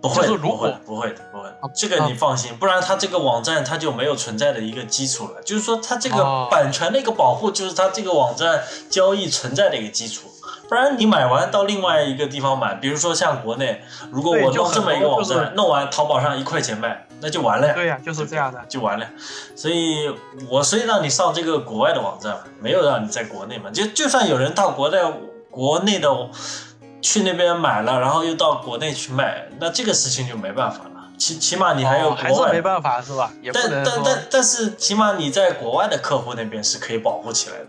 Speaker 1: 不会的
Speaker 2: 就是如
Speaker 1: 不
Speaker 2: 果啊
Speaker 1: 会的不会的不会的，这个你放心，不然它这个网站它就没有存在的一个基础了。就是说，它这个
Speaker 2: 哦
Speaker 1: 版权的一个保护，就是它这个网站交易存在的一个基础。不然你买完到另外一个地方买，比如说像国内，如果
Speaker 2: 对
Speaker 1: 我
Speaker 2: 就
Speaker 1: 弄
Speaker 2: 很
Speaker 1: 这么一个
Speaker 2: 多
Speaker 1: 网
Speaker 2: 就是
Speaker 1: 站，弄完淘宝上一块钱卖，那就完了呀。
Speaker 2: 对呀、就是这样的。
Speaker 1: 就完了。所以我所以让你上这个国外的网站嘛，没有让你在国内嘛。就就算有人到国内国内的去那边买了，然后又到国内去卖，那这个事情就没办法了。起起码你还有
Speaker 2: 哦还是
Speaker 1: 国外，
Speaker 2: 没办法是吧？也不
Speaker 1: 但
Speaker 2: 能
Speaker 1: 但
Speaker 2: 说
Speaker 1: 但但是起码你在国外的客户那边是可以保护起来的，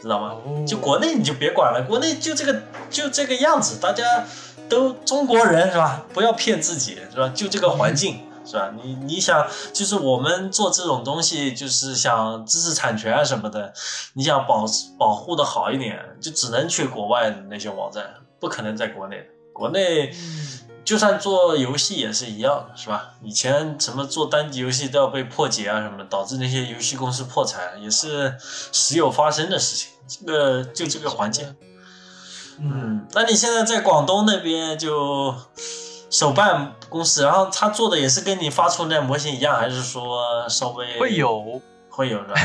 Speaker 1: 知道吗？
Speaker 2: 哦
Speaker 1: 就国内你就别管了，国内就这个就这个样子，大家都中国人是吧？不要骗自己是吧？就这个环境是吧？你你想，就是我们做这种东西，就是想知识产权啊什么的，你想保保护的好一点，就只能去国外的那些网站，不可能在国内的。国
Speaker 2: 嗯
Speaker 1: 内就算做游戏也是一样的，是吧？以前什么做单机游戏都要被破解啊什么的，导致那些游戏公司破产也是时有发生的事情。这个就这个环境，
Speaker 2: 嗯，
Speaker 1: 嗯，那你现在在广东那边就手办公司，然后他做的也是跟你发出那模型一样，还是说稍微
Speaker 2: 会有，
Speaker 1: 会 有是吧？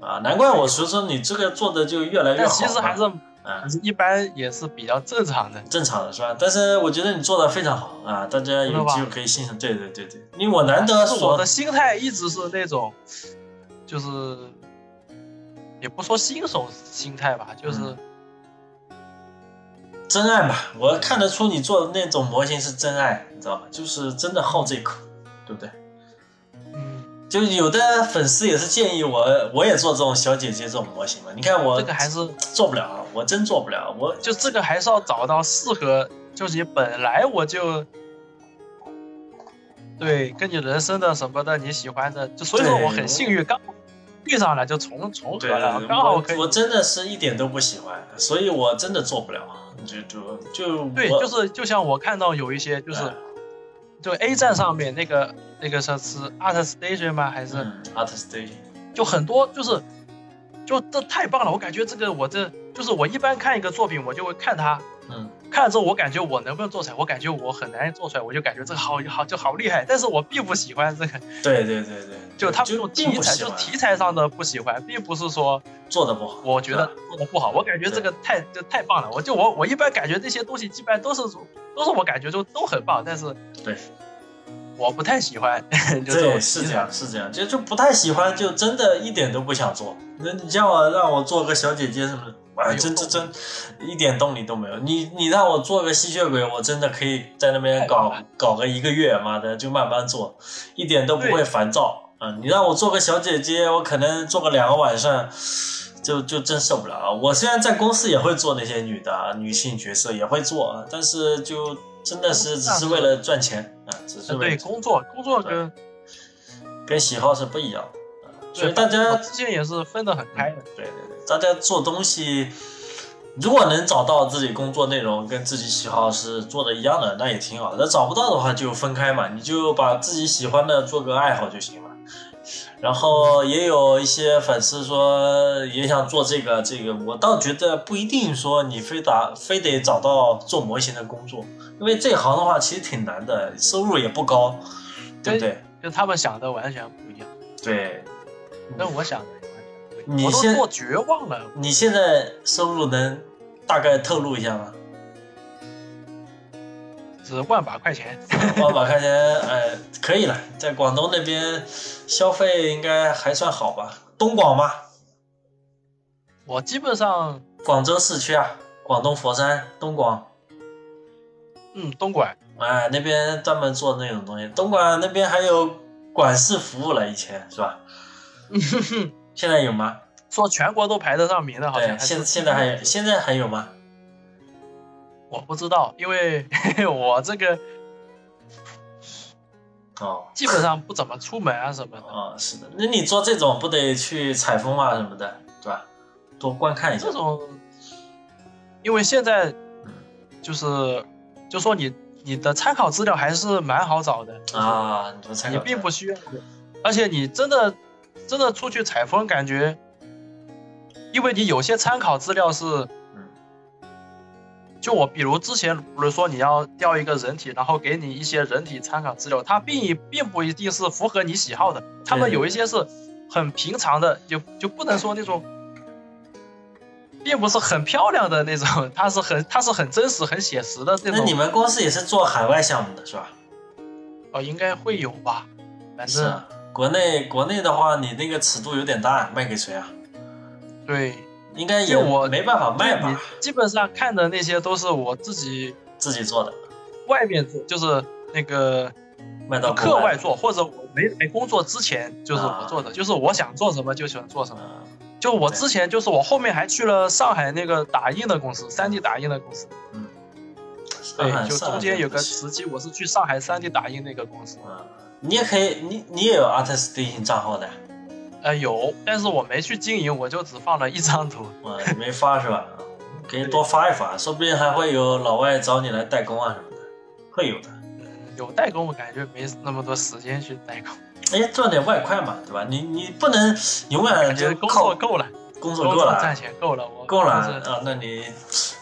Speaker 1: 啊，难怪我说说你这个做的就越来越
Speaker 2: 但
Speaker 1: 好嘛，
Speaker 2: 其实还是
Speaker 1: 啊
Speaker 2: 一般也是比较正常的。
Speaker 1: 正常的是吧？但是我觉得你做的非常好啊，大家有
Speaker 2: 真的吧
Speaker 1: 机会可以欣赏。对对对对，因为我难得
Speaker 2: 但是我
Speaker 1: 说
Speaker 2: 的心态一直是那种，就是也不说新手心态吧，就是
Speaker 1: 真爱嘛，我看得出你做的那种模型是真爱，你知道吧？就是真的好这口，对不对？
Speaker 2: 嗯，
Speaker 1: 就有的粉丝也是建议我，我也做这种小姐姐这种模型嘛。你看我
Speaker 2: 这个还是
Speaker 1: 做不了啊，我真做不了。我
Speaker 2: 就这个还是要找到适合，就是你本来我就。对，跟你人生的什么的你喜欢的，就所以说
Speaker 1: 对
Speaker 2: 我很幸运，刚好遇上了就重重合
Speaker 1: 对
Speaker 2: 了，刚好
Speaker 1: 我
Speaker 2: 可以
Speaker 1: 我真的是一点都不喜欢，所以我真的做不了。啊就就就
Speaker 2: 对，
Speaker 1: 我
Speaker 2: 就是就像我看到有一些就是，就 A 站上面那个那个是是 Art Station 吗？还是
Speaker 1: 嗯，art station，
Speaker 2: 就很多就是，就这太棒了！我感觉这个我这就是我一般看一个作品，我就会看它，
Speaker 1: 嗯
Speaker 2: 看了之后我感觉我能不能做出来，我感觉我很难做出来，我就感觉这个好好就好厉害，但是我并不喜欢这个，
Speaker 1: 对对对对，
Speaker 2: 嗯就他们这
Speaker 1: 就
Speaker 2: 种
Speaker 1: 并
Speaker 2: 题
Speaker 1: 不
Speaker 2: 材，
Speaker 1: 喜
Speaker 2: 就
Speaker 1: 欢
Speaker 2: 题材上的不喜欢，并不是说
Speaker 1: 做的不好，
Speaker 2: 我觉
Speaker 1: 是吧
Speaker 2: 得做的不好，我感觉这个太这太棒了。我就我我一般感觉这些东西基本上都是都是我感觉就都很棒，但是
Speaker 1: 对
Speaker 2: 我不太喜欢， 就这种
Speaker 1: 对，是
Speaker 2: 题
Speaker 1: 这
Speaker 2: 材
Speaker 1: 样，。是这样，就就不太喜欢，就真的一点都不想做。那你叫我让我做个小姐姐什么的，
Speaker 2: 哎
Speaker 1: 哎，
Speaker 2: 呦
Speaker 1: 真真真，一点动力都没有。你你让我做个吸血鬼，我真的可以在那边搞
Speaker 2: 太忙
Speaker 1: 搞个一个月，妈的就慢慢做，一点都不会烦躁。嗯，你让我做个小姐姐，我可能做个两个晚上。就就真受不了啊！我虽然在公司也会做那些女的啊女性角色，也会做啊，但是就真的是只是为了赚钱啊，只是为了
Speaker 2: 对工作，工作跟
Speaker 1: 跟喜好是不一样的。嗯所以
Speaker 2: 对
Speaker 1: 大家嗯
Speaker 2: 我之前也是分得很开的。
Speaker 1: 对对对，大家做东西，如果能找到自己工作内容跟自己喜好是做的一样的，那也挺好。那找不到的话就分开嘛，你就把自己喜欢的做个爱好就行了。然后也有一些粉丝说也想做这个这个，我倒觉得不一定说你非打非得找到做模型的工作，因为这行的话其实挺难的，收入也不高，对不对？
Speaker 2: 跟他们想的完全不一样，
Speaker 1: 对，
Speaker 2: 跟我想的也完全不一样。
Speaker 1: 你
Speaker 2: 我
Speaker 1: 先
Speaker 2: 都做绝望了，
Speaker 1: 你现在收入能大概透露一下吗？
Speaker 2: 只万把块钱。
Speaker 1: 万把块钱，呃，可以了，在广东那边消费应该还算好吧？东莞嘛，
Speaker 2: 我基本上，
Speaker 1: 广州市区啊，广东佛山、东莞，
Speaker 2: 嗯，东莞
Speaker 1: 哎、那边专门做那种东西。东莞那边还有管事服务了，以前是 吧？现在有吗？
Speaker 2: 说全国都排得上名的，好
Speaker 1: 对，
Speaker 2: 像还
Speaker 1: 现
Speaker 2: 是
Speaker 1: 现在还有，现在还有吗？
Speaker 2: 我不知道，因为 我这个
Speaker 1: 哦，
Speaker 2: 基本上不怎么出门啊什么的。
Speaker 1: 哦，是的，那你做这种不得去采风啊什么的，对吧？多观看一下
Speaker 2: 这。种，因为现在
Speaker 1: 嗯
Speaker 2: 就是就说你你的参考资料还是蛮好找的，
Speaker 1: 啊，你说参
Speaker 2: 你
Speaker 1: 考
Speaker 2: 并不需要，而且你真的真的出去采风，感觉，因为你有些参考资料是
Speaker 1: 嗯。
Speaker 2: 就我，比如之前，比如说你要调一个人体，然后给你一些人体参考资料，它并并不一定是符合你喜好的。他们
Speaker 1: 对
Speaker 2: 有一些是很平常的，就就不能说那种，并不是很漂亮的那种，它是很它是很真实、很写实的那
Speaker 1: 那你
Speaker 2: 种。
Speaker 1: 们公司也是做海外项目的是吧？
Speaker 2: 哦，应该会有吧，反
Speaker 1: 是啊
Speaker 2: 正
Speaker 1: 啊，国内国内的话，你那个尺度有点大，卖给谁啊？
Speaker 2: 对，
Speaker 1: 应该也
Speaker 2: 就我
Speaker 1: 没办法卖
Speaker 2: 你
Speaker 1: 吧，
Speaker 2: 基本上看的那些都是我自己
Speaker 1: 自己做的，
Speaker 2: 外面做，就是那个
Speaker 1: 卖到国
Speaker 2: 课外做，或者我没没工作之前就是我做的，就是我想做什么就喜欢做什么。
Speaker 1: 啊
Speaker 2: 啊就我
Speaker 1: 对
Speaker 2: 之前就是我后面还去了上海那个打印的公司，3 D 打印的公司，
Speaker 1: 嗯上海
Speaker 2: 对，就
Speaker 1: 上海
Speaker 2: 中间有个
Speaker 1: 不行
Speaker 2: 时期我是去上海3 D 打印那个公司，
Speaker 1: 啊，你也可以，你你也有 Artist 定型账号的，
Speaker 2: 呃有，但是我没去经营，我就只放了一张图。
Speaker 1: 啊， 你没发是吧？啊可以多发一发，说不定还会有老外找你来代工啊什么的，会有的。
Speaker 2: 嗯，有代工我感觉没那么多时间去代工，
Speaker 1: 哎，赚点外快嘛，对吧？你你不能永远
Speaker 2: 感
Speaker 1: 就
Speaker 2: 觉工
Speaker 1: 靠
Speaker 2: 作够了，
Speaker 1: 工作
Speaker 2: 工
Speaker 1: 够
Speaker 2: 作
Speaker 1: 了，
Speaker 2: 赚钱够了，我
Speaker 1: 够了
Speaker 2: 哦就是
Speaker 1: 啊，那你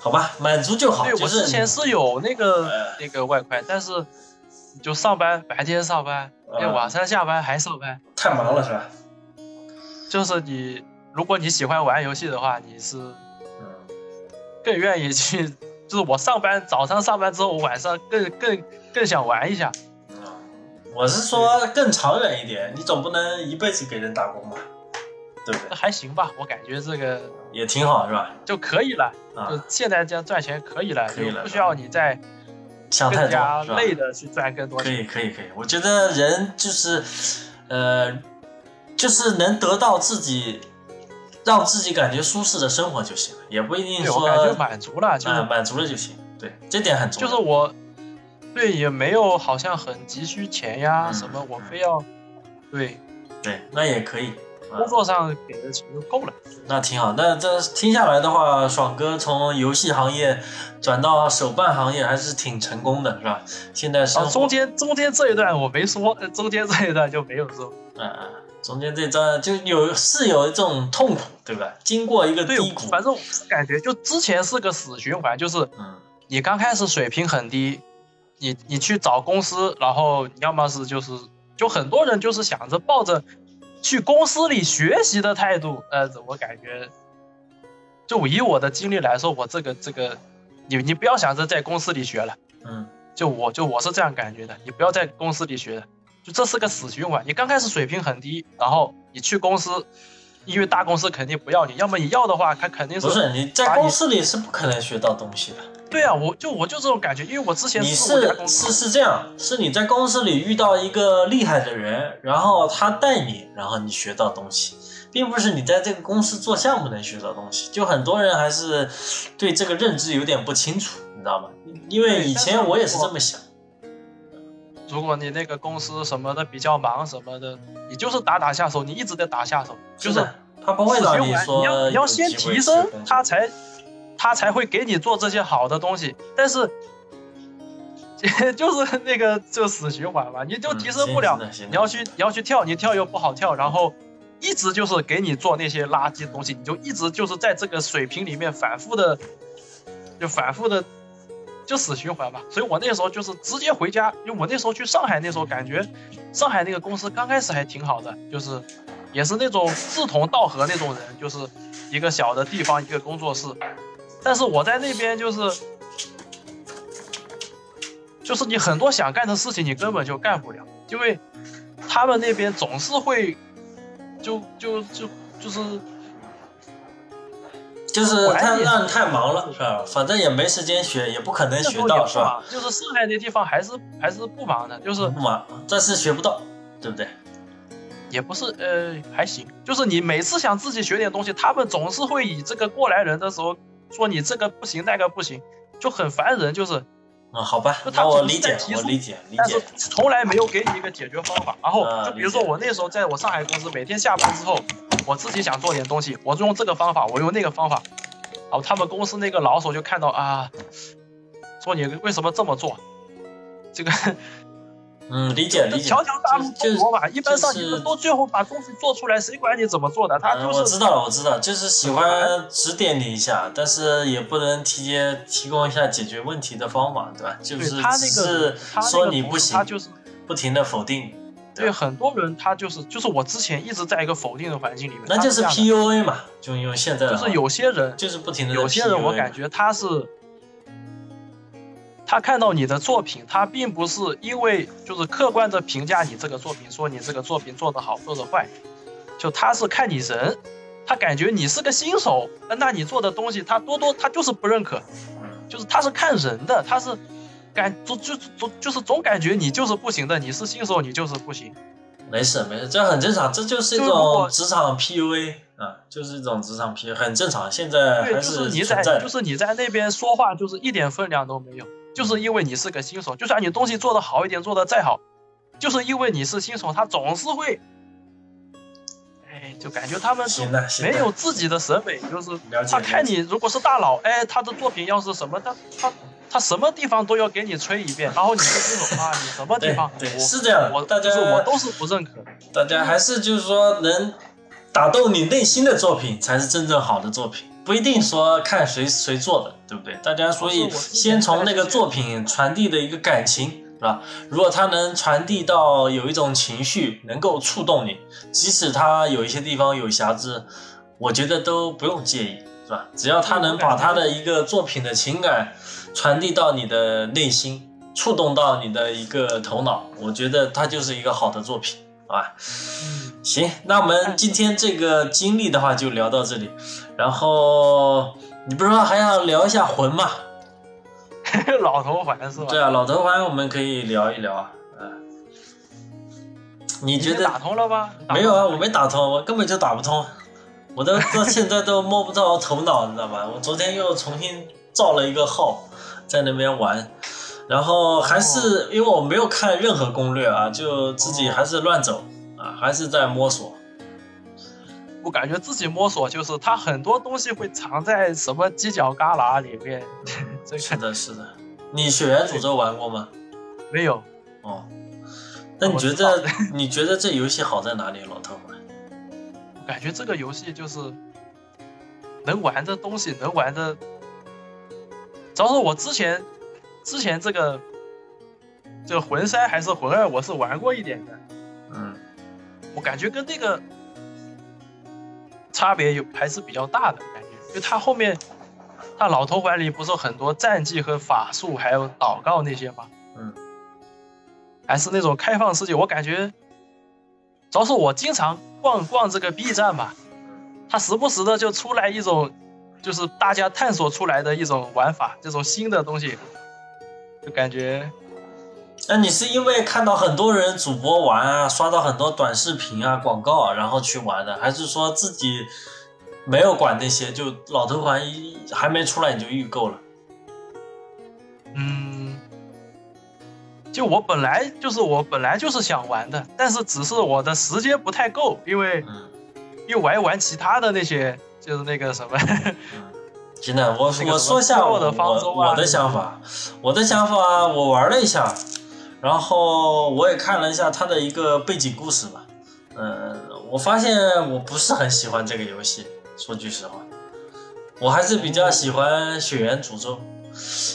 Speaker 1: 好吧，满足就好。
Speaker 2: 对，
Speaker 1: 就
Speaker 2: 我
Speaker 1: 是
Speaker 2: 之前是哎有那个
Speaker 1: 呃
Speaker 2: 那个外快，但是就上班白天上班，
Speaker 1: 呃
Speaker 2: 那晚上下班还上班，
Speaker 1: 太忙了是吧？
Speaker 2: 就是你如果你喜欢玩游戏的话，你是
Speaker 1: 嗯，
Speaker 2: 更愿意去，就是我上班早上上班之后，我晚上更更更想玩一下。
Speaker 1: 我是说更长远一点，你总不能一辈子给人打工吧？对不
Speaker 2: 那
Speaker 1: 对？
Speaker 2: 还行吧，我感觉这个
Speaker 1: 也挺好是吧？
Speaker 2: 就可以了，就
Speaker 1: 啊，
Speaker 2: 现在这样赚钱可以了，
Speaker 1: 可以了
Speaker 2: 就不需要你再
Speaker 1: 想太
Speaker 2: 更加
Speaker 1: 多是吧？
Speaker 2: 累的去赚更多
Speaker 1: 可
Speaker 2: 钱。
Speaker 1: 以可以可以，我觉得人就是，呃，就是能得到自己让自己感觉舒适的生活就行了，也不一定
Speaker 2: 对，
Speaker 1: 说
Speaker 2: 我感觉满足了，就是
Speaker 1: 嗯满足了就行。对，这点很重
Speaker 2: 就
Speaker 1: 要。
Speaker 2: 是我，对，也没有好像很急需钱呀、
Speaker 1: 嗯
Speaker 2: 什么，我
Speaker 1: 嗯
Speaker 2: 非要，对，
Speaker 1: 对，那也可以。啊
Speaker 2: 工作上给的钱就够了。
Speaker 1: 那挺好。那这听下来的话，爽哥从游戏行业转到手办行业还是挺成功的，是吧？现在生
Speaker 2: 啊，
Speaker 1: 活
Speaker 2: 中间中间这一段我没说，呃中间这一段就没有说。
Speaker 1: 嗯嗯，中间这段就有是有一种痛苦，对吧？经过一个
Speaker 2: 对
Speaker 1: 低，谷，
Speaker 2: 反正我是感觉就之前是个死循环，就是
Speaker 1: 嗯
Speaker 2: 你刚开始水平很低，你你去找公司，然后你要么是就是就很多人就是想着抱着去公司里学习的态度，呃，我感觉，就以我的经历来说，我这个这个，你你不要想着在公司里学了，
Speaker 1: 嗯
Speaker 2: 就我就我是这样感觉的，你不要在公司里学了，就这是个死循环。你刚开始水平很低，然后你去公司，因为大公司肯定不要你，要么你要的话，他肯定是
Speaker 1: 不是你在公司里是不可能学到东西的。
Speaker 2: 对啊，我就我就这种感觉，因为我之前
Speaker 1: 你
Speaker 2: 四五家
Speaker 1: 是
Speaker 2: 公司
Speaker 1: 是是这样，是你在公司里遇到一个厉害的人，然后他带你，然后你学到东西，并不是你在这个公司做项目能学到东西。就很多人还是对这个认知有点不清楚，你知道吗？因为
Speaker 2: 对
Speaker 1: 以前
Speaker 2: 但是
Speaker 1: 我也是
Speaker 2: 我
Speaker 1: 这么想。
Speaker 2: 如果你那个公司什么的比较忙什么的，你就是打打下手，你一直在打下手，就是啊
Speaker 1: 的他不会
Speaker 2: 死
Speaker 1: 让
Speaker 2: 循环
Speaker 1: 说
Speaker 2: 你要你要
Speaker 1: 有
Speaker 2: 先
Speaker 1: 机会
Speaker 2: 提
Speaker 1: 去
Speaker 2: 升
Speaker 1: 工，作
Speaker 2: 他才他才会给你做这些好的东西。但是 就是那个就死循环嘛，你就提升不了，
Speaker 1: 嗯行行
Speaker 2: 你要去你要去跳，你跳又不好跳，然后一直就是给你做那些垃圾东西，你就一直就是在这个水平里面反复的，就反复的就死循环吧。所以我那时候就是直接回家，因为我那时候去上海，那时候感觉上海那个公司刚开始还挺好的，就是也是那种志同道合那种人，就是一个小的地方一个工作室，但是我在那边就是。就是你很多想干的事情，你根本就干不了，因为他们那边总是会就就就就是
Speaker 1: 就是他
Speaker 2: 管你
Speaker 1: 让你太忙了，是吧？反正也没时间学，也不可能
Speaker 2: 那时
Speaker 1: 学
Speaker 2: 候
Speaker 1: 到，
Speaker 2: 也
Speaker 1: 是
Speaker 2: 不
Speaker 1: 吧？嗯
Speaker 2: 忙，就是上海那地方还是还是不忙的，就是
Speaker 1: 不忙，但是学不到，对不对？
Speaker 2: 也不是呃还行，就是你每次想自己学点东西，他们总是会以这个过来人的时候说你这个不行那个不行，就很烦人，就是
Speaker 1: 啊，好吧
Speaker 2: 就，他
Speaker 1: 那我
Speaker 2: 总是
Speaker 1: 理
Speaker 2: 在
Speaker 1: 解，
Speaker 2: 提
Speaker 1: 我
Speaker 2: 速
Speaker 1: 理解，理
Speaker 2: 但是
Speaker 1: 解。
Speaker 2: 从来没有给你一个解决方法。然后
Speaker 1: 啊
Speaker 2: 就比如说
Speaker 1: 理解
Speaker 2: 我那时候在我上海公司，每天下班之后，我自己想做点东西，我就用这个方法，我用那个方法，然后他们公司那个老手就看到啊，说你为什么这么做？这个
Speaker 1: 嗯，理解理解。
Speaker 2: 条条大路
Speaker 1: 就
Speaker 2: 通罗马，一般上
Speaker 1: 就是
Speaker 2: 你们都最后把东西做出来，谁管你怎么做的？他
Speaker 1: 嗯，我
Speaker 2: 就是
Speaker 1: 知道了，我知道，就是喜欢指点你一下，但是也不能提接提供一下解决问题的方法，对吧？就
Speaker 2: 对
Speaker 1: 是
Speaker 2: 他
Speaker 1: 只
Speaker 2: 那
Speaker 1: 是
Speaker 2: 个他那
Speaker 1: 说
Speaker 2: 个
Speaker 1: 你
Speaker 2: 同
Speaker 1: 不
Speaker 2: 事
Speaker 1: 行
Speaker 2: 他，就是
Speaker 1: 不停的否定，对
Speaker 2: 对很多人他就是就是我之前一直在一个否定的环境里面，
Speaker 1: 那
Speaker 2: 他
Speaker 1: 就是是啊
Speaker 2: 这样的
Speaker 1: PUA 嘛，就用现在的
Speaker 2: 就
Speaker 1: 话，
Speaker 2: 是有些人
Speaker 1: 就是不停的
Speaker 2: 有些人我感觉他是，他看到你的作品，他并不是因为就是客观的评价你这个作品，说你这个作品做得好做得坏，就他是看你人，他感觉你是个新手，那那你做的东西他多多他就是不认可，
Speaker 1: 嗯
Speaker 2: 就是他是看人的，他是感就就就就是总感觉你就是不行的，你是新手你就是不行。
Speaker 1: 没事没事，这很正常，这就是一
Speaker 2: 就是如
Speaker 1: 种
Speaker 2: 果
Speaker 1: 职场 PUA 啊，就是一种职场 PUA，很正常。现在
Speaker 2: 对，
Speaker 1: 还
Speaker 2: 就是你
Speaker 1: 存
Speaker 2: 在
Speaker 1: 在的，
Speaker 2: 就是你在那边说话就是一点分量都没有，就是因为你是个新手，就算你东西做得好一点，做得再好，就是因为你是新手，他总是会，哎，就感觉他们就
Speaker 1: 行了行
Speaker 2: 没
Speaker 1: 了，
Speaker 2: 有自己的审美，就是
Speaker 1: 了解
Speaker 2: 他
Speaker 1: 了
Speaker 2: 看
Speaker 1: 解
Speaker 2: 你如果是大佬，哎，他的作品要是什么，他他他什么地方都要给你吹一遍，然后你是新手啊，你什么地
Speaker 1: 对
Speaker 2: 方
Speaker 1: 对
Speaker 2: 我
Speaker 1: 是这样，
Speaker 2: 我
Speaker 1: 大家
Speaker 2: 就是我都是不认可的，
Speaker 1: 大家还是就是说能打动你内心的作品才是真正好的作品，不一定说看谁谁做的，对不对？大家所以
Speaker 2: 哦不是我之前
Speaker 1: 先从那
Speaker 2: 在
Speaker 1: 个
Speaker 2: 这
Speaker 1: 作品传递的一个感情，是吧？如果它能传递到有一种情绪，能够触动你，即使它有一些地方有瑕疵，我觉得都不用介意，是吧？只要他能把他的一个作品的情感传递到你的内心，触动到你的一个头脑，我觉得它就是一个好的作品，好吧？行，那我们今天这个经历的话就聊到这里，然后你不是说还要聊一下魂吗？
Speaker 2: 老头环是吧？
Speaker 1: 对啊，老头环我们可以聊一聊啊，嗯，你觉
Speaker 2: 你
Speaker 1: 得
Speaker 2: 打通了吗？打通
Speaker 1: 没有啊？
Speaker 2: 了
Speaker 1: 我没打通，我根本就打不通，我都到现在都摸不到头脑，你知道吧？我昨天又重新造了一个号，在那边玩，然后还是、因为我没有看任何攻略啊，就自己还是乱走啊，还是在摸索。
Speaker 2: 我感觉自己摸索，就是它很多东西会藏在什么犄角旮旯里面。 这
Speaker 1: 是
Speaker 2: 个
Speaker 1: 的，是的。你血缘诅咒玩过吗？
Speaker 2: 没有，
Speaker 1: 哦，那你觉
Speaker 2: 我
Speaker 1: 得
Speaker 2: 知
Speaker 1: 你觉得这游戏好在哪里，啊老头们？
Speaker 2: 我感觉这个游戏就是能玩的东西，能玩的。主要是我之前之前这个这个魂三还是魂二，我是玩过一点的，
Speaker 1: 嗯，
Speaker 2: 我感觉跟这个差别有还是比较大的感觉，就他后面他老头环里不是有很多战技和法术，还有祷告那些吗？
Speaker 1: 嗯，
Speaker 2: 还是那种开放世界，我感觉主要是我经常逛逛这个 B 站吧，它时不时的就出来一种，就是大家探索出来的一种玩法，这种新的东西，就感觉
Speaker 1: 那你是因为看到很多人主播玩啊，刷到很多短视频啊、广告啊，然后去玩的，还是说自己没有管那些，就老头环一还没出来你就预购了？
Speaker 2: 嗯，就我本来就是我本来就是想玩的，但是只是我的时间不太够，因为
Speaker 1: 嗯
Speaker 2: 又玩一玩其他的那些，就是那个什么，
Speaker 1: 嗯，真的，我
Speaker 2: 那个
Speaker 1: 我
Speaker 2: 什么
Speaker 1: 说下
Speaker 2: 骷
Speaker 1: 我
Speaker 2: 髅的方舟啊
Speaker 1: 我的想法，我的想法，我玩了一下，然后我也看了一下它的一个背景故事吧。嗯，我发现我不是很喜欢这个游戏，说句实话，我还是比较喜欢《血缘诅咒》，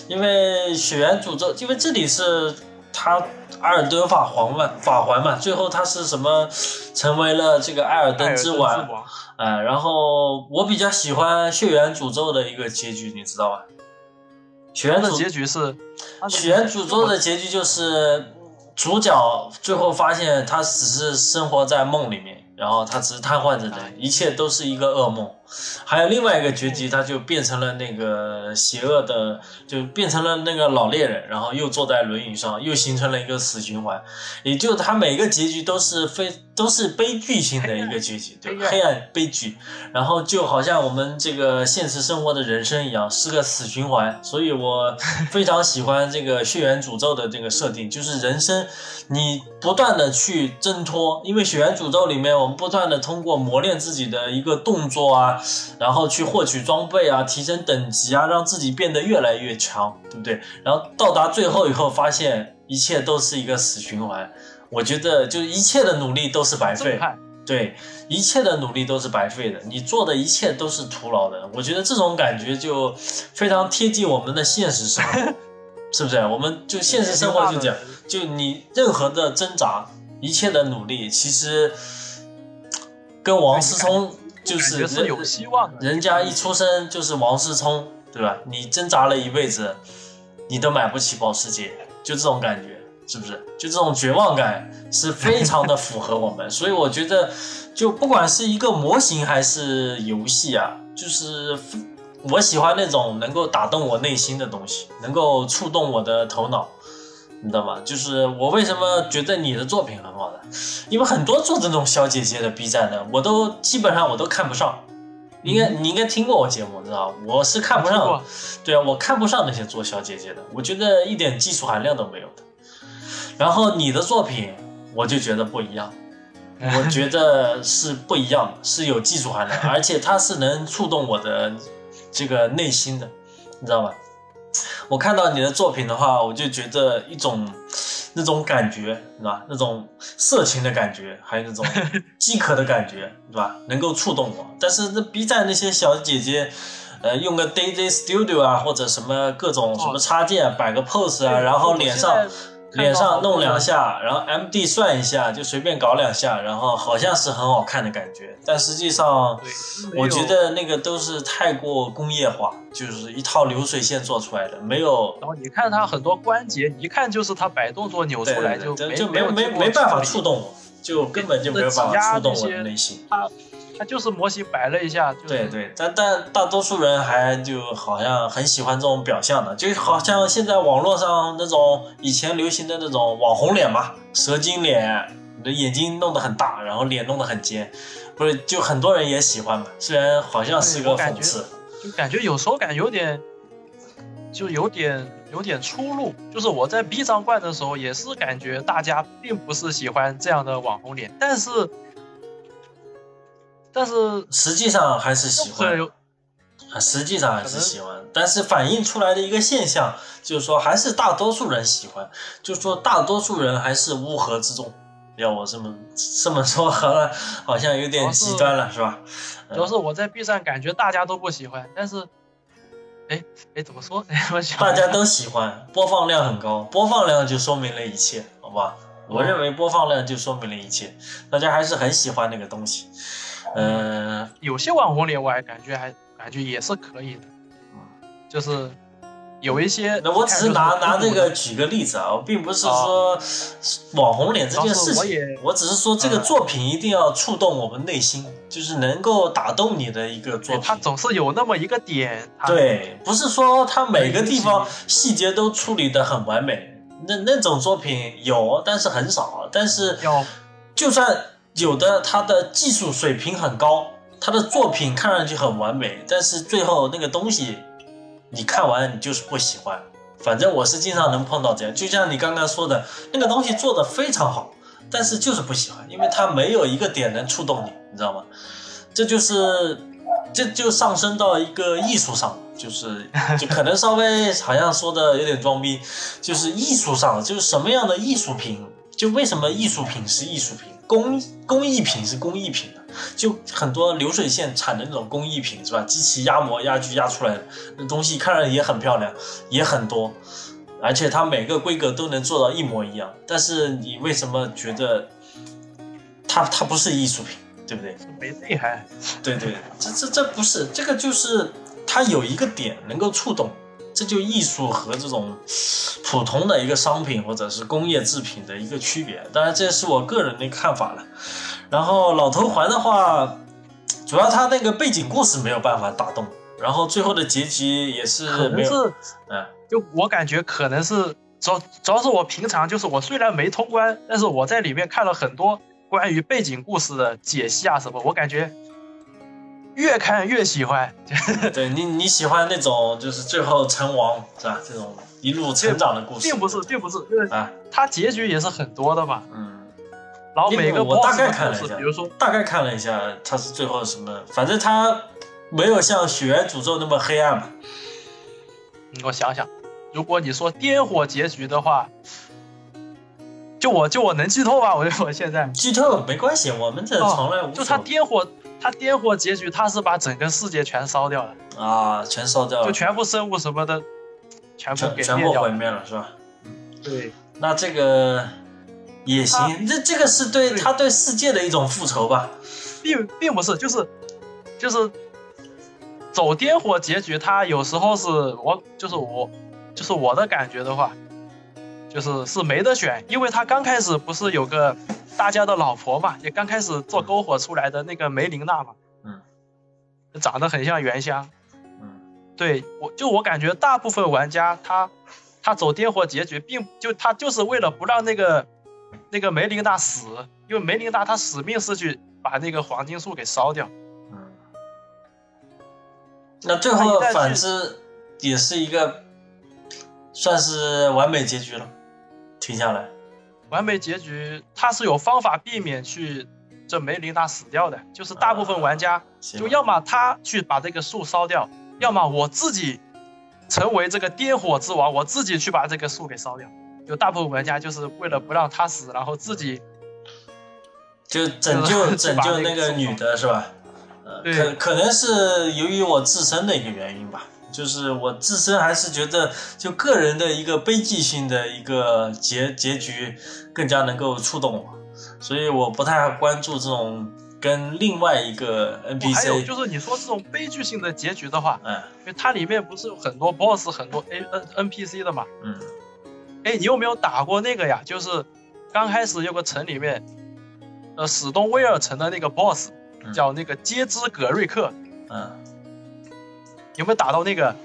Speaker 1: 因为《血缘诅咒》，因为这里是他艾尔登法环嘛，法环嘛，最后他是什么成为了这个艾 尔
Speaker 2: 艾尔
Speaker 1: 登
Speaker 2: 登
Speaker 1: 之
Speaker 2: 之
Speaker 1: 王，
Speaker 2: 王，
Speaker 1: 哎，然后我比较喜欢《血缘诅咒》的一个结局，你知道吧？血
Speaker 2: 它
Speaker 1: 缘
Speaker 2: 的
Speaker 1: 诅
Speaker 2: 结局是，它的
Speaker 1: 血缘诅咒的结局就是主角最后发现他只是生活在梦里面，然后他只是瘫痪着的
Speaker 2: 哎，
Speaker 1: 一切都是一个噩梦。还有另外一个结局，他就变成了那个邪恶的，就变成了那个老猎人，然后又坐在轮椅上，又形成了一个死循环。也就他每个结局都是非都是悲剧性的一个结局，对吧，黑
Speaker 2: 黑
Speaker 1: 暗悲剧。然后就好像我们这个现实生活的人生一样，是个死循环。所以我非常喜欢这个血缘诅咒的这个设定，就是人生你不断的去挣脱，因为血缘诅咒里面我们不断的通过磨练自己的一个动作啊，然后去获取装备啊，提升等级啊，让自己变得越来越强，对不对？然后到达最后以后，发现一切都是一个死循环。我觉得就一切的努力都是白费
Speaker 2: 震，撼，
Speaker 1: 对，一切的努力都是白费的，你做的一切都是徒劳的。我觉得这种感觉就非常贴近我们的现实生活， 是不是？我们就现实生活就这样，就你任何的挣扎，一切的努力，其实跟王思聪就
Speaker 2: 感
Speaker 1: 是
Speaker 2: 觉是
Speaker 1: 人
Speaker 2: 有希望的，
Speaker 1: 人家一出生就是王思聪，对吧？你挣扎了一辈子，你都买不起保时捷，就这种感觉，是不是？就这种绝望感是非常的符合我们， 所以我觉得，就不管是一个模型还是游戏啊，就是我喜欢那种能够打动我内心的东西，能够触动我的头脑，你知道吗？就是我为什么觉得你的作品很好的，因为很多做这种小姐姐的 B 站的，我都基本上我都看不上。应该你应该听过我节目，知道吧我是看不
Speaker 2: 嗯听
Speaker 1: 上
Speaker 2: 过，
Speaker 1: 对啊，我看不上那些做小姐姐的，我觉得一点技术含量都没有的。然后你的作品，我就觉得不 一样，我觉得是不一样的，是有技术含量，而且它是能触动我的这个内心的，你知道吧？我看到你的作品的话，我就觉得一种那种感觉，是吧？那种色情的感觉，还有那种 饥渴的感觉，是吧？能够触动我。但是那 B 站那些小姐姐，呃，用个 Daisy Studio 啊，或者什么各种什么插件，摆个 pose 啊，
Speaker 2: 哦对
Speaker 1: 然后
Speaker 2: 我
Speaker 1: 脸
Speaker 2: 现
Speaker 1: 上
Speaker 2: 在看到
Speaker 1: 脸上弄
Speaker 2: 好多
Speaker 1: 两下，然后 M D 算一下，就随便搞两下，然后好像是很好看的感觉，但实际上。
Speaker 2: 对，
Speaker 1: 我觉得那个都是太过工业化，就是一套流水线做出来的，没有
Speaker 2: 然后你看他很多关节，一看就是他摆动作扭
Speaker 1: 对
Speaker 2: 出来
Speaker 1: 对对
Speaker 2: 没
Speaker 1: 就
Speaker 2: 没有
Speaker 1: 没
Speaker 2: 经过
Speaker 1: 没办法
Speaker 2: 处理
Speaker 1: 触动我，就根本就没有办法触动我的内心。
Speaker 2: 他就是模型摆了一下，就是、
Speaker 1: 对对，但但大多数人还就好像很喜欢这种表象的，就好像现在网络上那种以前流行的那种网红脸嘛，蛇精脸，你的眼睛弄得很大，然后脸弄得很尖，不是就很多人也喜欢嘛？虽然好像是
Speaker 2: 对
Speaker 1: 个
Speaker 2: 我感
Speaker 1: 讽
Speaker 2: 觉
Speaker 1: 刺，
Speaker 2: 就感觉有时候感觉有点，就有点有点出入。就是我在 B 站逛的时候，也是感觉大家并不是喜欢这样的网红脸，但是，但是
Speaker 1: 实际上还是喜欢
Speaker 2: 很。有
Speaker 1: 啊，实际上还是喜欢，但是反映出来的一个现象就是说，还是大多数人喜欢，就是说大多数人还是乌合之众。要我这么 这么说，好了，好像有点极端了，是吧？
Speaker 2: 主要是我在 B 站感觉大家都不喜欢，但是，哎哎，怎么说？ 我想
Speaker 1: 大家都喜欢，播放量很高，播放量就说明了一切，好吧？我认为播放量就说明了一切，大家还是很喜欢那个东西。嗯、
Speaker 2: 有些网红脸我还感觉还感觉也是可以的，就是有一些
Speaker 1: 那我只是拿
Speaker 2: 看着嗯
Speaker 1: 拿
Speaker 2: 就
Speaker 1: 这
Speaker 2: 是
Speaker 1: 个举个例子啊，我并不是说网红脸这件事
Speaker 2: 老师我
Speaker 1: 情
Speaker 2: 也，
Speaker 1: 我只是说这个
Speaker 2: 嗯
Speaker 1: 作品一定要触动我们内心，就是能够打动你的一个作
Speaker 2: 对哎他
Speaker 1: 品。
Speaker 2: 总是有那么一个点，他，
Speaker 1: 对，不是说它每个地
Speaker 2: 对
Speaker 1: 方
Speaker 2: 不
Speaker 1: 细节都处理的很完美，那那种作品有，但是很少。啊但是
Speaker 2: 要
Speaker 1: 就算有的，它的技术水平很高，它的作品看上去很完美，但是最后那个东西，你看完你就是不喜欢。反正我是经常能碰到这样，就像你刚刚说的，那个东西做的非常好，但是就是不喜欢，因为它没有一个点能触动你，你知道吗？这就是，这就上升到一个艺术上了，就是就可能稍微好像说的有点装逼，就是艺术上，就是什么样的艺术品，就为什么艺术品是艺术品，工工艺品是工艺品的，就很多流水线产的那种工艺品是吧？机器压模压锯压出来的那东西，看着也很漂亮，也很多，而且它每个规格都能做到一模一样，但是你为什么觉得它它不是艺术品，对不对？
Speaker 2: 没内涵，
Speaker 1: 对对，这这这不是这个，就是它有一个点能够触动，这就艺术和这种普通的一个商品或者是工业制品的一个区别。当然，这是我个人的看法了。然后老头环的话，主要它那个背景故事没有办法打动，然后最后的结局也
Speaker 2: 可
Speaker 1: 是没
Speaker 2: 能
Speaker 1: 有，
Speaker 2: 是
Speaker 1: 嗯，
Speaker 2: 就我感觉可能是主要主要是我平常就是我虽然没通关，但是我在里面看了很多关于背景故事的解析啊什么，我感觉越看越喜欢，
Speaker 1: 对你你喜欢那种就是最后成王是吧？这种一路成长的故事，
Speaker 2: 并不是并不是，就是
Speaker 1: 啊，
Speaker 2: 它结局也是很多的嘛，
Speaker 1: 嗯。
Speaker 2: 然后
Speaker 1: 因为
Speaker 2: 每个
Speaker 1: 我大
Speaker 2: boss
Speaker 1: 概
Speaker 2: 的
Speaker 1: 看了
Speaker 2: 故
Speaker 1: 一
Speaker 2: 事，
Speaker 1: 下
Speaker 2: 比如说
Speaker 1: 大概看了一下，他是最后什么，反正他没有像《血缘诅咒》那么黑暗吧。
Speaker 2: 你嗯给我想想，如果你说颠火结局的话，就我就我能剧透吧？我就我现在
Speaker 1: 剧透没关系，我们这从来无
Speaker 2: 哦就
Speaker 1: 所
Speaker 2: 他
Speaker 1: 谓
Speaker 2: 颠火，他颠火结局，他是把整个世界全烧掉了，
Speaker 1: 啊，全烧掉了，
Speaker 2: 就全部生物什么的，全部
Speaker 1: 全
Speaker 2: 给
Speaker 1: 全
Speaker 2: 灭
Speaker 1: 部
Speaker 2: 掉
Speaker 1: 毁
Speaker 2: 了。
Speaker 1: 灭了，是吧？
Speaker 2: 对，
Speaker 1: 那这个也行，这这个是对
Speaker 2: 对
Speaker 1: 他对世界的一种复仇吧？
Speaker 2: 并并不是，就是就是走颠火结局，他有时候是我就是我就是我的感觉的话，就是是没得选，因为他刚开始不是有个大家的老婆嘛，也刚开始做篝火出来的那个梅琳娜嘛，
Speaker 1: 嗯，
Speaker 2: 长得很像原香，
Speaker 1: 嗯
Speaker 2: 对我就我感觉大部分玩家他他走颠火结局，并就他就是为了不让那个那个梅琳娜死，因为梅琳娜她使命是去把那个黄金树给烧掉，
Speaker 1: 嗯。那最后
Speaker 2: 那
Speaker 1: 的
Speaker 2: 一代
Speaker 1: 反
Speaker 2: 是
Speaker 1: 制也是一个算是完美结局了，停下来。
Speaker 2: 完美结局它是有方法避免去这梅琳娜死掉的，就是大部分玩家
Speaker 1: 行
Speaker 2: 就
Speaker 1: 吧
Speaker 2: 要么他去把这个树烧掉，要么我自己成为这个颠火之王，我自己去把这个树给烧掉。有大部分玩家就是为了不让他死，然后自己
Speaker 1: 就拯 救
Speaker 2: 就
Speaker 1: 拯
Speaker 2: 把
Speaker 1: 救
Speaker 2: 那个
Speaker 1: 那个
Speaker 2: 送
Speaker 1: 女的是吧？呃，
Speaker 2: 对
Speaker 1: 可可能是由于我自身的一个原因吧，就是我自身还是觉得就个人的一个悲剧性的一个结结局更加能够触动我，所以我不太关注这种跟另外一个
Speaker 2: 还有
Speaker 1: NPC，
Speaker 2: 就是你说这种悲剧性的结局的话，
Speaker 1: 嗯
Speaker 2: 因为它里面不是有很多 BOSS 很多 A N NPC 的嘛？
Speaker 1: 嗯
Speaker 2: 哎，你有没有打过那个呀？就是刚开始有个城里面，呃，史东威尔城的那个 BOSS
Speaker 1: 嗯
Speaker 2: 叫那个街之葛瑞克，
Speaker 1: 嗯，
Speaker 2: 有没有打到那个？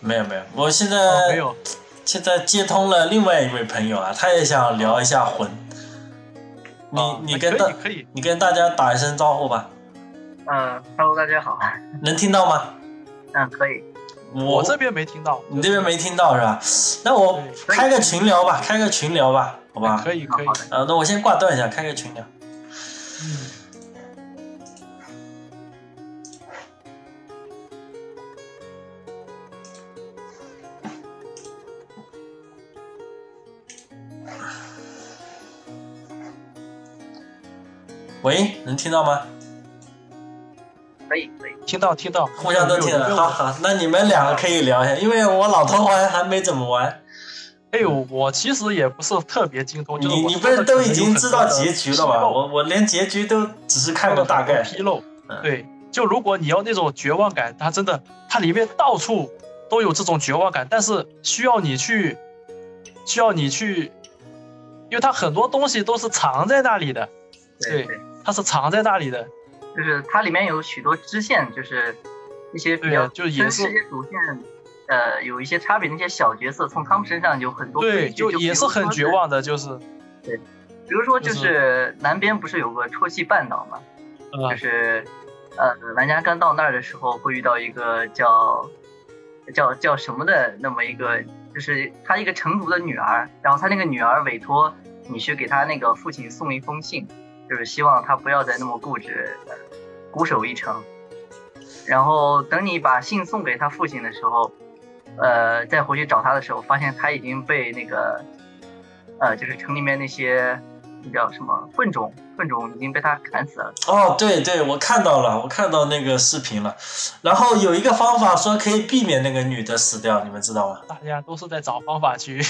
Speaker 1: 没有没有，我现
Speaker 2: 哦，
Speaker 1: 在
Speaker 2: 没有。
Speaker 1: 现在接通了另外一位朋友啊，他也想聊一下魂，
Speaker 2: 哦
Speaker 1: 你
Speaker 2: 那
Speaker 1: 你跟
Speaker 2: 可
Speaker 1: 大
Speaker 2: 以可以，
Speaker 1: 你跟大家打一声招呼吧，
Speaker 3: 嗯，Hello，大家好。
Speaker 1: 能听到吗？
Speaker 3: 嗯，可以。
Speaker 1: 我
Speaker 2: 我这边没听到。
Speaker 1: 你这边没听到是吧？那我
Speaker 3: 对
Speaker 1: 开个群聊吧，开个群聊吧，好吧？
Speaker 2: 哎可以可以
Speaker 3: 好。的。
Speaker 1: 呃，那我先挂断一下，开个群聊。喂，能听到吗？
Speaker 3: 可以，可以。
Speaker 2: 听到听到，
Speaker 1: 互相都听
Speaker 2: 有
Speaker 1: 了，
Speaker 2: 有
Speaker 1: 好好，那你们两个可以聊一下，因为我老头好像还没怎么玩。
Speaker 2: 哎呦，我其实也不是特别精通，就是
Speaker 1: 你
Speaker 2: 我
Speaker 1: 你不
Speaker 2: 说的
Speaker 1: 是都
Speaker 2: 可能
Speaker 1: 已
Speaker 2: 有
Speaker 1: 经
Speaker 2: 很
Speaker 1: 知
Speaker 2: 多
Speaker 1: 道
Speaker 2: 的
Speaker 1: 结局了
Speaker 2: 纰
Speaker 1: 吗？
Speaker 2: 漏
Speaker 1: 我我连结局都只是看过大概。
Speaker 2: 纰漏
Speaker 1: 嗯，
Speaker 2: 对，就如果你要那种绝望感，它真的，它里面到处都有这种绝望感，但是需要你去，需要你去，因为它很多东西都是藏在那里的，对
Speaker 3: 对对，
Speaker 2: 它是藏在那里的，
Speaker 3: 就是它里面有许多支线，就是一些比
Speaker 2: 对啊
Speaker 3: 较
Speaker 2: 就是也
Speaker 3: 跟
Speaker 2: 是
Speaker 3: 世界主线呃有一些差别的一些小角色，从他们身上有很多
Speaker 2: 对，
Speaker 3: 悲剧
Speaker 2: 就也是很绝。望嗯的，就是，
Speaker 3: 比如说就
Speaker 2: 就是
Speaker 3: 是南边不是有个戳西半岛嘛，就
Speaker 2: 呃，
Speaker 3: 是呃玩家刚到那儿的时候会遇到一个叫叫叫什么的那么一个，就是他一个城主的女儿，然后他那个女儿委托你去给他那个父亲送一封信，就是希望他不要再那么固执，呃孤守一城。然后等你把信送给他父亲的时候，呃，再回去找他的时候，发现他已经被那个，呃，就是城里面那些那叫什么混种，混种已经被他砍死了。
Speaker 1: 哦，对对，我看到了，我看到那个视频了。然后有一个方法说可以避免那个女的死掉，你们知道吗？
Speaker 2: 大家都是在找方法去，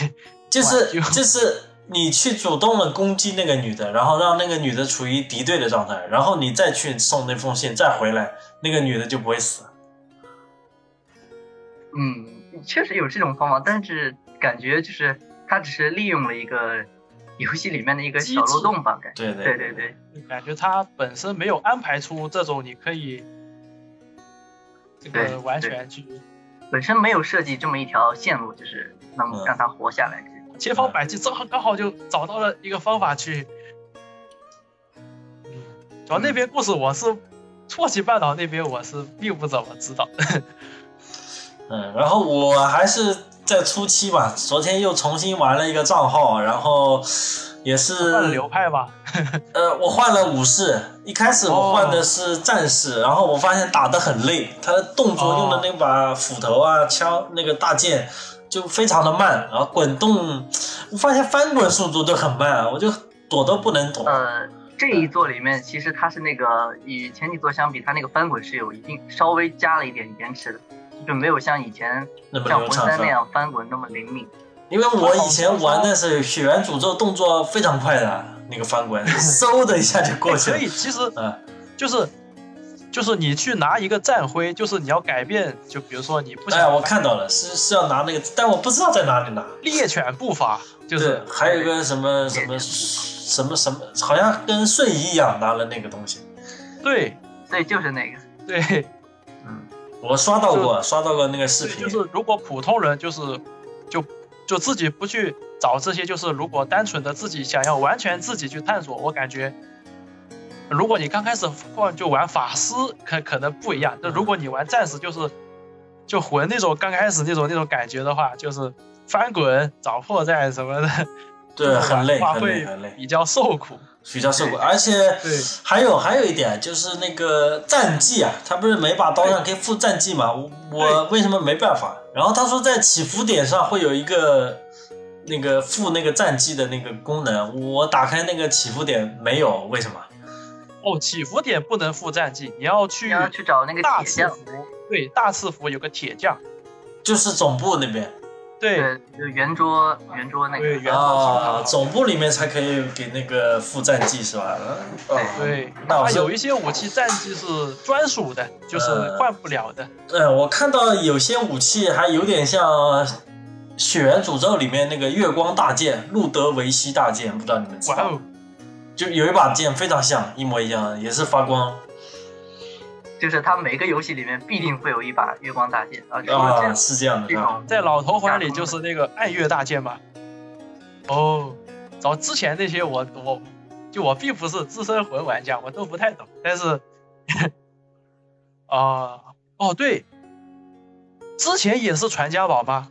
Speaker 1: 就是
Speaker 2: 哇就
Speaker 1: 就是你去主动的攻击那个女的，然后让那个女的处于敌对的状态，然后你再去送那封信，再回来，那个女的就不会死。
Speaker 3: 嗯，确实有这种方法，但是感觉就是他只是利用了一个 游戏里面的一个小漏洞吧，感觉。
Speaker 1: 对
Speaker 3: 对对对，
Speaker 2: 感觉它本身没有安排出这种你可以，这
Speaker 3: 对
Speaker 2: 个完
Speaker 3: 对
Speaker 2: 全去。
Speaker 3: 本身没有设计这么一条线路，就是能让他活下来。
Speaker 2: 千方百计，正好刚好就找到了一个方法去。嗯，主要那边故事我是错奇半岛那边我是并不怎么知道。
Speaker 1: 嗯，然后我还是在初期吧，昨天又重新玩了一个账号，然后也
Speaker 2: 换了
Speaker 1: 是
Speaker 2: 流派吧，哎
Speaker 1: 呃，我换了武士，一开始我换的是战士，然后我发现打得很累，他的动作用的那把斧头啊、枪那个大剑就非常的慢，然后滚动，我发现翻滚速度都很慢，我就躲都不能躲。
Speaker 3: 呃，这一座里面其实它是那个与前几座相比，它那个翻滚是有一定稍微加了一点延迟的，就没有像以前
Speaker 1: 那么
Speaker 3: 像
Speaker 1: 流
Speaker 3: 魂
Speaker 1: 畅
Speaker 3: 三
Speaker 1: 是
Speaker 3: 那
Speaker 1: 吧？
Speaker 3: 样翻滚那么灵敏。
Speaker 1: 因为我以前玩的是血缘诅咒，动作非
Speaker 2: 哎
Speaker 1: 常快的那个翻滚，嗖的一下就过去啊
Speaker 2: 所
Speaker 1: 了。
Speaker 2: 以其实
Speaker 1: 嗯
Speaker 2: 就是就是你去拿一个战徽，就是你要改变，就比如说你不
Speaker 1: 哎呀，
Speaker 2: 想
Speaker 1: 我看到了，是是要拿那个，但我不知道在哪里拿。
Speaker 2: 猎犬步伐，就是
Speaker 1: 对还有一个什么什么什么什么，好像跟瞬移一样拿了那个东西。
Speaker 2: 对
Speaker 3: 对，就是那个，
Speaker 2: 对
Speaker 3: 嗯，
Speaker 1: 我刷到过，刷到过那个视
Speaker 2: 对，
Speaker 1: 频。
Speaker 2: 就是如果普通人就是就就自己不去找这些，就是如果单纯的自己想要完全自己去探索，我感觉。如果你刚开始玩就玩法师，可可能不一样。但如果你玩战士，就是就魂那种刚开始那种那种感觉的话，就是翻滚、找破绽什么的，
Speaker 1: 对，很 累，
Speaker 2: 话
Speaker 1: 很
Speaker 2: 会
Speaker 1: 累，很累，
Speaker 2: 比较受苦。
Speaker 1: 比较受苦。
Speaker 3: 对
Speaker 1: 而且
Speaker 2: 对
Speaker 1: 还有还有一点就是那个战绩啊，他不是每把刀上可以附战绩嘛？我我为什么没办法？然后他说在起伏点上会有一个那个附那个战绩的那个功能，我打开那个起伏点没有，为什么？
Speaker 2: 哦，起伏点不能附战绩，你要去
Speaker 3: 你要去找那个
Speaker 2: 大
Speaker 3: 铁
Speaker 2: 赤
Speaker 3: 匠，
Speaker 2: 符。对，大赤符有个铁匠。
Speaker 1: 就是总部那边
Speaker 2: 对
Speaker 3: 对，就圆桌圆桌那
Speaker 2: 对，
Speaker 3: 个，
Speaker 2: 元宝长
Speaker 1: 啊，
Speaker 2: 堂。
Speaker 1: 总部里面才可以给那个附战绩是吧？嗯啊
Speaker 2: 对，
Speaker 1: 那我
Speaker 2: 它
Speaker 1: 是
Speaker 2: 有一些武器战绩是专属的，就是
Speaker 1: 呃
Speaker 2: 换不了的。
Speaker 1: 嗯，我看到有些武器还有点像《血缘诅咒》里面那个月光大剑——路德维希大剑，不知道你们知
Speaker 2: 哇
Speaker 1: 道？
Speaker 2: 哦，
Speaker 1: 就有一把剑非常像，一模一样，也是发光
Speaker 3: 就是它每个游戏里面必定会有一把月光大剑啊，除了这
Speaker 1: 啊，
Speaker 3: 样
Speaker 1: 是这样的。
Speaker 3: 这
Speaker 1: 是吧
Speaker 3: 种
Speaker 2: 在老头环里就是
Speaker 1: 嗯
Speaker 2: 那个暗月大剑嘛。哦，早之前那些我我就我并不是资深魂玩家，我都不太懂，但是 啊、哦对，之前也是传家宝吧？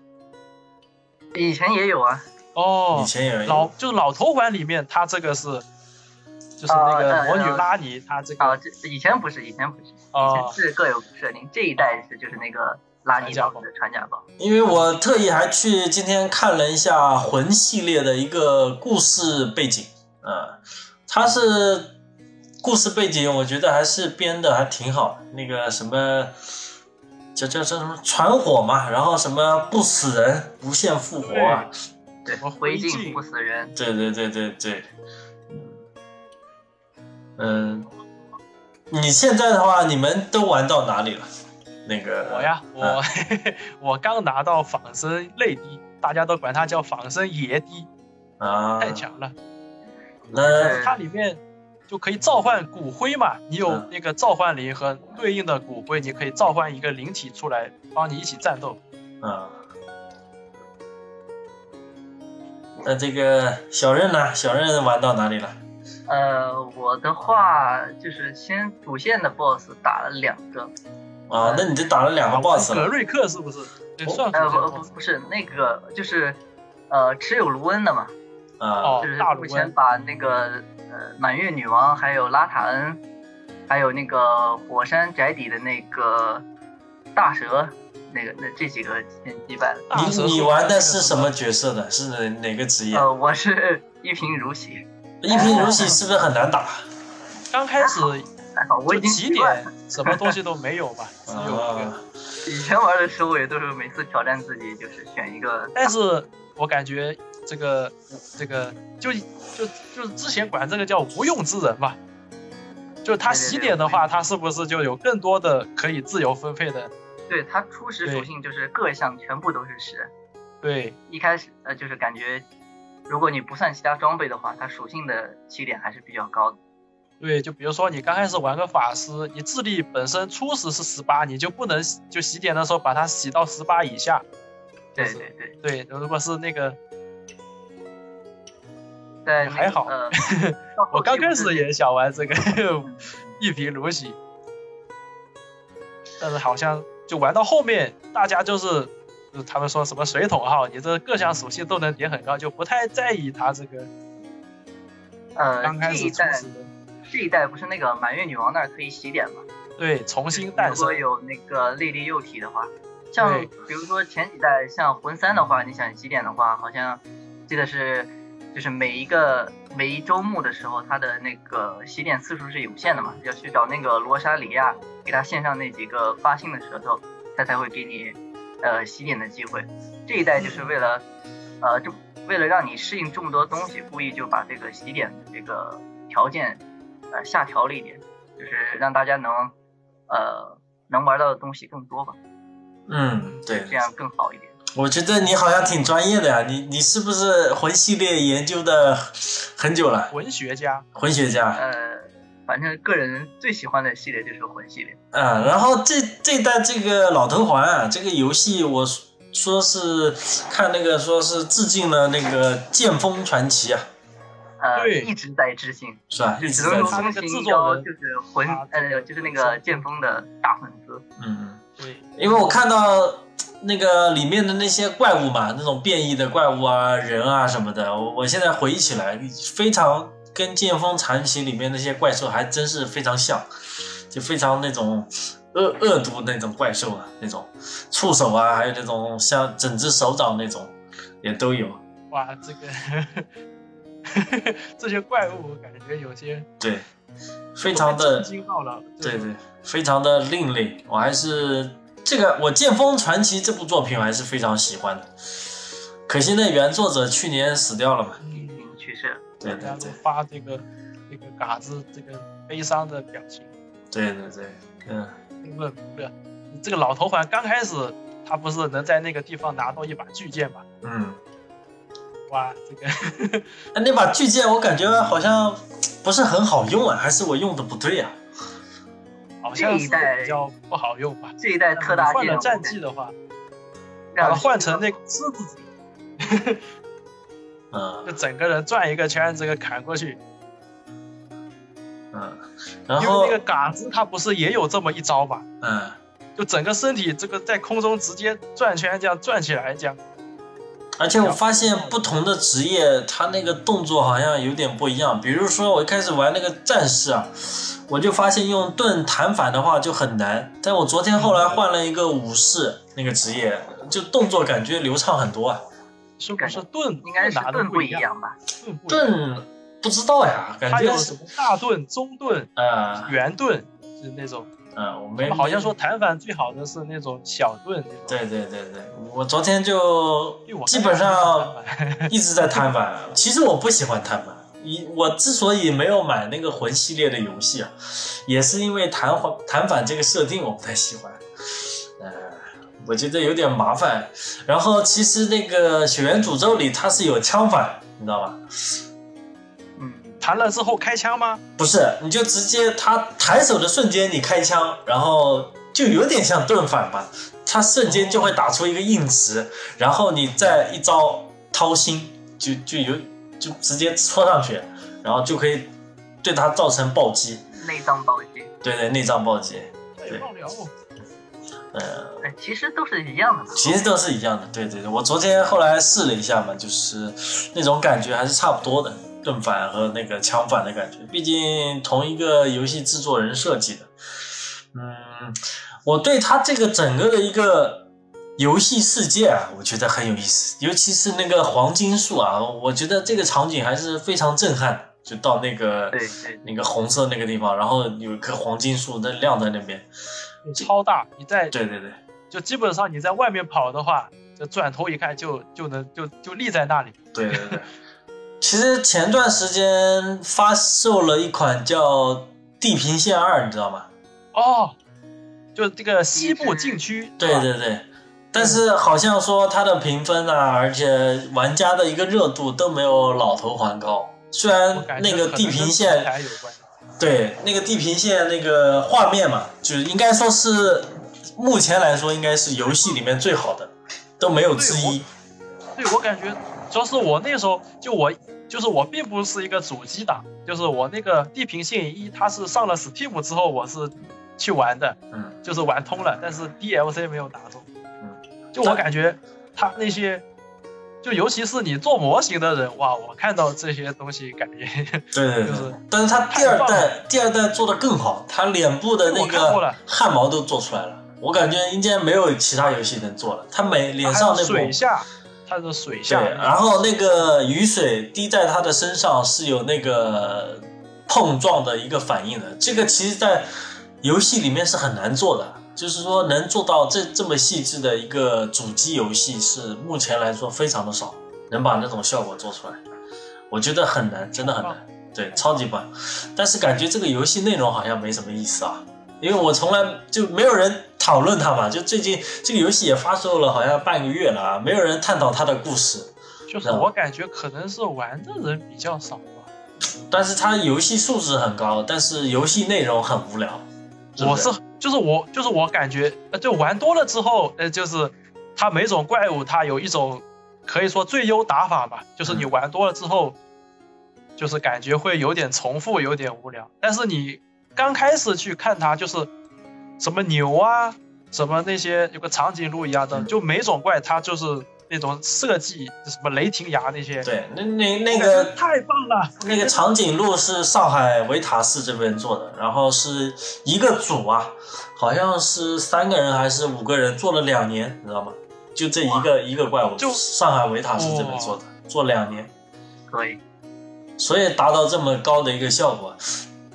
Speaker 3: 以前也有啊，
Speaker 2: 哦
Speaker 1: 以，前也
Speaker 2: 老就是老头环里面，他这个是，就是那
Speaker 3: 啊
Speaker 2: 个
Speaker 1: 哦
Speaker 3: 呃
Speaker 2: 魔女拉尼，他这个
Speaker 3: 啊，这以前不是，以前不是，以
Speaker 2: 啊
Speaker 3: 前，是各有设定，这一代是就是那个拉尼岛的传家宝，
Speaker 1: 因为我特意还去今天看了一下魂系列的一个故事背景，啊、它是故事背景，我觉得还是编的还挺好的。那个什么叫叫叫什么传火嘛，然后什么不死人、无限复活啊，
Speaker 3: 对，
Speaker 2: 什么
Speaker 3: 灰
Speaker 2: 灰烬
Speaker 3: 烬不死人，
Speaker 1: 对对对对对，嗯，你现在的话，你们都玩到哪里了？那个
Speaker 2: 我呀，
Speaker 1: 嗯
Speaker 2: 我 我刚拿到仿生泪滴，大家都管它叫仿生爷滴，
Speaker 1: 啊，
Speaker 2: 太强了。
Speaker 1: 那
Speaker 2: 它里面就可以召唤骨灰嘛，你有
Speaker 1: 嗯
Speaker 2: 那个召唤灵和对应的骨灰，你可以召唤一个灵体出来帮你一起战斗。
Speaker 1: 啊。那这个小任呢？小任玩到哪里了？
Speaker 3: 呃，我的话就是先主线的 BOSS 打了两个，
Speaker 2: 哎
Speaker 1: 啊，那你就打了两个 boss
Speaker 2: 格
Speaker 1: 了
Speaker 2: 瑞克是不是？对，
Speaker 1: 哦
Speaker 2: 算
Speaker 3: 呃
Speaker 2: 是
Speaker 3: 不不不是那个就是，呃持有卢恩的嘛，
Speaker 1: 啊
Speaker 2: 哦
Speaker 3: 就是，
Speaker 2: 大
Speaker 3: 目
Speaker 2: 鲁
Speaker 3: 前
Speaker 2: 恩
Speaker 3: 把那个呃满月女王还有拉塔恩，还有那个火山宅邸的那个大蛇，那个那这几个先击败了。
Speaker 2: 大
Speaker 1: 你
Speaker 2: 蛇
Speaker 1: 你
Speaker 2: 说
Speaker 1: 玩
Speaker 2: 那
Speaker 1: 的
Speaker 2: 个哦
Speaker 1: 是什么角色的？是哪哪个职业？
Speaker 3: 呃，我是 一贫如洗，
Speaker 1: 一贫如洗是不是很 难打？
Speaker 2: 刚开始
Speaker 3: 还好我
Speaker 2: 就
Speaker 3: 已经
Speaker 2: 起
Speaker 3: 习惯
Speaker 2: 点
Speaker 3: 了。
Speaker 2: 什么东西都没 有吧，只有一个。
Speaker 1: 啊，
Speaker 3: 以前玩的时候也都是每次挑战自己，就是选一个
Speaker 2: 但是我感觉这个这个就就就是之前管这个叫无用之人吧，就他洗点的话，他是不是就有更多的可以自由分配的？
Speaker 3: 对它初始属性就是各项全部都是十。
Speaker 2: 对
Speaker 3: 一开始呃就是感觉，如果你不算其他装备的话，它属性的起点还是比较高的。
Speaker 2: 对，就比如说你刚开始玩个法师，你智力本身初始是十八，你就不能就洗点的时候把它洗到十八以下。
Speaker 3: 对
Speaker 2: 就是
Speaker 3: 对对，
Speaker 2: 对，如果是那个，
Speaker 3: 在那个
Speaker 2: 还好
Speaker 3: 呃，
Speaker 2: 我刚开
Speaker 3: 也。
Speaker 2: 始也想玩这个 一贫如洗，但是好像就玩到后面，大家就是就是他们说什么水桶号，你这各项属性都能点很高，就不太在意他这个
Speaker 3: 呃，
Speaker 2: 刚开
Speaker 3: 这
Speaker 2: 始
Speaker 3: 一
Speaker 2: 初
Speaker 3: 代
Speaker 2: 始的
Speaker 3: 这一代不是那个满月女王那儿可以洗点吗？
Speaker 2: 对重新诞
Speaker 3: 如果
Speaker 2: 生。
Speaker 3: 有那个内力幼体的话，像
Speaker 2: 对
Speaker 3: 比如说前几代像魂三的话，你想洗点的话，好像记得是就是每一个每一周目的时候，它的那个洗点次数是有限的嘛，要去找那个罗莎里亚给它献上那几个八星的舌头，它才会给你呃洗点的机会。这一代就是为了呃这为了让你适应这么多东西，故意就把这个洗点的这个条件呃下调了一点，就是让大家能呃能玩到的东西更多吧，
Speaker 1: 嗯，对
Speaker 3: 这，样更好一点。
Speaker 1: 我觉得你好像挺专业的呀，你你是不是魂系列研究的很久了？
Speaker 2: 文学家，
Speaker 1: 魂学家，
Speaker 3: 呃，反正个人最喜欢的系列就是魂系列，
Speaker 1: 嗯，然后这这代这个老头环啊，这个游戏我说说是看那个说是致敬了那个《剑锋传奇》啊，
Speaker 3: 呃，
Speaker 2: 对
Speaker 3: 一直在致敬，
Speaker 1: 是吧？一
Speaker 3: 只
Speaker 1: 直
Speaker 3: 能
Speaker 1: 在
Speaker 3: 说
Speaker 2: 他
Speaker 3: 宫
Speaker 2: 那个制
Speaker 3: 崎
Speaker 2: 作
Speaker 3: 幺
Speaker 2: 人
Speaker 3: 就是魂
Speaker 2: 他
Speaker 3: 呃就是那个剑锋的大粉丝，
Speaker 1: 嗯。
Speaker 2: 对，
Speaker 1: 因为我看到那个里面的那些怪物嘛，那种变异的怪物啊、人啊什么的，我我现在回忆起来，非常跟《剑锋传奇》里面那些怪兽还真是非常像，就非常那种恶恶毒那种怪兽啊，那种触手啊，还有那种像整只手掌那种也都有。
Speaker 2: 哇，这个 这些怪物感觉有些
Speaker 1: 对，非常的
Speaker 2: 惊到了，
Speaker 1: 对对，非常的另类。我还是这个，我《剑锋传奇》这部作品我还是非常喜欢的。可惜那原作者去年死掉了嘛。
Speaker 3: 已经去世了。
Speaker 1: 对
Speaker 2: 嗯大
Speaker 1: 对
Speaker 2: 家都
Speaker 1: 对
Speaker 2: 发这个这个嘎子这个悲伤的表情，
Speaker 1: 对对对，嗯，
Speaker 2: 那个不是这个老头环刚开始他不是能在那个地方拿到一把巨剑嘛？
Speaker 1: 嗯，
Speaker 2: 哇，这个
Speaker 1: 哎，那把巨剑我感觉好像不是很好用啊，还是我用的不对啊？
Speaker 2: 好像是比较不好用吧？
Speaker 3: 这一代特大
Speaker 2: 嗯换
Speaker 3: 剑
Speaker 2: 了战绩的话，把
Speaker 3: 让
Speaker 2: 它换成那个狮子指，就
Speaker 1: 嗯
Speaker 2: 整个人转一个圈，这个砍过去。
Speaker 1: 嗯，然
Speaker 2: 因为
Speaker 1: 后
Speaker 2: 那个嘎子他不是也有这么一招嘛？
Speaker 1: 嗯，
Speaker 2: 就整个身体这个在空中直接转圈，这样转起来，这样
Speaker 1: 而且我发现不同的职业，他那个动作好像有点不一样。比如说，我一开始玩那个战士啊，我就发现用盾弹反的话就很难。但我昨天后
Speaker 2: 嗯
Speaker 1: 来换了一个武士那个职业，就动作感觉流畅很多啊。
Speaker 2: 是不是盾
Speaker 3: 应该是
Speaker 2: 拿的
Speaker 3: 盾
Speaker 2: 不
Speaker 3: 不
Speaker 2: 一
Speaker 3: 一？样吧？
Speaker 2: 盾不一样，
Speaker 1: 盾不知道呀，感
Speaker 2: 它
Speaker 1: 觉
Speaker 2: 有什么大盾、中盾、
Speaker 1: 啊
Speaker 2: 圆盾，就是那种。
Speaker 1: 啊，我
Speaker 2: 他
Speaker 1: 没
Speaker 2: 们好像说弹反最好的是那种小盾那种。
Speaker 1: 对对对对，我昨天就
Speaker 2: 对，我
Speaker 1: 基本上
Speaker 2: 看到
Speaker 1: 一直在贪玩。其实我不喜欢贪玩，一我之所以没有买那个魂系列的游戏啊，也是因为弹反弹反这个设定我不太喜欢，呃，我觉得有点麻烦。然后其实那个《血缘诅咒》里它是有枪反，你知道吧？
Speaker 3: 嗯，
Speaker 2: 弹了之后开枪吗？
Speaker 1: 不是，你就直接他抬手的瞬间你开枪，然后就有点像盾反吧，他瞬间就会打出一个硬直，然后你再一招掏心，就就有就直接戳上去，然后就可以对他造成暴击，
Speaker 3: 内脏暴击，
Speaker 1: 对对，内脏暴击，
Speaker 2: 太无聊哦。
Speaker 1: 嗯。
Speaker 3: 呃其实都是一样的嘛。
Speaker 1: 其实都是一样的，对对对，我昨天后来试了一下嘛，就是那种感觉还是差不多的，盾反和那个枪反的感觉，毕竟同一个游戏制作人设计的。嗯，我对它这个整个的一个游戏世界啊，我觉得很有意思，尤其是那个黄金树啊，我觉得这个场景还是非常震撼的，就到那个
Speaker 3: 对对，
Speaker 1: 那个红色那个地方，然后有一棵黄金树在晾在那边，
Speaker 2: 超大，你在
Speaker 1: 对对对。
Speaker 2: 就基本上你在外面跑的话，就转头一看就就能就就立在那里。
Speaker 1: 对对对， 其实前段时间发售了一款叫《地平线二》，你知道吗？
Speaker 2: 哦，就这个西部禁区。是
Speaker 1: 对
Speaker 2: 吧，
Speaker 1: 对对，但是好像说它的评分啊，而且玩家的一个热度都没有老头环高。虽
Speaker 2: 我
Speaker 1: 然
Speaker 2: 感觉
Speaker 1: 那个
Speaker 2: 可能
Speaker 1: 地
Speaker 2: 跟
Speaker 1: 平
Speaker 2: 题
Speaker 1: 线
Speaker 2: 材有关。
Speaker 1: 对，那个地平线那个画面嘛，就是应该说是目前来说应该是游戏里面最好的，都没有之一。
Speaker 2: 对我感觉，主要是我那时候就我就是我并不是一个主机党，就是我那个《地平线一》，它是上了 Steam 之后我是去玩的，
Speaker 1: 嗯，
Speaker 2: 就是玩通了，但是 DLC 没有打中。
Speaker 1: 嗯，
Speaker 2: 就我感觉它那些。就尤其是你做模型的人，哇，我看到这些东西，感觉
Speaker 1: 对对
Speaker 2: 就
Speaker 1: 对
Speaker 2: 是，
Speaker 1: 但是他第二
Speaker 2: 太棒
Speaker 1: 代第二代做的更好，他脸部的那
Speaker 2: 我看过
Speaker 1: 个
Speaker 2: 了
Speaker 1: 汗毛都做出来了，我感觉应该没有其他游戏能做了。他每脸
Speaker 2: 它
Speaker 1: 上
Speaker 2: 的
Speaker 1: 那
Speaker 2: 水
Speaker 1: 抹
Speaker 2: 下，它的水
Speaker 1: 对
Speaker 2: 下，，
Speaker 1: 然后那个雨水滴在他的身上是有那个碰撞的一个反应的，这个其实在游戏里面是很难做的。就是说，能做到这这么细致的一个主机游戏，是目前来说非常的少，能把那种效果做出来，我觉得很难，真的很难。对，超级棒。但是感觉这个游戏内容好像没什么意思啊。因为我从来就没有人讨论它嘛，就最近这个游戏也发售了，好像半个月了啊，没有人探讨它的故事。
Speaker 2: 就是
Speaker 1: 啊
Speaker 2: 我感觉可能是玩的人比较少吧。
Speaker 1: 但是它游戏素质很高，但是游戏内容很无聊。对不
Speaker 2: 我
Speaker 1: 对
Speaker 2: 是就是我就是我感觉，呃，就玩多了之后，呃，就是它每种怪物它有一种可以说最优打法吧，就是你
Speaker 1: 嗯
Speaker 2: 玩多了之后，就是感觉会有点重复，有点无聊。但是你刚开始去看它，就是什么牛啊，什么那些有个长颈鹿一样的，
Speaker 1: 嗯
Speaker 2: 就每种怪它就是那种设计，什么雷霆牙那些，
Speaker 1: 对，那那那
Speaker 2: 我感
Speaker 1: 个
Speaker 2: 觉太棒了。
Speaker 1: 那个长颈鹿是上海维塔市这边做的，然后是一个组啊，好像是三个人还是五个人做了两年，你知道吗？就这一个一个怪物，
Speaker 2: 就
Speaker 1: 上海维塔市这边做的，做两年，
Speaker 3: 可以，
Speaker 1: 所以达到这么高的一个效果。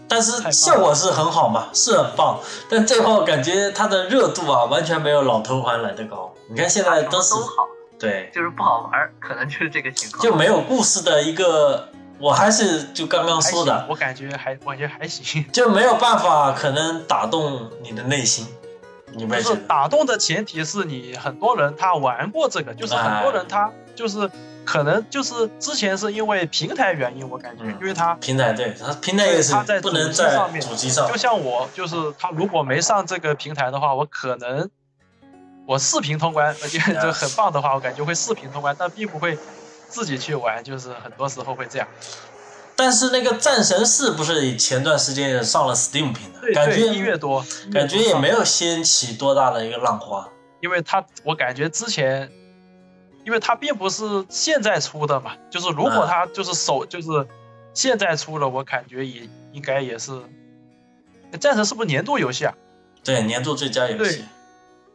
Speaker 1: 但
Speaker 2: 太棒
Speaker 1: 是
Speaker 2: 了
Speaker 1: 效果是很好嘛，是很棒，但最后感觉它的热度啊，完全没有老头环来的高。你看现在
Speaker 3: 什么
Speaker 1: 都是
Speaker 3: 都好，
Speaker 1: 对，
Speaker 3: 就是不好玩儿，可能就是这个情况。
Speaker 1: 就没有故事的一个，我还是就刚刚
Speaker 2: 还
Speaker 1: 说
Speaker 2: 行
Speaker 1: 的，，
Speaker 2: 我感觉还我感觉还行。
Speaker 1: 就没有办法可能打动你的内心，你
Speaker 2: 就
Speaker 1: 会觉
Speaker 2: 是
Speaker 1: 得
Speaker 2: 打动的前提是你很多人他玩过这个，就是很多人他就是可能就是之前是因为平台原因，我感觉，
Speaker 1: 嗯
Speaker 2: 因为他
Speaker 1: 平台对它平台也是
Speaker 2: 它在
Speaker 1: 不能
Speaker 2: 主机上
Speaker 1: 在
Speaker 2: 面
Speaker 1: 主机上
Speaker 2: 就，像我，就是他如果没上这个平台的话，我可能我视频通关， 我觉得就很棒的话，我感觉会视频通关，但并不会自己去玩，就是很多时候会这样。
Speaker 1: 但是那个战神四不是前段时间也上了 Steam 平台，
Speaker 2: 对
Speaker 1: 感
Speaker 2: 对，一月
Speaker 1: 觉
Speaker 2: 多，嗯
Speaker 1: 感觉也
Speaker 2: 有。
Speaker 1: 没有掀起多大的一个浪花，
Speaker 2: 因为它我感觉之前，因为它并不是现在出的嘛，就是如果
Speaker 1: 嗯
Speaker 2: 它就是手就是现在出了，我感觉也应该也是，战神是不是年度游戏啊？
Speaker 1: 对年度最佳游戏，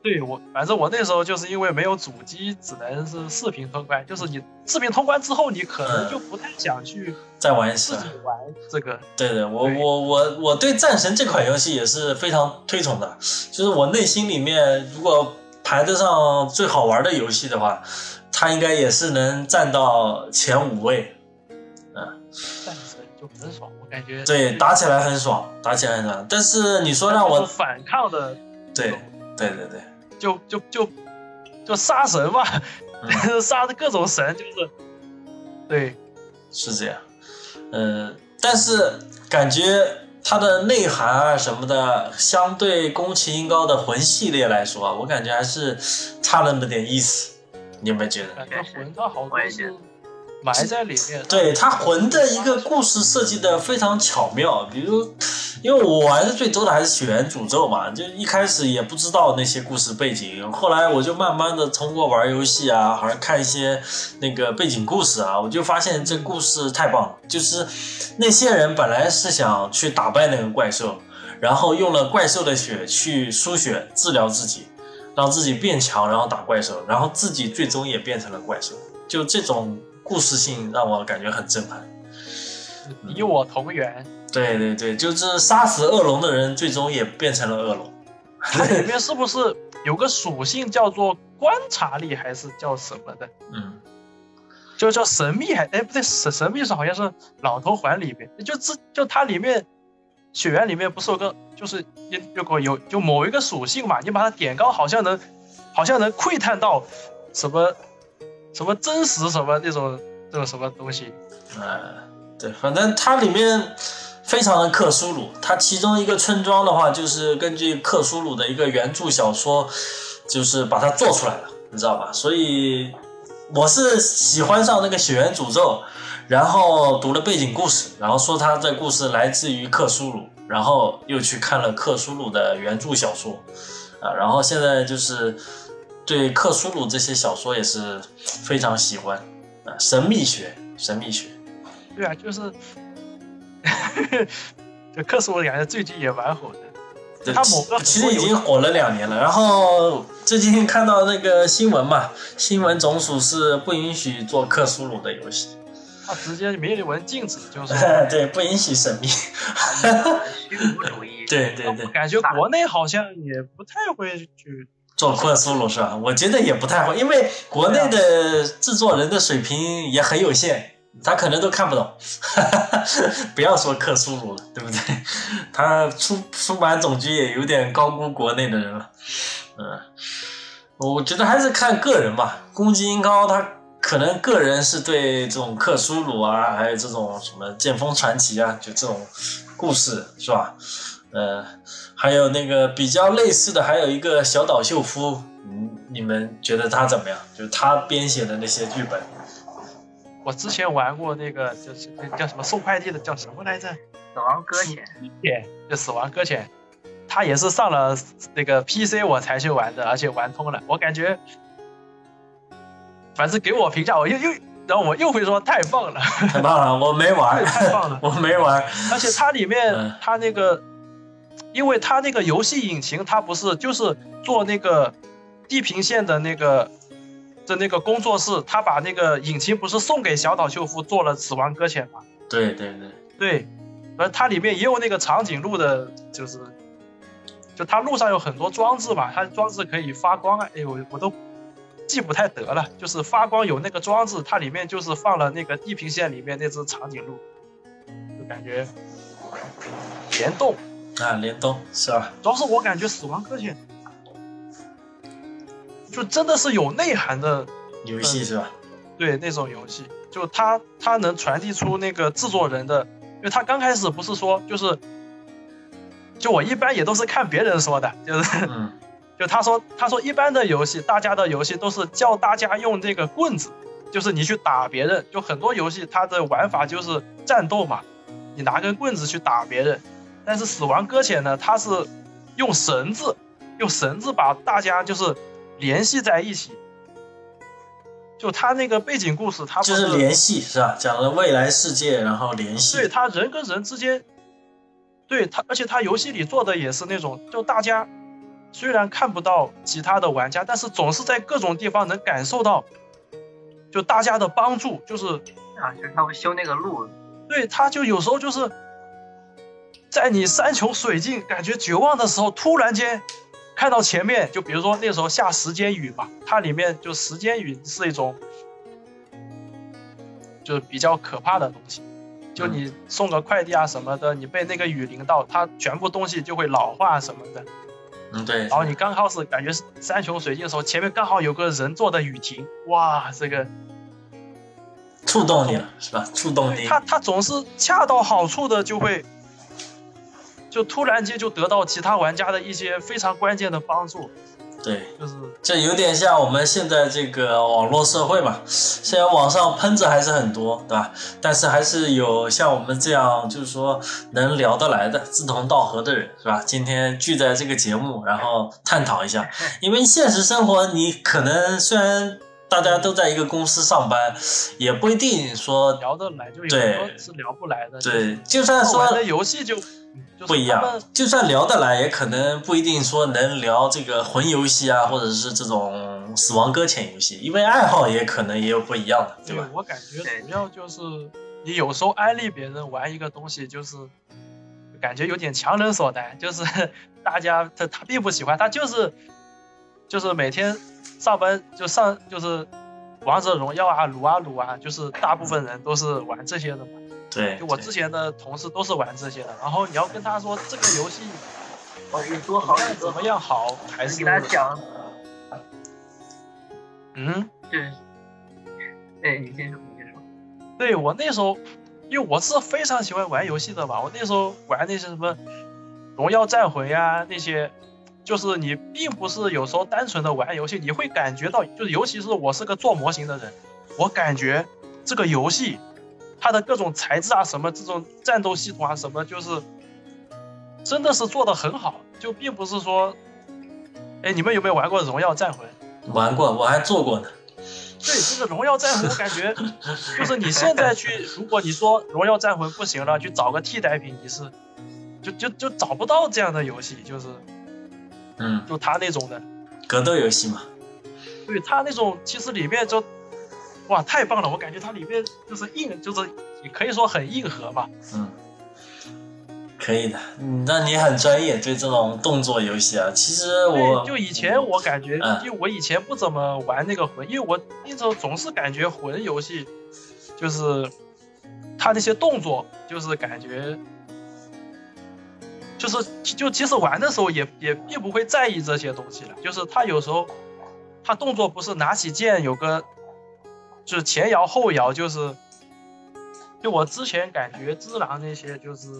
Speaker 2: 对我，反正我那时候就是因为没有主机，只能是视频通关。就是你视频通关之后，你可能
Speaker 1: 嗯哎
Speaker 2: 就不太想去
Speaker 1: 再玩一次啊
Speaker 2: 自己。玩这个。
Speaker 1: 对对，我
Speaker 2: 对
Speaker 1: 我我我对战神这款游戏也是非常推崇的，就是我内心里面如果排得上最好玩的游戏的话，它应该也是能占到前五位。
Speaker 2: 战神就很爽，我感觉
Speaker 1: 对，打起来很爽，打起来很爽。嗯但是你说让
Speaker 2: 那种
Speaker 1: 我
Speaker 2: 反抗的
Speaker 1: 对对对对，
Speaker 2: 就就就就杀神嘛，
Speaker 1: 嗯
Speaker 2: 杀的各种神，就是对，
Speaker 1: 是这样。呃，但是感觉它的内涵啊什么的，相对宫崎英高的魂系列来说啊，我感觉还是差了那么点意思。你有没有觉得？
Speaker 2: 感觉魂它好多是埋在里面。
Speaker 1: 对它魂的一个故事设计的非常巧妙，比如，因为我玩的最多的还是《血缘诅咒》嘛，就一开始也不知道那些故事背景，后来我就慢慢的通过玩游戏啊，好像看一些那个背景故事啊，我就发现这故事太棒了，就是那些人本来是想去打败那个怪兽，然后用了怪兽的血去输血治疗自己，让自己变强，然后打怪兽，然后自己最终也变成了怪兽。就这种故事性让我感觉很震撼。
Speaker 2: 你我同源，
Speaker 1: 对对对，就是杀死恶龙的人最终也变成了恶龙。
Speaker 2: 它里面是不是有个属性叫做观察力，还是叫什么的？
Speaker 1: 嗯，
Speaker 2: 就叫神秘还哎不对，神神秘是好像是老头环里面，就这就它里面血缘里面不是有个就是有有个有就某一个属性嘛，你把它点高，好像能好像能窥探到什么什么真实什么那种那种什么东西，
Speaker 1: 呃，对，反正它里面非常的克苏鲁。它其中一个村庄的话，就是根据克苏鲁的一个原著小说，就是把它做出来了，你知道吧？所以我是喜欢上那个《血缘诅咒》，然后读了背景故事，然后说它这故事来自于克苏鲁，然后又去看了克苏鲁的原著小说，啊，然后现在就是对克苏鲁这些小说也是非常喜欢啊，神秘学，神秘学，
Speaker 2: 对啊，就是 就克苏鲁感觉最近也蛮火的，
Speaker 1: 对
Speaker 2: 它某个
Speaker 1: 其其
Speaker 2: 很多
Speaker 1: 实已经火了两年了。然后最近看到那个新闻嘛，新闻总署是不允许做克苏鲁的游戏，
Speaker 2: 它直接明令文禁止，就是
Speaker 1: 对，不允许神秘，
Speaker 3: 虚无主义，
Speaker 1: 对对对。
Speaker 2: 感觉国内好像也不太会去
Speaker 1: 做克苏鲁是吧？我觉得也不太会，因为国内的制作人的水平也很有限，他可能都看不懂， 不要说克苏鲁了，对不对？ 他出出版总局也有点高估国内的人了，嗯，我觉得还是看个人吧。宫崎英高他可能个人是对这种克苏鲁啊，还有这种什么剑锋传奇啊，就这种故事是吧？呃，还有那个比较类似的，还有一个小岛秀夫，嗯，你们觉得他怎么样？就是他编写的那些剧本。
Speaker 2: 我之前玩过那个，就是那叫什么送快递的，叫什么来着？
Speaker 3: 死亡搁浅，
Speaker 2: 对，就死亡搁浅，他也是上了那个 PC 我才去玩的，而且玩通了。我感觉，反正给我评价，我又又，然后我又会说太棒了，
Speaker 1: 太棒了，我没玩，
Speaker 2: 太棒了
Speaker 1: 我没玩。
Speaker 2: 而且它里面
Speaker 1: 哎嗯
Speaker 2: 它那个，因为它那个游戏引擎，它不是就是做那个地平线的那个的那个工作室，他把那个引擎不是送给小岛秀夫做了《死亡搁浅》吗？
Speaker 1: 对对对，
Speaker 2: 对，而它里面也有那个长颈鹿的，就是，就它路上有很多装置嘛，它装置可以发光啊，哎我我都记不太得了，就是发光有那个装置，它里面就是放了那个地平线里面那只长颈鹿，就感觉联动，
Speaker 1: 啊，联动是吧？
Speaker 2: 主要是我感觉死亡搁浅就真的是有内涵的
Speaker 1: 游
Speaker 2: 嗯
Speaker 1: 戏是吧？嗯
Speaker 2: 对那种游戏，就它它能传递出那个制作人的，因为他刚开始不是说就是，就我一般也都是看别人说的，就是
Speaker 1: 嗯，
Speaker 2: 就他说他说一般的游戏，大家的游戏都是叫大家用这个棍子，就是你去打别人，就很多游戏它的玩法就是战斗嘛，你拿根棍子去打别人，但是死亡搁浅呢，它是用绳子，用绳子把大家就是联系在一起。就他那个背景故事，他不
Speaker 1: 就是联系是吧？讲了未来世界，然后联系
Speaker 2: 对。他人跟人之间，对他，而且他游戏里做的也是那种，就大家虽然看不到其他的玩家，但是总是在各种地方能感受到，就大家的帮助，就是
Speaker 3: 啊，就是他会修那个路，
Speaker 2: 对他就有时候就是在你山穷水尽、感觉绝望的时候，突然间看到前面，就比如说那时候下时间雨嘛，它里面就时间雨是一种就是比较可怕的东西。就你送个快递啊什么的，你被那个雨淋到，它全部东西就会老化什么的。
Speaker 1: 嗯，对
Speaker 2: 然。后你刚开始感觉山穷水尽的时候，前面刚好有个人做的雨停，哇，这个
Speaker 1: 触动你了是吧？触动
Speaker 2: 对
Speaker 1: 你。
Speaker 2: 他他总是恰到好处的就会，就突然间就得到其他玩家的一些非常关键的帮助，
Speaker 1: 对，
Speaker 2: 就是
Speaker 1: 这有点像我们现在这个网络社会嘛，虽然网上喷子还是很多，对吧？但是还是有像我们这样，就是说能聊得来的、志同道合的人，是吧？今天聚在这个节目，然后探讨一下，因为现实生活你可能虽然大家都在一个公司上班，也不一定说
Speaker 2: 聊得来，就有
Speaker 1: 对
Speaker 2: 很多是聊不来的。就
Speaker 1: 对，
Speaker 2: 是
Speaker 1: 就算
Speaker 2: 他
Speaker 1: 说
Speaker 2: 玩的游戏就嗯就是
Speaker 1: 不一
Speaker 2: 他
Speaker 1: 样
Speaker 2: 们，
Speaker 1: 就算聊得来，也可能不一定说能聊这个魂游戏啊，或者是这种死亡搁浅游戏，因为爱好也可能也有不一样的，对
Speaker 2: 对
Speaker 1: 吧？
Speaker 2: 我感觉
Speaker 3: 对哎
Speaker 2: 主要就是你有时候安利别人玩一个东西，就是感觉有点强人所难，就是 大家他他并不喜欢，他就是就是每天上班就上就是王者荣耀啊、撸啊撸啊，就是大部分人都是玩这些的嘛。
Speaker 1: 对，
Speaker 2: 嗯就我
Speaker 1: 对
Speaker 2: 之前的同事都是玩这些的，然后你要跟他说这个游戏
Speaker 3: 哦，有多
Speaker 2: 怎么
Speaker 3: 好，
Speaker 2: 样
Speaker 3: 有
Speaker 2: 怎
Speaker 3: 多好
Speaker 2: 么，样好，还
Speaker 3: 你
Speaker 2: 是
Speaker 3: 给他讲，
Speaker 2: 嗯。
Speaker 3: 就是，对你先说，你先说，
Speaker 2: 对我那时候，因为我是非常喜欢玩游戏的嘛，我那时候玩那些什么《荣耀战魂》呀，那些，就是你并不是有时候单纯的玩游戏，你会感觉到，就是尤其是我是个做模型的人，我感觉这个游戏它的各种材质啊，什么这种战斗系统啊，什么就是真的是做的很好，就并不是说，哎，你们有没有玩过《荣耀战魂》？
Speaker 1: 玩过，我还做过呢。
Speaker 2: 对这个荣耀战魂，我感觉就是你现在去，如果你说荣耀战魂不行了，去找个替代品，你是就就就找不到这样的游戏，就是
Speaker 1: 嗯，
Speaker 2: 就他那种的，
Speaker 1: 格斗游戏嘛，
Speaker 2: 对他那种其实里面就哇太棒了，我感觉它里面就是硬，就是也可以说很硬核吧，
Speaker 1: 嗯，可以的。嗯，那你很专业，对这种动作游戏啊，其实我
Speaker 2: 对，就以前我感觉，
Speaker 1: 嗯
Speaker 2: 因为我以前不怎么玩那个魂，因为我那时候总是感觉魂游戏就是他那些动作就是感觉，就是就即使玩的时候也也并不会在意这些东西了。就是他有时候他动作不是拿起剑有个就是前摇后摇，就是就我之前感觉只狼那些就是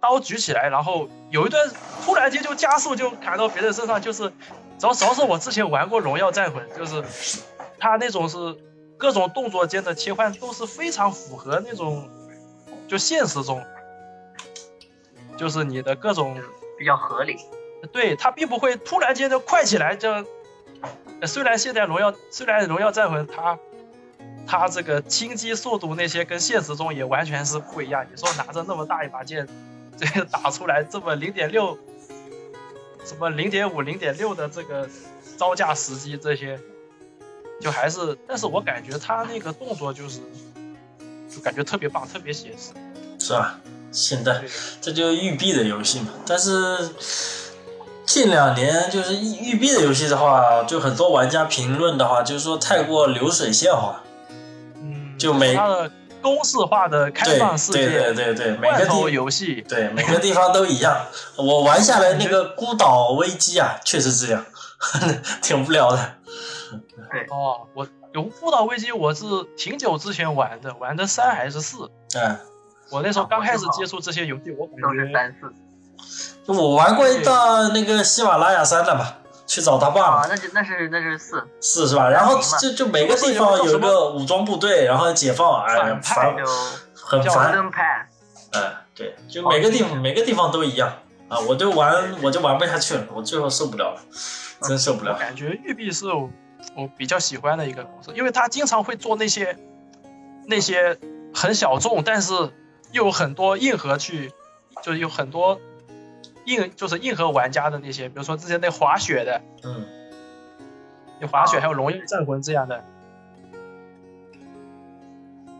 Speaker 2: 刀举起来，然后有一段突然间就加速就砍到别人身上，就是主要主要是我之前玩过荣耀战魂，就是他那种是。各种动作间的切换都是非常符合那种，就现实中，就是你的各种，
Speaker 3: 比较合理。
Speaker 2: 对它并不会突然间就快起来。就呃虽然现在荣耀，虽然荣耀战魂它，它这个轻击速度那些跟现实中也完全是不一样。你说拿着那么大一把剑，这个打出来这么零点六，什么零点五、零点六的这个招架时机这些。就还是，但是我感觉他那个动作就是，就感觉特别棒，特别写实。
Speaker 1: 是吧？现在
Speaker 2: 对
Speaker 1: 这就是育碧的游戏嘛。但是近两年就是育育碧的游戏的话，就很多玩家评论的话，就是说太过流水线化，
Speaker 2: 嗯，
Speaker 1: 就每
Speaker 2: 他的公式化的开
Speaker 1: 对
Speaker 2: 放世
Speaker 1: 对对
Speaker 2: 界，
Speaker 1: 对对，每个
Speaker 2: 罐头
Speaker 1: 地
Speaker 2: 游戏，
Speaker 1: 对每个地方都一样。我玩下来那个孤岛危机啊，确实这样， 挺无聊的。
Speaker 2: 哦，我有《孤岛危机》，我是挺久之前玩的，玩的三还是四？
Speaker 1: 嗯，
Speaker 2: 我那时候
Speaker 3: 啊
Speaker 2: 刚
Speaker 3: 我
Speaker 2: 开
Speaker 3: 知
Speaker 2: 始
Speaker 3: 道
Speaker 2: 接触这些游戏，我感
Speaker 3: 都是
Speaker 2: 觉
Speaker 3: 三四
Speaker 1: 我玩过一段那个喜马拉雅山的嘛，去找他爸嘛
Speaker 3: 啊，，那就那是那是四，
Speaker 1: 是是吧？然后就就每个地方有一个武装部队，然后解放，哎，
Speaker 2: 反派
Speaker 1: 烦
Speaker 3: 就，
Speaker 1: 很
Speaker 2: 叫
Speaker 1: 烦。
Speaker 3: golden pass。
Speaker 1: 嗯，对，就每个地方每个地方都一样啊！我就玩我就玩不下去了，我最后受不了了，真受不
Speaker 2: 我
Speaker 1: 了。
Speaker 2: 感觉育碧是我我比较喜欢的一个公司，因为他经常会做那些那些很小众，但是又有很多硬核去，就是有很多硬就是硬核玩家的那些，比如说之前那滑雪的，
Speaker 1: 嗯，
Speaker 2: 有滑雪，
Speaker 3: 啊
Speaker 2: 还有荣耀战魂这样的，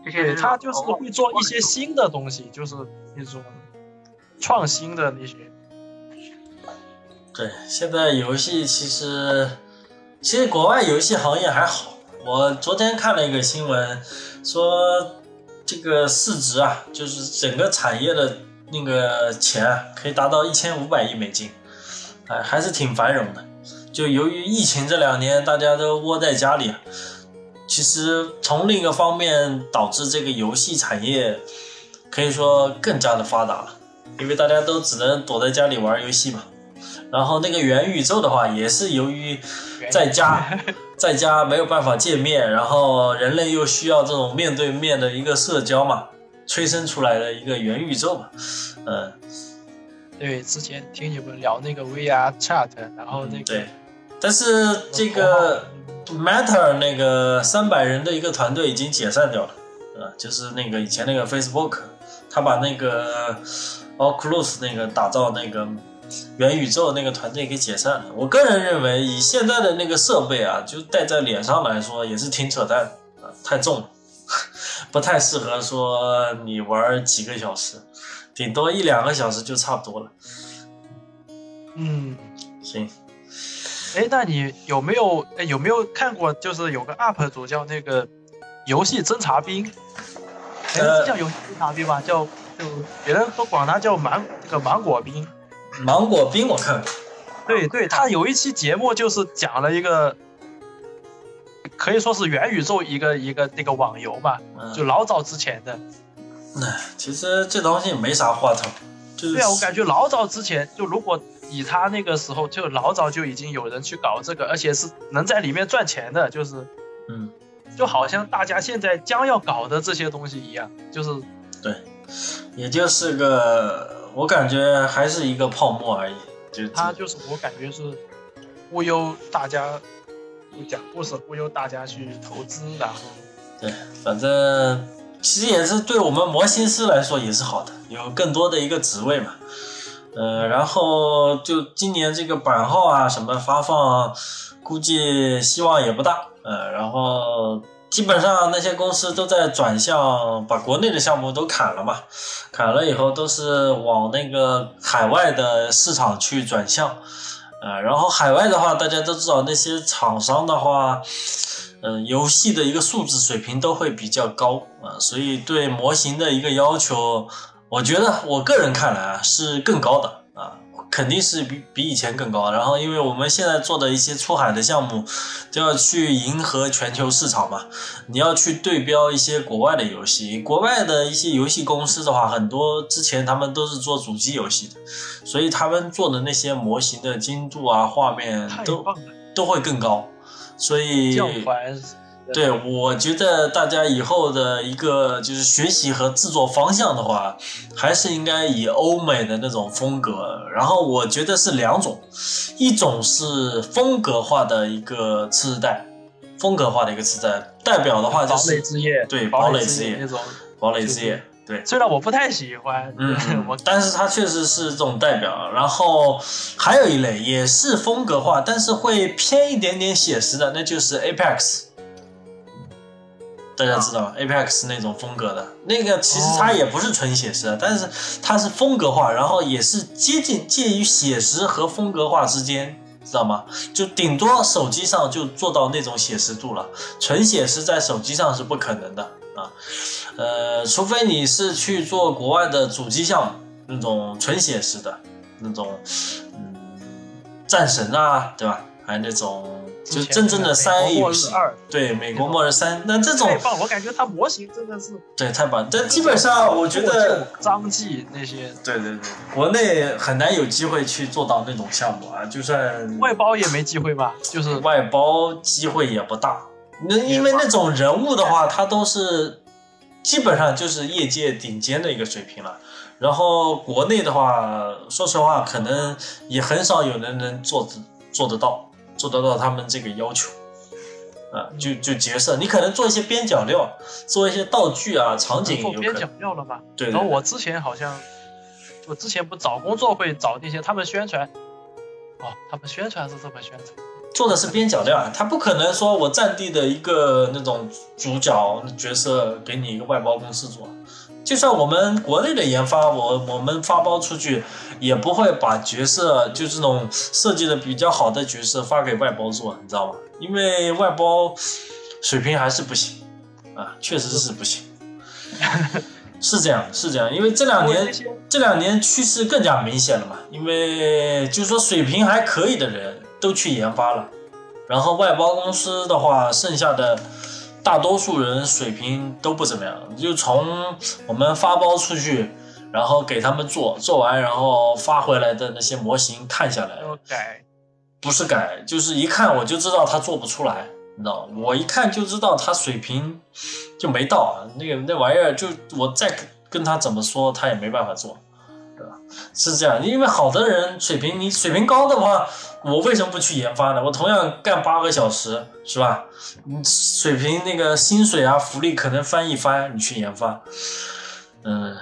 Speaker 3: 这些
Speaker 2: 对
Speaker 1: 嗯
Speaker 3: 是
Speaker 2: 他就是
Speaker 3: 哦
Speaker 2: 会做一些新的东西，就是那种创新的那些。
Speaker 1: 对，现在游戏其实其实国外游戏行业还好。我昨天看了一个新闻，说这个市值啊，就是整个产业的那个钱啊，可以达到一千五百亿美金，哎，还是挺繁荣的。就由于疫情这两年大家都窝在家里啊，其实从另一个方面导致这个游戏产业可以说更加的发达了，因为大家都只能躲在家里玩游戏嘛。然后那个元宇宙的话，也是由于在 家在家没有办法见面，然后人类又需要这种面对面的一个社交嘛，催生出来的一个元宇宙嘛，嗯，
Speaker 2: 对，之前听你们聊那个 VR Chat，然后那个
Speaker 1: 嗯对，但是这个 Matter 那个三百人的一个团队已经解散掉了，呃，就是那个以前那个 Facebook，他把那个 Oculus 那个打造那个元宇宙那个团队给解散了。我个人认为，以现在的那个设备啊，就戴在脸上来说，也是挺扯淡的，啊，太重了， 不太适合说你玩几个小时，顶多一两个小时就差不多了。
Speaker 2: 嗯。
Speaker 1: 行，
Speaker 2: 哎，那你有没有哎有没有看过，就是有个 UP 主叫那个游戏侦察兵，哎，
Speaker 1: 呃
Speaker 2: 是叫游戏侦察兵吧？叫就别人都管他叫芒这个芒果兵。
Speaker 1: 芒果冰我看过。嗯
Speaker 2: 对对，他有一期节目就是讲了一个，可以说是元宇宙一个一个那个网游吧，
Speaker 1: 嗯
Speaker 2: 就老早之前的。
Speaker 1: 唉，其实这东西没啥话头，就是
Speaker 2: 对啊，我感觉老早之前就如果以他那个时候，就老早就已经有人去搞这个，而且是能在里面赚钱的，就是
Speaker 1: 嗯，
Speaker 2: 就好像大家现在将要搞的这些东西一样，就是
Speaker 1: 也就是个，我感觉还是一个泡沫而已。就
Speaker 2: 它就是我感觉是忽悠大家，就讲故事忽悠大家去投资，然后
Speaker 1: 对，反正其实也是对我们模型师来说也是好的，有更多的一个职位嘛。呃，然后就今年这个版号啊什么发放，估计希望也不大。呃，然后基本上那些公司都在转向，把国内的项目都砍了嘛，砍了以后都是往那个海外的市场去啊转向。呃，然后海外的话，大家都知道那些厂商的话，嗯、游戏的一个素质水平都会比较高啊、所以对模型的一个要求，我觉得我个人看来啊是更高的啊，肯定是比比以前更高。然后因为我们现在做的一些出海的项目，都要去迎合全球市场嘛，你要去对标一些国外的游戏，国外的一些游戏公司的话，很多之前他们都是做主机游戏的，所以他们做的那些模型的精度啊、画面
Speaker 2: 太
Speaker 1: 都
Speaker 2: 棒了，
Speaker 1: 都会更高，所以
Speaker 2: 教环。
Speaker 1: 对，我觉得大家以后的一个就是学习和制作方向的话，还是应该以欧美的那种风格。然后我觉得是两种，一种是风格化的一个次世代，风格化的一个次世代代表的啊话就
Speaker 2: 堡垒
Speaker 1: 是
Speaker 2: 之夜，
Speaker 1: 对
Speaker 2: 堡
Speaker 1: 堡垒之
Speaker 2: 之
Speaker 1: 夜
Speaker 2: 那种，
Speaker 1: 堡垒之夜，对。
Speaker 2: 虽然我不太喜欢，，
Speaker 1: 嗯
Speaker 2: 我
Speaker 1: 但是它确实是这种代表。然后还有一类也是风格化，但是会偏一点点写实的，那就是 Apex。大家知
Speaker 2: 啊
Speaker 1: 道吗 Apex 那种风格的，那个其实它
Speaker 2: 哦
Speaker 1: 也不是纯写实的，啊但是它是风格化，然后也是接近介于写实和风格化之间，知道吗？就顶多手机上就做到那种写实度了，纯写实在手机上是不可能的啊。呃，除非你是去做国外的主机项目，那种纯写实的那种，嗯，战神啊，对吧？还有那种就真正的三 A 游戏，
Speaker 2: 二
Speaker 1: 对，美国末日三，那这种
Speaker 2: 太棒，我感觉它模型真的是，
Speaker 1: 对太棒。但基本上我觉得，
Speaker 2: 张继那些
Speaker 1: 对对对，国内很难有机会去做到那种项目啊，就算
Speaker 2: 外包也没机会吧，就是
Speaker 1: 外包机会也不大。那因为那种人物的话，他都是基本上就是业界顶尖的一个水平了。然后国内的话，说实话，可能也很少有人能做做得到，做得到他们这个要求。啊，
Speaker 2: 嗯
Speaker 1: 就就角色，你可能做一些边角料，做一些道具啊、场景
Speaker 2: 做
Speaker 1: 有可
Speaker 2: 边角
Speaker 1: 能。
Speaker 2: 料了吧？
Speaker 1: 对
Speaker 2: 然后
Speaker 1: 对
Speaker 2: 我之前好像，我之前不找工作会找那些他们宣传，哦，他们宣传是这么宣传，
Speaker 1: 做的是边角料，他不可能说我战地的一个那种主角角色给你一个外包公司做，就算我们国内的研发，我我们发包出去，也不会把角色就这种设计的比较好的角色发给外包做，你知道吗？因为外包水平还是不行啊，确实是不行， 是这样是这样，因为这两
Speaker 2: 因为
Speaker 1: 年
Speaker 2: 那些
Speaker 1: 这两年趋势更加明显了嘛，因为就是说水平还可以的人都去研发了，然后外包公司的话，剩下的大多数人水平都不怎么样，就从我们发包出去，然后给他们做，做完然后发回来的那些模型看下来，
Speaker 2: 要改，
Speaker 1: 不是改，就是一看我就知道他做不出来，你知道吗？我一看就知道他水平就没到啊，那个那玩意儿就我再跟他怎么说，他也没办法做，对吧？是这样，因为好的人水平，你水平高的话，我为什么不去研发呢？我同样干八个小时，是吧？你水平那个薪水啊、福利可能翻一番，你去研发，嗯。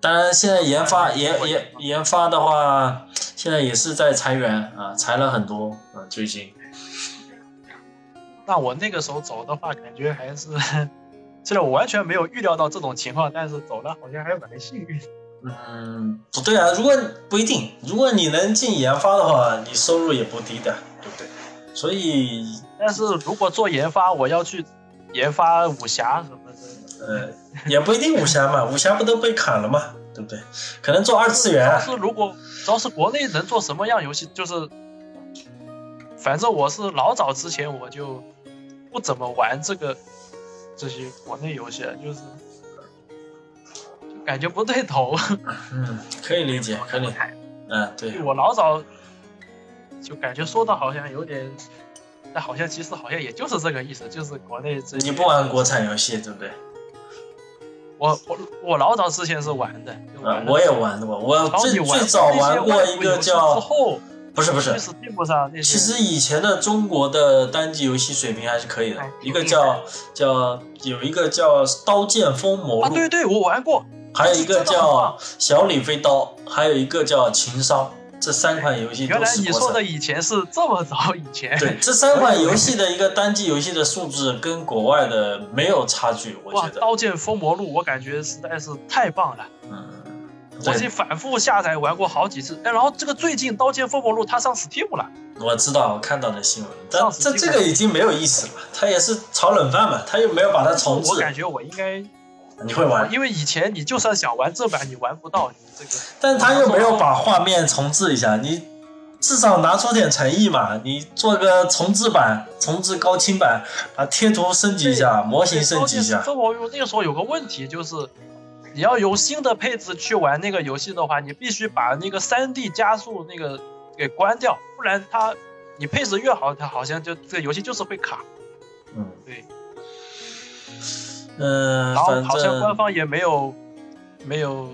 Speaker 1: 当然，现在研发研研研发的话，现在也是在裁员啊，裁了很多啊，最近。
Speaker 2: 那我那个时候走的话，感觉还是， 虽然我完全没有预料到这种情况，但是走了好像还蛮幸运。
Speaker 1: 嗯，不对啊，如果不一定，如果你能进研发的话，你收入也不低的，对不对？所以，
Speaker 2: 但是如果做研发，我要去研发武侠什么的，
Speaker 1: 呃，也不一定武侠嘛， 武侠不都被砍了嘛，对不对？可能做二次元
Speaker 2: 要
Speaker 1: 啊，
Speaker 2: 是如果主要是国内能做什么样游戏，就是，反正我是老早之前我就不怎么玩这个这些国内游戏了，就是就感觉不对头。
Speaker 1: 嗯，可以理解，可以理解，嗯，对，
Speaker 2: 我老早就感觉说的好像有点，但好像其实好像也就是这个意思，就是国内这
Speaker 1: 你
Speaker 2: 些
Speaker 1: 不玩国产游戏，对不对？
Speaker 2: 我我我老早之前是玩的，就
Speaker 1: 啊
Speaker 2: 玩，了
Speaker 1: 我也玩过，我
Speaker 2: 然后
Speaker 1: 哦最
Speaker 2: 你玩
Speaker 1: 最早玩过一
Speaker 2: 那些外国游
Speaker 1: 个
Speaker 2: 戏之
Speaker 1: 叫，
Speaker 2: 后，
Speaker 1: 不是不是
Speaker 2: 去，Steam 上那些，
Speaker 1: 其实以前的中国的单机游戏水平还是可以的
Speaker 3: 哎，
Speaker 1: 一个叫叫有一个叫《刀剑风魔录
Speaker 2: 啊，》，对对，我玩过，
Speaker 1: 还有一个
Speaker 2: 这个很
Speaker 1: 叫
Speaker 2: 棒
Speaker 1: 《小李飞刀》，还有一个叫《情商》，这三款游戏
Speaker 2: 原
Speaker 1: 都
Speaker 2: 来
Speaker 1: 是
Speaker 2: 你
Speaker 1: 国
Speaker 2: 说
Speaker 1: 产
Speaker 2: 的。以前是这么早以前，
Speaker 1: 对，这三款游戏的一个单机游戏的素质跟国外的没有差距，我
Speaker 2: 哇，
Speaker 1: 觉
Speaker 2: 《
Speaker 1: 得。
Speaker 2: 刀剑封魔录》我感觉实在是太棒了，
Speaker 1: 嗯，
Speaker 2: 我
Speaker 1: 对
Speaker 2: 已经反复下载玩过好几次。哎，然后这个最近《刀剑风魔录》它上 Steam 了，
Speaker 1: 我知道，我看到的新闻，但
Speaker 2: 上次
Speaker 1: 这
Speaker 2: 基
Speaker 1: 这
Speaker 2: 本
Speaker 1: 个已经没有意思了，他也是炒冷饭嘛，他又没有把它重
Speaker 2: 我
Speaker 1: 置。
Speaker 2: 感觉我应该，
Speaker 1: 你会玩，
Speaker 2: 因为以前你就算想玩正版，你玩不到，你这个
Speaker 1: 但是他又没有把画面重置一下，你至少拿出点诚意嘛，你做个重置版、重置高清版，把贴图升级一下，模型升级一下。
Speaker 2: 风魔录那个时候有个问题就是，你要用新的配置去玩那个游戏的话，你必须把那个3 D 加速那个给关掉，不然它你配置越好，它好像就这个游戏就是会卡。
Speaker 1: 嗯，
Speaker 2: 对，
Speaker 1: 嗯、
Speaker 2: 然后
Speaker 1: 反
Speaker 2: 好像官
Speaker 1: 正
Speaker 2: 方也没有没有，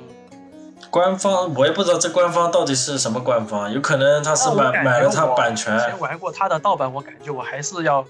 Speaker 1: 官方我也不知道这官方到底是什么官方，有可能他是
Speaker 2: 但我
Speaker 1: 买
Speaker 2: 感
Speaker 1: 买了
Speaker 2: 觉
Speaker 1: 他
Speaker 2: 我
Speaker 1: 版
Speaker 2: 以
Speaker 1: 权
Speaker 2: 前玩过它的盗版，我感觉我还是要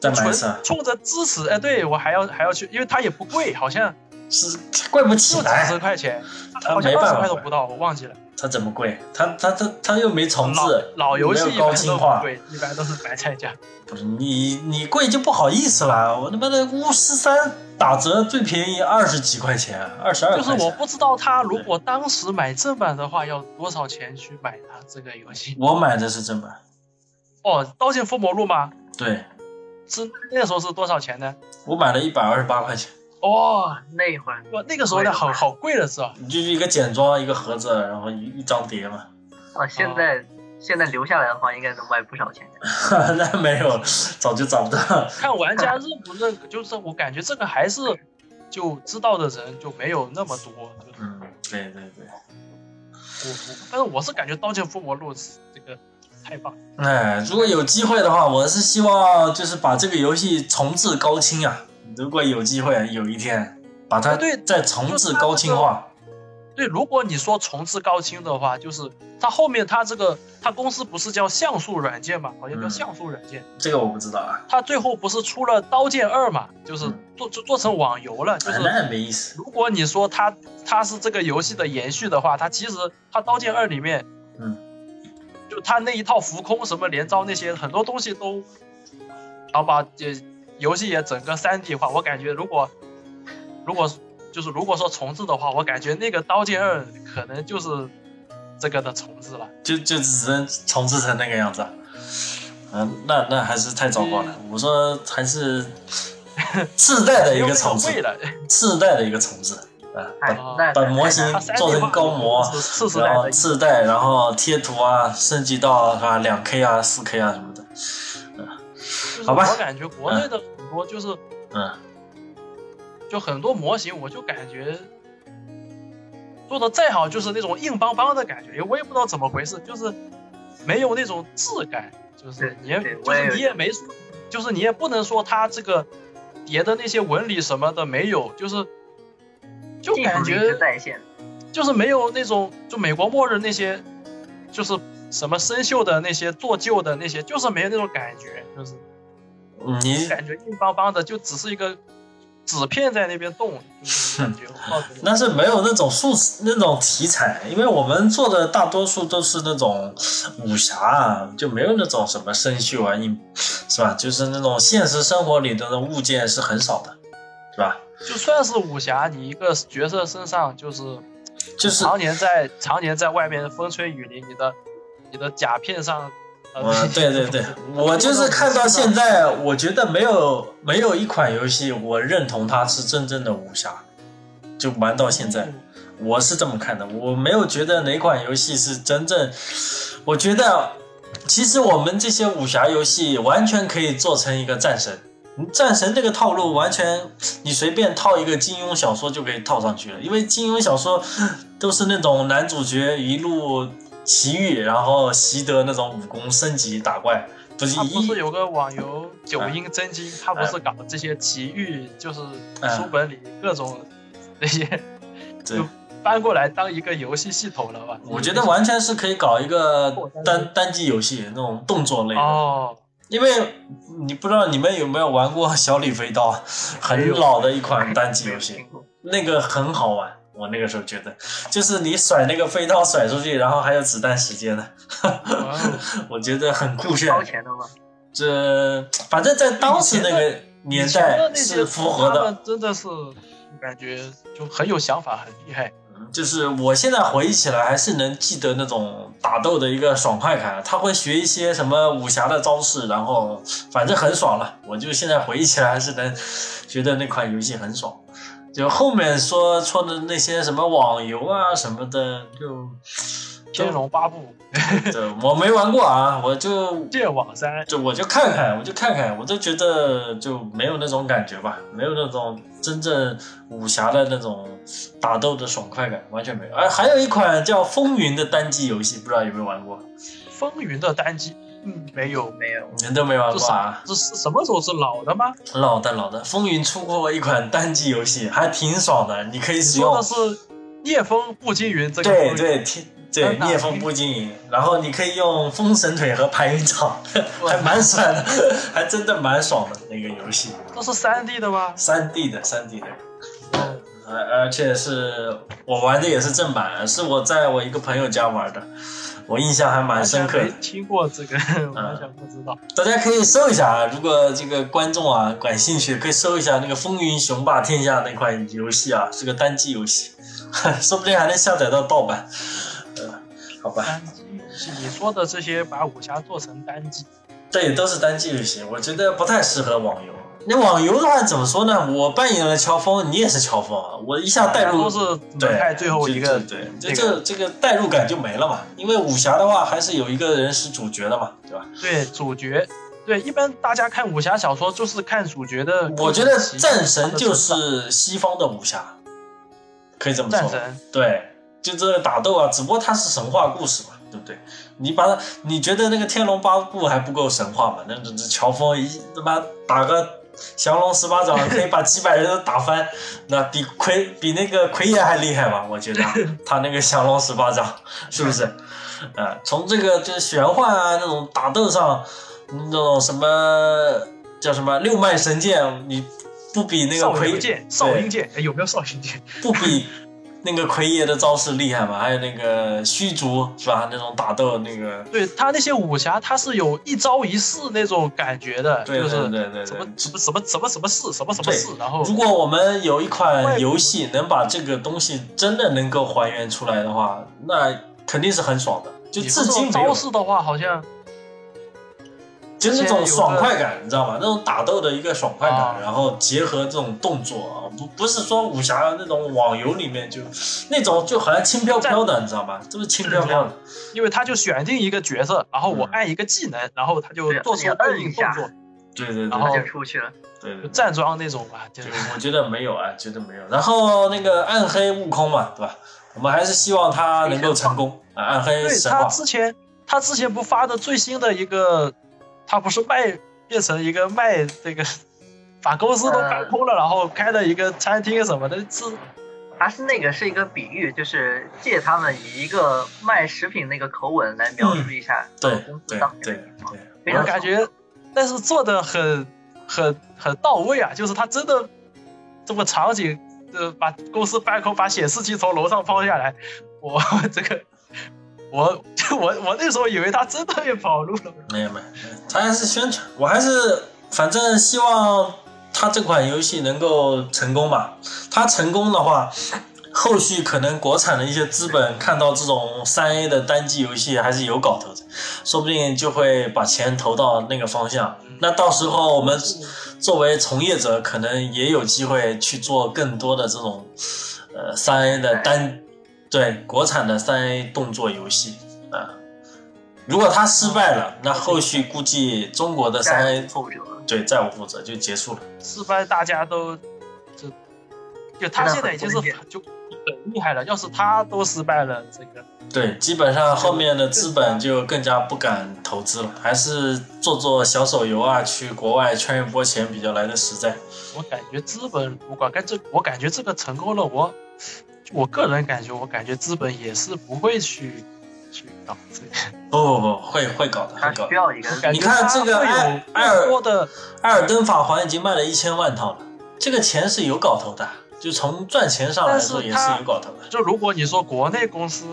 Speaker 1: 再买
Speaker 2: 纯
Speaker 1: 一次，
Speaker 2: 冲着支持，哎，对我还要还要去，因为它也不贵，好像
Speaker 1: 是贵不起
Speaker 2: 就几
Speaker 1: 来
Speaker 2: 十，块钱，
Speaker 1: 他
Speaker 2: 好像
Speaker 1: 没
Speaker 2: 二
Speaker 1: 办
Speaker 2: 十
Speaker 1: 法
Speaker 2: 块都
Speaker 1: 贵
Speaker 2: 不到，我忘记了。
Speaker 1: 他怎么贵？他他他他又没重置
Speaker 2: 老，老游戏
Speaker 1: 没
Speaker 2: 一
Speaker 1: 有
Speaker 2: 般
Speaker 1: 高
Speaker 2: 都
Speaker 1: 清
Speaker 2: 不
Speaker 1: 化，
Speaker 2: 贵，一般都是白菜 价。
Speaker 1: 不是你你贵就不好意思了，我他妈的巫师三打折最便宜二十几块钱，二十二
Speaker 2: 就是
Speaker 1: 块
Speaker 2: 我
Speaker 1: 钱。
Speaker 2: 不知道他如果当时买正版的话，要多少钱去买它这个游戏？
Speaker 1: 我买的是正版，
Speaker 2: 哦，《刀剑封魔录》吗？
Speaker 1: 对
Speaker 2: 是那时候是多少钱呢？
Speaker 1: 我买了一百二十八块钱，
Speaker 2: 哦，
Speaker 3: 那会儿
Speaker 2: 哇那个时候呢，好好贵了是吧？
Speaker 1: 就是一个简装一个盒子，然后一一张碟嘛。
Speaker 3: 啊，现在现在留下来的话，应该能卖不少钱。
Speaker 1: 那没有，早就找不到。
Speaker 2: 看玩家认不认可，就是我感觉这个还是就知道的人就没有那么多。就是
Speaker 1: 嗯，对对对，
Speaker 2: 我我，但是我是感觉《刀剑封魔录》是这个太棒了，
Speaker 1: 哎，如果有机会的话，我是希望就是把这个游戏重置高清啊。如果有机会，有一天把它
Speaker 2: 哎对
Speaker 1: 再重
Speaker 2: 就
Speaker 1: 置
Speaker 2: 它
Speaker 1: 高
Speaker 2: 那
Speaker 1: 清
Speaker 2: 个
Speaker 1: 化。
Speaker 2: 对，如果你说重置高清的话，就是它后面它这个它公司不是叫像素软件嘛，好像叫
Speaker 1: 嗯
Speaker 2: 像素软件。
Speaker 1: 这个我不知道啊，
Speaker 2: 他最后不是出了《刀剑二》嘛，就是
Speaker 1: 嗯
Speaker 2: 做做做成网游了。就
Speaker 1: 哎
Speaker 2: 是
Speaker 1: 那也没意思。
Speaker 2: 如果你说它它是这个游戏的延续的话，它其实它《刀剑二》里面，
Speaker 1: 嗯，
Speaker 2: 就它那一套浮空什么连招那些很多东西都，然后把这游戏也整个3 D 化。我感觉如果如果就是如果说重置的话，我感觉那个《刀剑二》可能就是这个的重置了。
Speaker 1: 就就只能重置成那个样子、啊。嗯，那那还是太糟糕了。我说还是次代的一个 重
Speaker 2: 贵
Speaker 1: 置，
Speaker 2: 了，
Speaker 1: 次代的一个重置啊，
Speaker 3: 哎
Speaker 1: 把，
Speaker 3: 那
Speaker 1: 把模型
Speaker 2: 它3 D
Speaker 1: 做成高模，
Speaker 2: 是四十代
Speaker 1: 然
Speaker 2: 的
Speaker 1: 后次代，然后贴图啊，升级到啊两 K 啊、四 K 啊什么的。
Speaker 2: 就是
Speaker 1: 好吧
Speaker 2: 我感觉国内的很多就是
Speaker 1: 嗯，
Speaker 2: 就很多模型，我就感觉做的再好就是那种硬邦邦的感觉，我也不知道怎么回事，就是没有那种质感，就是
Speaker 3: 对
Speaker 2: 你也
Speaker 3: 对
Speaker 2: 就
Speaker 3: 我也
Speaker 2: 是
Speaker 3: 有
Speaker 2: 你也没说，就是你也不能说它这个叠的那些纹理什么的没有，就是就
Speaker 3: 技术
Speaker 2: 感
Speaker 3: 一直
Speaker 2: 觉
Speaker 3: 在线，
Speaker 2: 就是没有那种就美国末日那些，就是什么生锈的那些做旧的那些，就是没有那种感觉，就是。
Speaker 1: 你
Speaker 2: 感觉硬邦邦的，就只是一个纸片在那边动，就是感觉我告诉你
Speaker 1: 但是没有那种素那种题材，因为我们做的大多数都是那种武侠啊，就没有那种什么生锈啊，硬是吧？就是那种现实生活里的那种物件是很少的，是吧？
Speaker 2: 就算是武侠，你一个角色身上就是
Speaker 1: 就是
Speaker 2: 常年在常年在外面风吹雨淋，你的你的甲片上， 呃，
Speaker 1: 嗯， 对对对，我就是看到现在，我觉得没有没有一款游戏我认同它是真正的武侠，就玩到现在。我是这么看的，我没有觉得哪款游戏是真正，我觉得其实我们这些武侠游戏完全可以做成一个战神，战神这个套路完全你随便套一个金庸小说就可以套上去了，因为金庸小说都是那种男主角一路奇遇，然后习得那种武功升级打怪，不是
Speaker 2: 他不
Speaker 1: 一啊
Speaker 2: 是有个网游九阴真经，他不是搞这些奇遇，就是
Speaker 1: 啊
Speaker 2: 书本里各种那些
Speaker 1: 对。
Speaker 2: 搬过来当一个游戏系统了吧？
Speaker 1: 我觉得完全是可以搞一个单单机游戏，那种动作类的。
Speaker 2: 哦，
Speaker 1: 因为你不知道你们有没有玩过《小李飞刀》，很老的一款单机游
Speaker 3: 没
Speaker 1: 戏
Speaker 3: 有，听过
Speaker 1: 那个很好玩。我那个时候觉得，就是你甩那个飞刀甩出去，然后还有子弹时间呢，
Speaker 2: 哇哦
Speaker 1: 我觉得很酷炫
Speaker 3: 掏。钱的吗？
Speaker 1: 这反正在当时那个年代是符合
Speaker 2: 他
Speaker 1: 的。
Speaker 2: 们真的是感觉就很有想法，很厉害。
Speaker 1: 嗯就是我现在回忆起来还是能记得那种打斗的一个爽快感。他会学一些什么武侠的招式，然后反正很爽了。我就现在回忆起来还是能觉得那款游戏很爽。就后面说说的那些什么网游啊什么的，就
Speaker 2: 《天龙八部
Speaker 1: 对我没玩过啊，我就》
Speaker 2: 《剑网三》，
Speaker 1: 就我就看看，我就看看，我都觉得就没有那种感觉吧，没有那种真正武侠的那种打斗的爽快感，完全没有。哎，还有一款叫《风云》的单机游戏，不知道有没有玩过？
Speaker 2: 《风云》的单机，嗯，没有，
Speaker 3: 没有，
Speaker 1: 你们都没玩
Speaker 2: 这
Speaker 1: 过啊
Speaker 2: 啥？？这是什么时候是老的吗？
Speaker 1: 老的老的，《风云》出过一款单机游戏，还挺爽的，你可以使
Speaker 2: 说
Speaker 1: 用
Speaker 2: 的是聂风步惊云这个
Speaker 1: 对
Speaker 2: 风云，
Speaker 1: 对天对
Speaker 2: 那
Speaker 1: 聂风不经营，然后你可以用风神腿和排云掌，还蛮爽的，还真的蛮爽的那个游戏，
Speaker 2: 这是三 D 的吗？
Speaker 1: 三 D 的三 D 的，而而且是我玩的也是正版，是我在我一个朋友家玩的，我印象还蛮
Speaker 2: 完
Speaker 1: 深
Speaker 2: 全
Speaker 1: 刻的嗯
Speaker 2: 没。听过这个，完全不知道。
Speaker 1: 大家可以搜一下啊，如果这个观众啊感兴趣，可以搜一下那个《风云雄霸天下》那款游戏啊，是个单机游戏， 说不定还能下载到盗版。呃，好吧。
Speaker 2: 单机游戏，你说的这些把武侠做成单机，
Speaker 1: 对，都是单机游戏，我觉得不太适合网游。那网游的话怎么说呢？我扮演了乔峰，你也是乔峰啊，我一下带入
Speaker 2: 都是门
Speaker 1: 对
Speaker 2: 派最后一个
Speaker 1: 对对，对
Speaker 2: 这
Speaker 1: 这这个代入感就没了嘛。因为武侠的话还是有一个人是主角的嘛，对吧？
Speaker 2: 对主角。对，一般大家看武侠小说就是看主角的。
Speaker 1: 我觉得
Speaker 2: 奇
Speaker 1: 战神就
Speaker 2: 他的
Speaker 1: 是西方的武侠，可以这么
Speaker 2: 成长战
Speaker 1: 说。
Speaker 2: 神，
Speaker 1: 对，就这个打斗啊，只不过它是神话故事嘛，对不对？你把它，你觉得那个《天龙八部》还不够神话吗？那这这乔峰一他妈打个降龙十八掌，可以把几百人都打翻， 那比奎比那个奎爷还厉害吧？我觉得啊他那个降龙十八掌是不是？啊，从这个就是玄幻啊那种打斗上，那种什么叫什么六脉神剑，你不比那个
Speaker 2: 少
Speaker 1: 奎
Speaker 2: 林剑、少林剑，哎，有没有少林剑？
Speaker 1: 不比那个奎爷的招式厉害吗？还有那个虚竹是吧？那种打斗那个，
Speaker 2: 对他那些武侠，他是有一招一式那种感觉的，
Speaker 1: 对
Speaker 2: 就
Speaker 1: 对
Speaker 2: 是
Speaker 1: 对对
Speaker 2: 什么
Speaker 1: 对。
Speaker 2: 什么什么什么什么事，什么什么
Speaker 1: 对
Speaker 2: 事，然后
Speaker 1: 如果我们有一款游戏能把这个东西真的能够还原出来的话，那肯定是很爽的。就
Speaker 2: 你
Speaker 1: 至
Speaker 2: 说这
Speaker 1: 今
Speaker 2: 种
Speaker 1: 没有
Speaker 2: 招，式的话，好像
Speaker 1: 就那
Speaker 2: 之前有
Speaker 1: 种
Speaker 2: 个
Speaker 1: 爽快感，你知道吗？那种打斗的一个爽快
Speaker 2: 啊
Speaker 1: 感，然后结合这种动作啊，不不是说武侠那种网游里面就那种就好像轻飘飘的，你知道吗？就是轻飘飘的。
Speaker 2: 因为他就选定一个角色，然后我
Speaker 1: 嗯
Speaker 2: 按一个技能，然后他就
Speaker 3: 对
Speaker 2: 做出
Speaker 3: 你摁
Speaker 2: 对
Speaker 3: 一
Speaker 2: 应动
Speaker 3: 下
Speaker 2: 作，
Speaker 1: 对对对
Speaker 2: 然
Speaker 3: 他
Speaker 2: 后
Speaker 3: 就出去了。
Speaker 1: 对对
Speaker 2: 就
Speaker 1: 对。
Speaker 2: 站桩那种吧，就是
Speaker 1: 对，我觉得没有啊，觉得没有。然后那个暗黑悟空嘛，对吧？我们还是希望他能够成功啊，暗黑
Speaker 2: 对
Speaker 1: 神
Speaker 2: 他
Speaker 1: 话。
Speaker 2: 之前他之前不发的最新的一个，他不是卖变成一个卖这个 把公司都
Speaker 3: 嗯
Speaker 2: 搬空了，然后开了一个餐厅什么的，是
Speaker 3: 他是那个是一个比喻，就是借他们以一个卖食品那个口吻来描述一下
Speaker 1: 对
Speaker 3: 公司
Speaker 1: 对
Speaker 3: 当
Speaker 1: 对
Speaker 3: 年的情况。
Speaker 1: 对，
Speaker 3: 非
Speaker 2: 我
Speaker 3: 常
Speaker 2: 感觉，但是做的很很很到位啊，就是他真的这么场景，呃，把公司搬空，把显示器从楼上抛下来，我这个。我我我那时候以为他真的被跑路了，
Speaker 1: 没有没有，他还是宣传，我还是反正希望他这款游戏能够成功吧。他成功的话，后续可能国产的一些资本看到这种三 A 的单机游戏还是有搞头的，说不定就会把钱投到那个方向。那到时候我们作为从业者，可能也有机会去做更多的这种呃三 A 的单对国产的三 A 动作游戏啊。如果他失败了，那后续估计中国的三 A
Speaker 3: 后者，
Speaker 1: 对债务负责就结束了。
Speaker 2: 是不然大家都就就他现在已经是
Speaker 3: 真的很
Speaker 2: 就很厉害了，要是他都失败了，这个
Speaker 1: 对，基本上后面的资本就更加不敢投资了，还是做做小手游啊，去国外圈一波钱比较来的实在。
Speaker 2: 我感觉资本不管跟这，我感觉这个成功了，我我个人感觉，我感觉资本也是不会去去搞这个。
Speaker 1: 不不不，会会搞的，
Speaker 3: 他
Speaker 1: 会搞
Speaker 3: 需
Speaker 1: 的。
Speaker 3: 要一个
Speaker 2: 我感
Speaker 1: 你
Speaker 2: 觉
Speaker 1: 看这个
Speaker 2: 它
Speaker 1: 艾艾
Speaker 2: 会有
Speaker 1: 尔
Speaker 2: 更多的，
Speaker 1: 《艾尔登法环》已经卖了一千万套了，这个钱是有搞头的，就从赚钱上来说
Speaker 2: 但是
Speaker 1: 也
Speaker 2: 它
Speaker 1: 是有搞头的。
Speaker 2: 就如果你说国内公司，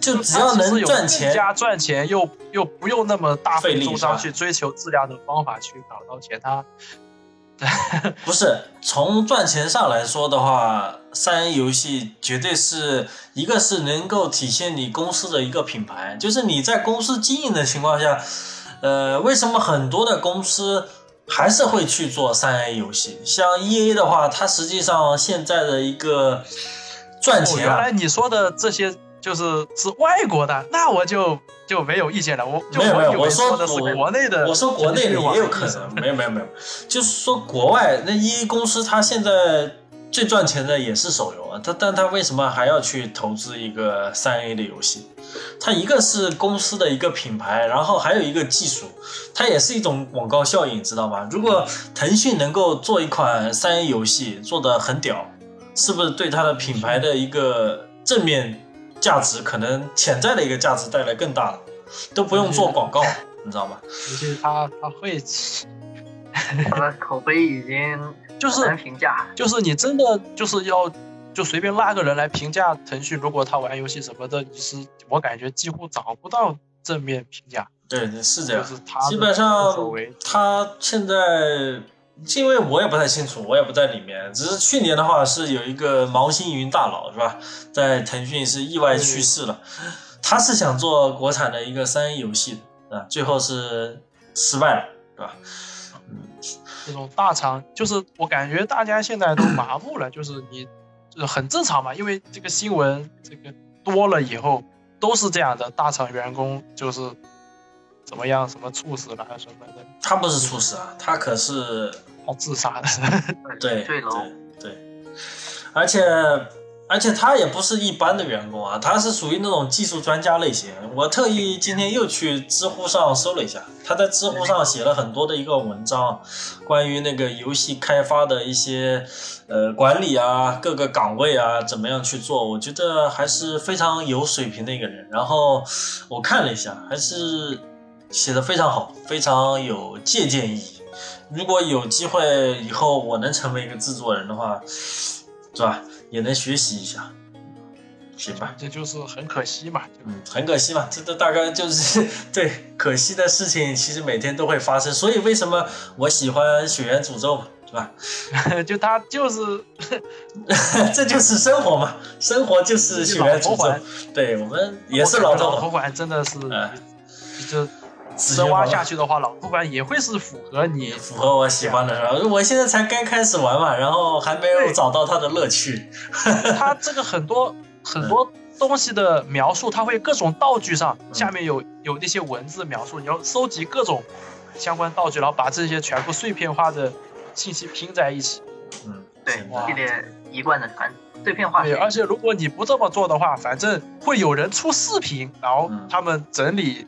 Speaker 1: 就只要
Speaker 2: 它其实
Speaker 1: 能
Speaker 2: 有
Speaker 1: 赚
Speaker 2: 更
Speaker 1: 钱，
Speaker 2: 加赚钱又又不用那么大
Speaker 1: 费
Speaker 2: 费
Speaker 1: 力
Speaker 2: 周
Speaker 1: 是吧
Speaker 2: 章去追求质量的方法去搞到钱，它
Speaker 1: 不是从赚钱上来说的话，三 A 游戏绝对是一个是能够体现你公司的一个品牌，就是你在公司经营的情况下，呃，为什么很多的公司还是会去做三 A 游戏？像 EA 的话，它实际上现在的一个赚
Speaker 2: 哦，
Speaker 1: 钱
Speaker 2: 原
Speaker 1: 啊，
Speaker 2: 来你说的这些就是是外国的，那我就就没有意见了。我就
Speaker 1: 没有没有
Speaker 2: 我以为
Speaker 1: 我说
Speaker 2: 说的是
Speaker 1: 我
Speaker 2: 国内的，
Speaker 1: 我说国内的也有可
Speaker 2: 就是
Speaker 1: 能，没有没有没有，就是说国外那 EA 公司它现在最赚钱的也是手游啊，它但它为什么还要去投资一个三 A 的游戏？它一个是公司的一个品牌，然后还有一个技术，它也是一种广告效应，知道吗？如果腾讯能够做一款三 A 游戏做的很屌，是不是对它的品牌的一个正面价值，可能潜在的一个价值带来更大了，都不用做广告，你知道吗？
Speaker 2: 尤其他他会就
Speaker 3: 他的口碑已经很难
Speaker 2: 是
Speaker 3: 评价。
Speaker 2: 就是你真的就是要就随便拉个人来评价腾讯，如果他玩游戏什么的，你是我感觉几乎找不到正面评价，
Speaker 1: 对，对是这
Speaker 2: 就
Speaker 1: 样。
Speaker 2: 是他
Speaker 1: 基本上
Speaker 2: 所为
Speaker 1: 他现在，因为我也不太清楚，我也不在里面。只是去年的话是有一个毛新云大佬是吧，在腾讯是意外去世了。他是想做国产的一个三 A 游戏的啊，最后是失败了，对吧？嗯
Speaker 2: 这种大厂，就是我感觉大家现在都麻木了，就是你，就是很正常嘛，因为这个新闻这个多了以后都是这样的，大厂员工就是怎么样，什么猝死了还是什么的，
Speaker 1: 他不是猝死啊，他可是
Speaker 2: 他自杀的，
Speaker 1: 对
Speaker 3: 坠楼，
Speaker 1: 对，而且而且他也不是一般的员工啊，他是属于那种技术专家类型。我特意今天又去知乎上搜了一下，他在知乎上写了很多的一个文章，关于那个游戏开发的一些呃管理啊，各个岗位啊怎么样去做，我觉得还是非常有水平的一个人。然后我看了一下，还是写的非常好，非常有借鉴意义。如果有机会以后我能成为一个制作人的话，是吧？也能学习一下，行吧？
Speaker 2: 这就是很可惜嘛。就
Speaker 1: 嗯，很可惜嘛，这这大概就是 对可惜的事情，其实每天都会发生。所以为什么我喜欢《血缘诅咒》嘛，是吧？
Speaker 2: 就他就是
Speaker 1: 这就是生活嘛，生活就是血缘
Speaker 2: 老头
Speaker 1: 诅咒
Speaker 2: 环。
Speaker 1: 对我们也是老头
Speaker 2: 老头
Speaker 1: 环，
Speaker 2: 环，真的是
Speaker 1: 哎
Speaker 2: 就
Speaker 1: 死
Speaker 2: 深
Speaker 1: 循
Speaker 2: 挖
Speaker 1: 环
Speaker 2: 下去的话，老头环也会是符合你
Speaker 1: 符合我喜欢的是吧？我现在才刚开始玩嘛，然后还没有
Speaker 2: 对
Speaker 1: 找到它的乐趣。
Speaker 2: 它这个很多很多东西的描述，它会各种道具上下面有有那些文字描述，你要搜集各种相关道具，然后把这些全部碎片化的信息拼在一起。
Speaker 1: 嗯，
Speaker 3: 对
Speaker 1: 行，吧
Speaker 2: 哇
Speaker 3: 系列一贯的传统碎片化
Speaker 2: 对，
Speaker 3: 是
Speaker 2: 而且如果你不这么做的话，反正会有人出视频，然后
Speaker 1: 嗯
Speaker 2: 他们整理，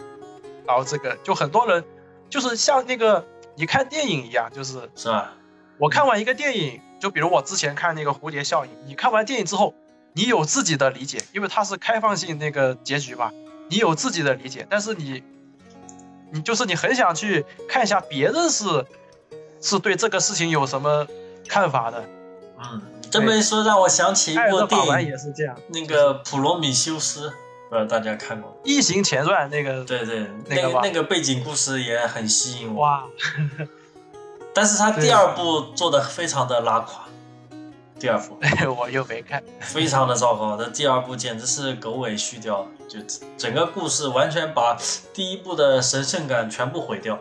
Speaker 2: 然后这个就很多人就是像那个你看电影一样，就是
Speaker 1: 是吧？
Speaker 2: 我看完一个电影，就比如我之前看那个《蝴蝶效应》，你看完电影之后，你有自己的理解，因为它是开放性那个结局嘛，你有自己的理解，但是你，你就是你很想去看一下别人是是对这个事情有什么看法的。
Speaker 1: 嗯，这么一说让我想起一
Speaker 2: 艾尔
Speaker 1: 部
Speaker 2: 的
Speaker 1: 电
Speaker 2: 法
Speaker 1: 影
Speaker 2: 环，也是这样，《
Speaker 1: 那个《普罗米修斯》，不知道大家看过？
Speaker 2: 异形前传》那个，
Speaker 1: 对对，
Speaker 2: 那
Speaker 1: 那
Speaker 2: 个吧
Speaker 1: 那个背景故事也很吸引我，
Speaker 2: 哇，
Speaker 1: 但是他
Speaker 2: 对
Speaker 1: 第二部做的非常的拉垮，第二 部
Speaker 2: 我又没看，
Speaker 1: 非常的糟糕，这第二部简直是狗尾续貂，就整个故事完全把第一部的神圣感全部毁掉。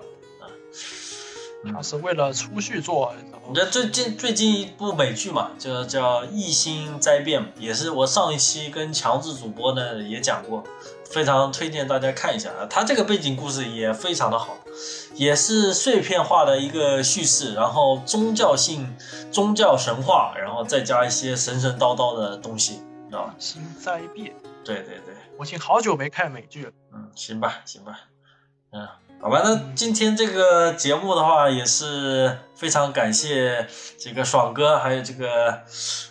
Speaker 2: 它是为了出续作，然后
Speaker 1: 你这最近最近一部美剧嘛，就叫《异星灾变》，也是我上一期跟强制主播呢也讲过，非常推荐大家看一下啊。它这个背景故事也非常的好，也是碎片化的一个叙事，然后宗教性、宗教神话，然后再加一些神神叨叨的东西，你知道吧？
Speaker 2: 新灾变，
Speaker 1: 对对对，
Speaker 2: 我已经好久没看美剧了。
Speaker 1: 嗯，行吧，行吧，嗯，好吧，那今天这个节目的话，也是非常感谢这个爽哥，还有这个，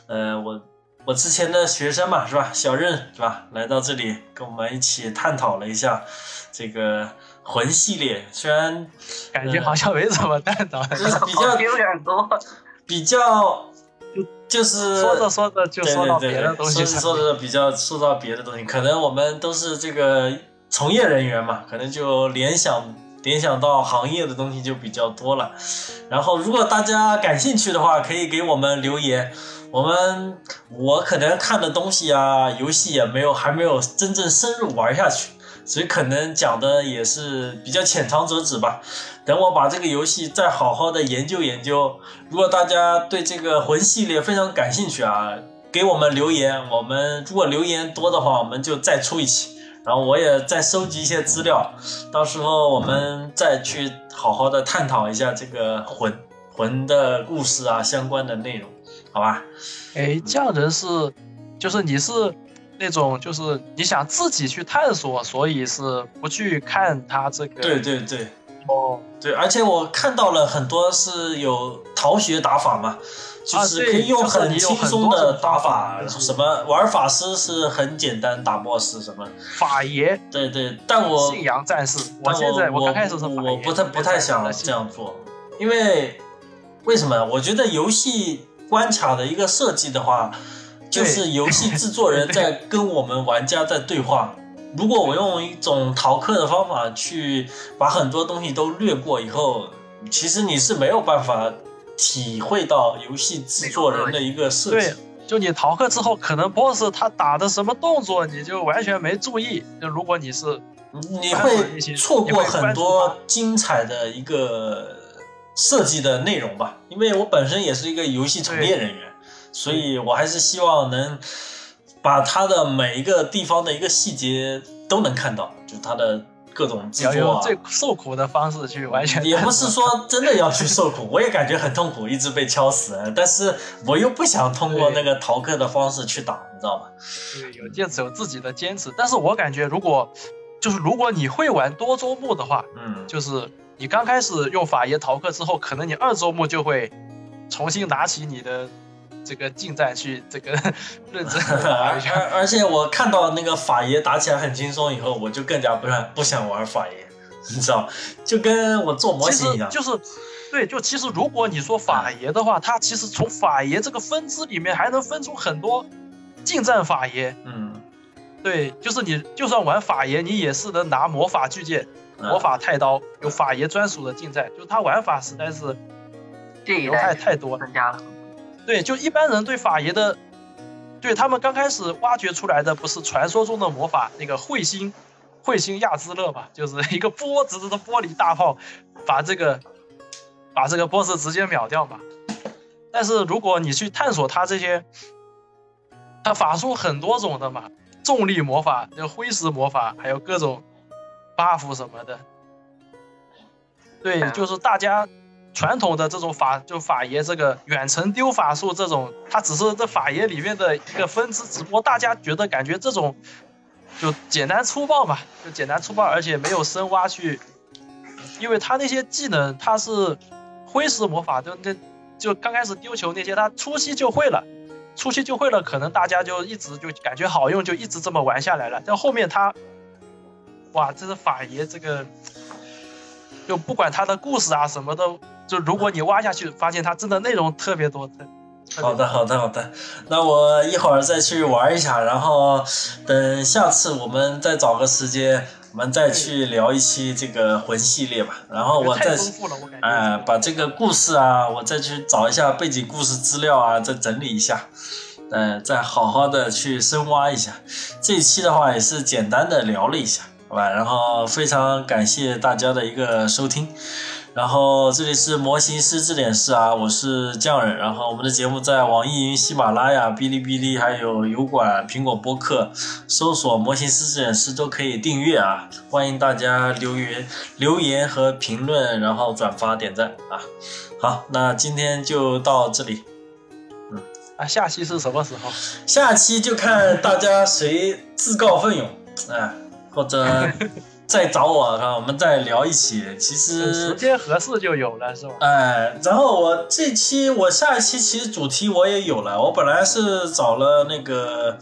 Speaker 1: 呃，我我之前的学生嘛，是吧，小任是吧，来到这里跟我们一起探讨了一下这个魂系列，虽然
Speaker 2: 感觉好像没怎么探讨。
Speaker 1: 就是比
Speaker 3: 好
Speaker 1: 较
Speaker 3: 听有点多，
Speaker 1: 比较，就是
Speaker 2: 说着说着就
Speaker 1: 对
Speaker 2: 说到
Speaker 1: 对
Speaker 2: 别
Speaker 1: 对
Speaker 2: 的东西上
Speaker 1: 说着说着比较说到别的东西，可能我们都是这个从业人员嘛，可能就联想联想到行业的东西就比较多了。然后，如果大家感兴趣的话，可以给我们留言。我们我可能看的东西啊，游戏也没有，还没有真正深入玩下去，所以可能讲的也是比较浅尝辄止吧。等我把这个游戏再好好的研究研究。如果大家对这个魂系列非常感兴趣啊，给我们留言。我们如果留言多的话，我们就再出一期。然后我也再收集一些资料，到时候我们再去好好的探讨一下这个魂魂的故事啊，相关的内容，好吧？
Speaker 2: 哎，这样人是，就是你是那种，就是你想自己去探索，所以是不去看他这个。
Speaker 1: 对对对
Speaker 2: 哦，
Speaker 1: 对，而且我看到了很多是有逃学打法嘛，啊就是可以用很轻松的打法，嗯
Speaker 2: 啊对就是你有很多种打法
Speaker 1: 什么玩法师是很简单打 BOSS 什么，
Speaker 2: 法爷、
Speaker 1: 对对，但我
Speaker 2: 信仰战士，
Speaker 1: 但
Speaker 2: 现在
Speaker 1: 我
Speaker 2: 刚开始是法
Speaker 1: 我
Speaker 2: 爷
Speaker 1: 我不太不太想这。样做，因为为什么？我觉得游戏关卡的一个设计的话，就
Speaker 2: 对
Speaker 1: 是游戏制作 人在跟我们玩家在对话。如果我用一种逃课的方法去把很多东西都略过以后，其实你是没有办法体会到游戏制作人的一个设计
Speaker 2: 对。，就你逃课之后，可能 BOSS 他打的什么动作，你就完全没注意。就如果你是
Speaker 1: 你会错过很多精彩的一个设计的内容吧？因为我本身也是一个游戏从业人员，所以我还是希望能把它的每一个地方的一个细节都能看到，就它的各种制
Speaker 2: 要
Speaker 1: 作
Speaker 2: 用
Speaker 1: 啊。
Speaker 2: 最受苦的方式去完全
Speaker 1: 也
Speaker 2: 探
Speaker 1: 不
Speaker 2: 索
Speaker 1: 是说真的要去受苦，我也感觉很痛苦，一直被敲死。但是我又不想通过那
Speaker 2: 对
Speaker 1: 个逃课的方式去打，你知道吗？
Speaker 2: 对，有坚持有自己的坚持。但是我感觉，如果就是如果你会玩多周目的话，
Speaker 1: 嗯，
Speaker 2: 就是你刚开始用法爷逃课之后，可能你二周目就会重新拿起你的这个近战去这个 认真地打
Speaker 1: 而
Speaker 2: 一 下。
Speaker 1: 而而且我看到那个法爷打起来很轻松以后，我就更加不想不想玩法爷，你知道，就跟我做模
Speaker 2: 其
Speaker 1: 型
Speaker 2: 实
Speaker 1: 一样。
Speaker 2: 就是，对，就其实如果你说法爷的话，它其实从法爷这个分支里面还能分出很多近战法爷。
Speaker 1: 嗯，
Speaker 2: 对，就是你就算玩法爷，你也是能拿魔法巨剑、魔
Speaker 1: 嗯
Speaker 2: 法太刀，有法爷专属的近战，就是它玩法实在是
Speaker 3: 这一
Speaker 2: 流
Speaker 3: 代
Speaker 2: 派太多了。
Speaker 3: 增加了。
Speaker 2: 对，就一般人对法爷的，对他们刚开始挖掘出来的不是传说中的魔法那个彗星，彗星亚兹勒嘛，就是一个波直直的玻璃大炮，把这个把这个 BOSS 直接秒掉嘛。但是如果你去探索他这些，他法术很多种的嘛，重力魔法、就灰石魔法，还有各种 buff 什么的。对，就是大家传统的这种法，就法爷这个远程丢法术这种，它只是这法爷里面的一个分支，只不过大家觉得感觉这种就简单粗暴嘛，就简单粗暴，而且没有深挖去，因为他那些技能他是灰石魔法，就那就刚开始丢球那些，他初期就会了。初期就会了，可能大家就一直就感觉好用，就一直这么玩下来了。但后面他，哇，这是法爷这个，就不管他的故事啊什么的，就如果你挖下去，发现它真的内容特别多。特特别
Speaker 1: 嗯好的，好的，好的。那我一会儿再去玩一下，然后等下次我们再找个时间，我们再去聊一期这个魂系列吧。然后我
Speaker 2: 太
Speaker 1: 再
Speaker 2: 丰富了，我感觉。
Speaker 1: 哎、把这个故事啊，我再去找一下背景故事资料啊，再整理一下，嗯、再好好的去深挖一下。这一期的话也是简单的聊了一下，好吧？然后非常感谢大家的一个收听。然后这里是模型师字典室啊，我是匠人。然后我们的节目在网易云、喜马拉雅、哔哩哔哩，还有油管、苹果播客搜索“模型师字典室”都可以订阅啊。欢迎大家留言、留言和评论，然后转发、点赞啊。好，那今天就到这里，
Speaker 2: 啊，下期是什么时候？
Speaker 1: 下期就看大家谁自告奋勇，哎，或者再找我，啊，我们再聊一期。其
Speaker 2: 等时
Speaker 1: 实
Speaker 2: 间合适就有了，是吧？
Speaker 1: 哎，然后我这期我下一期其实主题我也有了，我本来是找了那个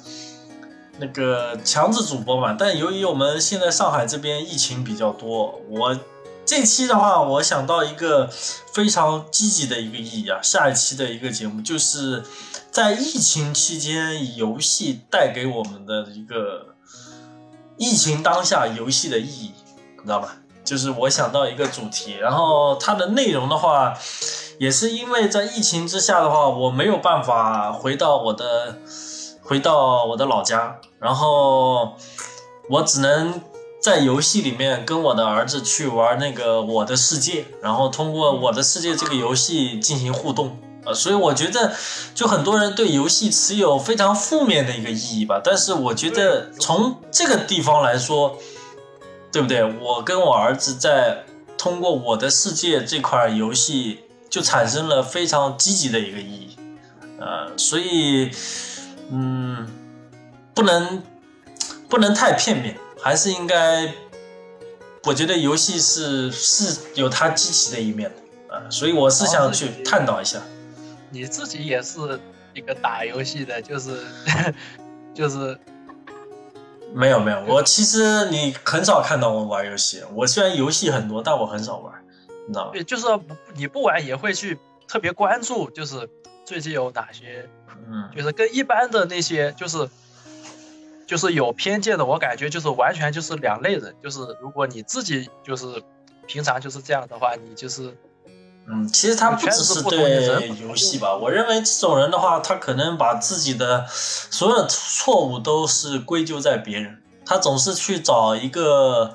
Speaker 1: 那个强制主播嘛，但由于我们现在上海这边疫情比较多，我这期的话我想到一个非常积极的一个意义啊，下一期的一个节目就是在疫情期间游戏带给我们的一个疫情当下游戏的意义，你知道吧？就是我想到一个主题，然后它的内容的话，也是因为在疫情之下的话，我没有办法回到我的回到我的老家，然后我只能在游戏里面跟我的儿子去玩那个《我的世界》，然后通过《我的世界》这个游戏进行互动。呃，所以我觉得，就很多人对游戏持有非常负面的一个意义吧。但是我觉得从这个地方来说，对不对？我跟我儿子在通过《我的世界》这款游戏就产生了非常积极的一个意义。呃，所以，嗯，不能不能太片面，还是应该，我觉得游戏是是有它积极的一面的啊、呃所以我是想去探讨一下。
Speaker 2: 你自己也是一个打游戏的，就是 就是
Speaker 1: 没有没有，我其实你很少看到我玩游戏。我虽然游戏很多，但我很少玩，你知道吗？
Speaker 2: 对，就是不你不玩也会去特别关注，就是最近有哪些，
Speaker 1: 嗯
Speaker 2: 就是跟一般的那些就是就是有偏见的，我感觉就是完全就是两类人。就是如果你自己就是平常就是这样的话，你就是
Speaker 1: 嗯，其实他不只是对游戏吧，我认为这种人的话，他可能把自己的所有的错误都是归咎在别人，他总是去找一个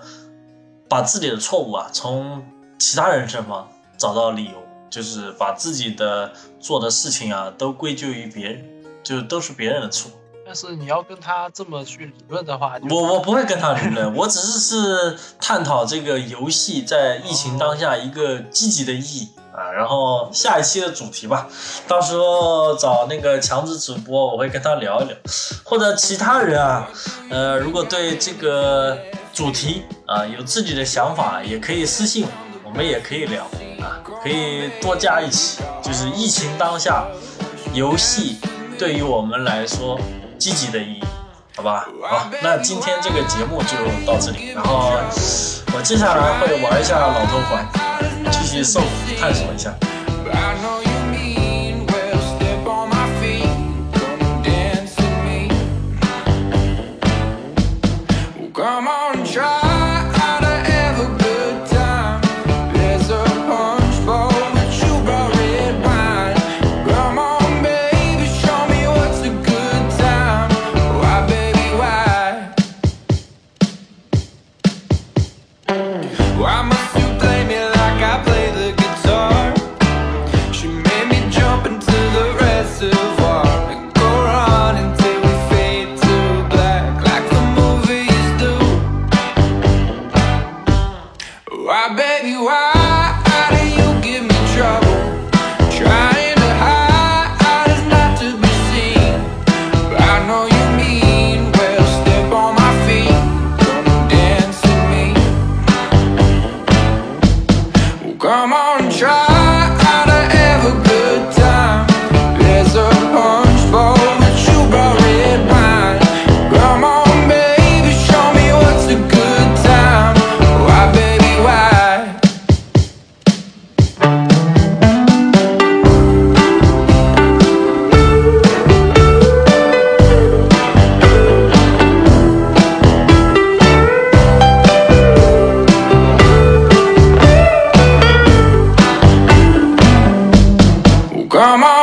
Speaker 1: 把自己的错误啊从其他人身上找到理由，就是把自己的做的事情啊都归咎于别人，就都是别人的错。
Speaker 2: 但是你要跟他这么去理论的话，就是
Speaker 1: 我我不会跟他理论，我只是是探讨这个游戏在疫情当下一个积极的意义啊。然后下一期的主题吧，到时候找那个强子主播，我会跟他聊一聊，或者其他人啊，呃，如果对这个主题啊有自己的想法，也可以私信我，我们也可以聊啊，可以多加一起。就是疫情当下，游戏对于我们来说积极的意义。好吧，好，那今天这个节目就到这里，然后我接下来会玩一下老头环，继续受苦探索一下。
Speaker 4: I know you mean well. Step on my feet, gonna dance with me. Well, come on and try to have a good time. There's a punch bowl with sugar red wine. Come on, baby, show me what's a good time. Why, baby, why? Why must you play me like I play the guitar? She made me jump into the reservoir and go on until we fade to black, like the movies do. Why, baby, why? do you give me trouble? Trying to hide is not to be seen. But I know you mean well. Step on my feet, come dance with me. Well, come on, try to have a good time. There's a punch bowl with sugar red wine. Come on, baby, show me what's a good time. Why, baby, why? Well, come on. Oh,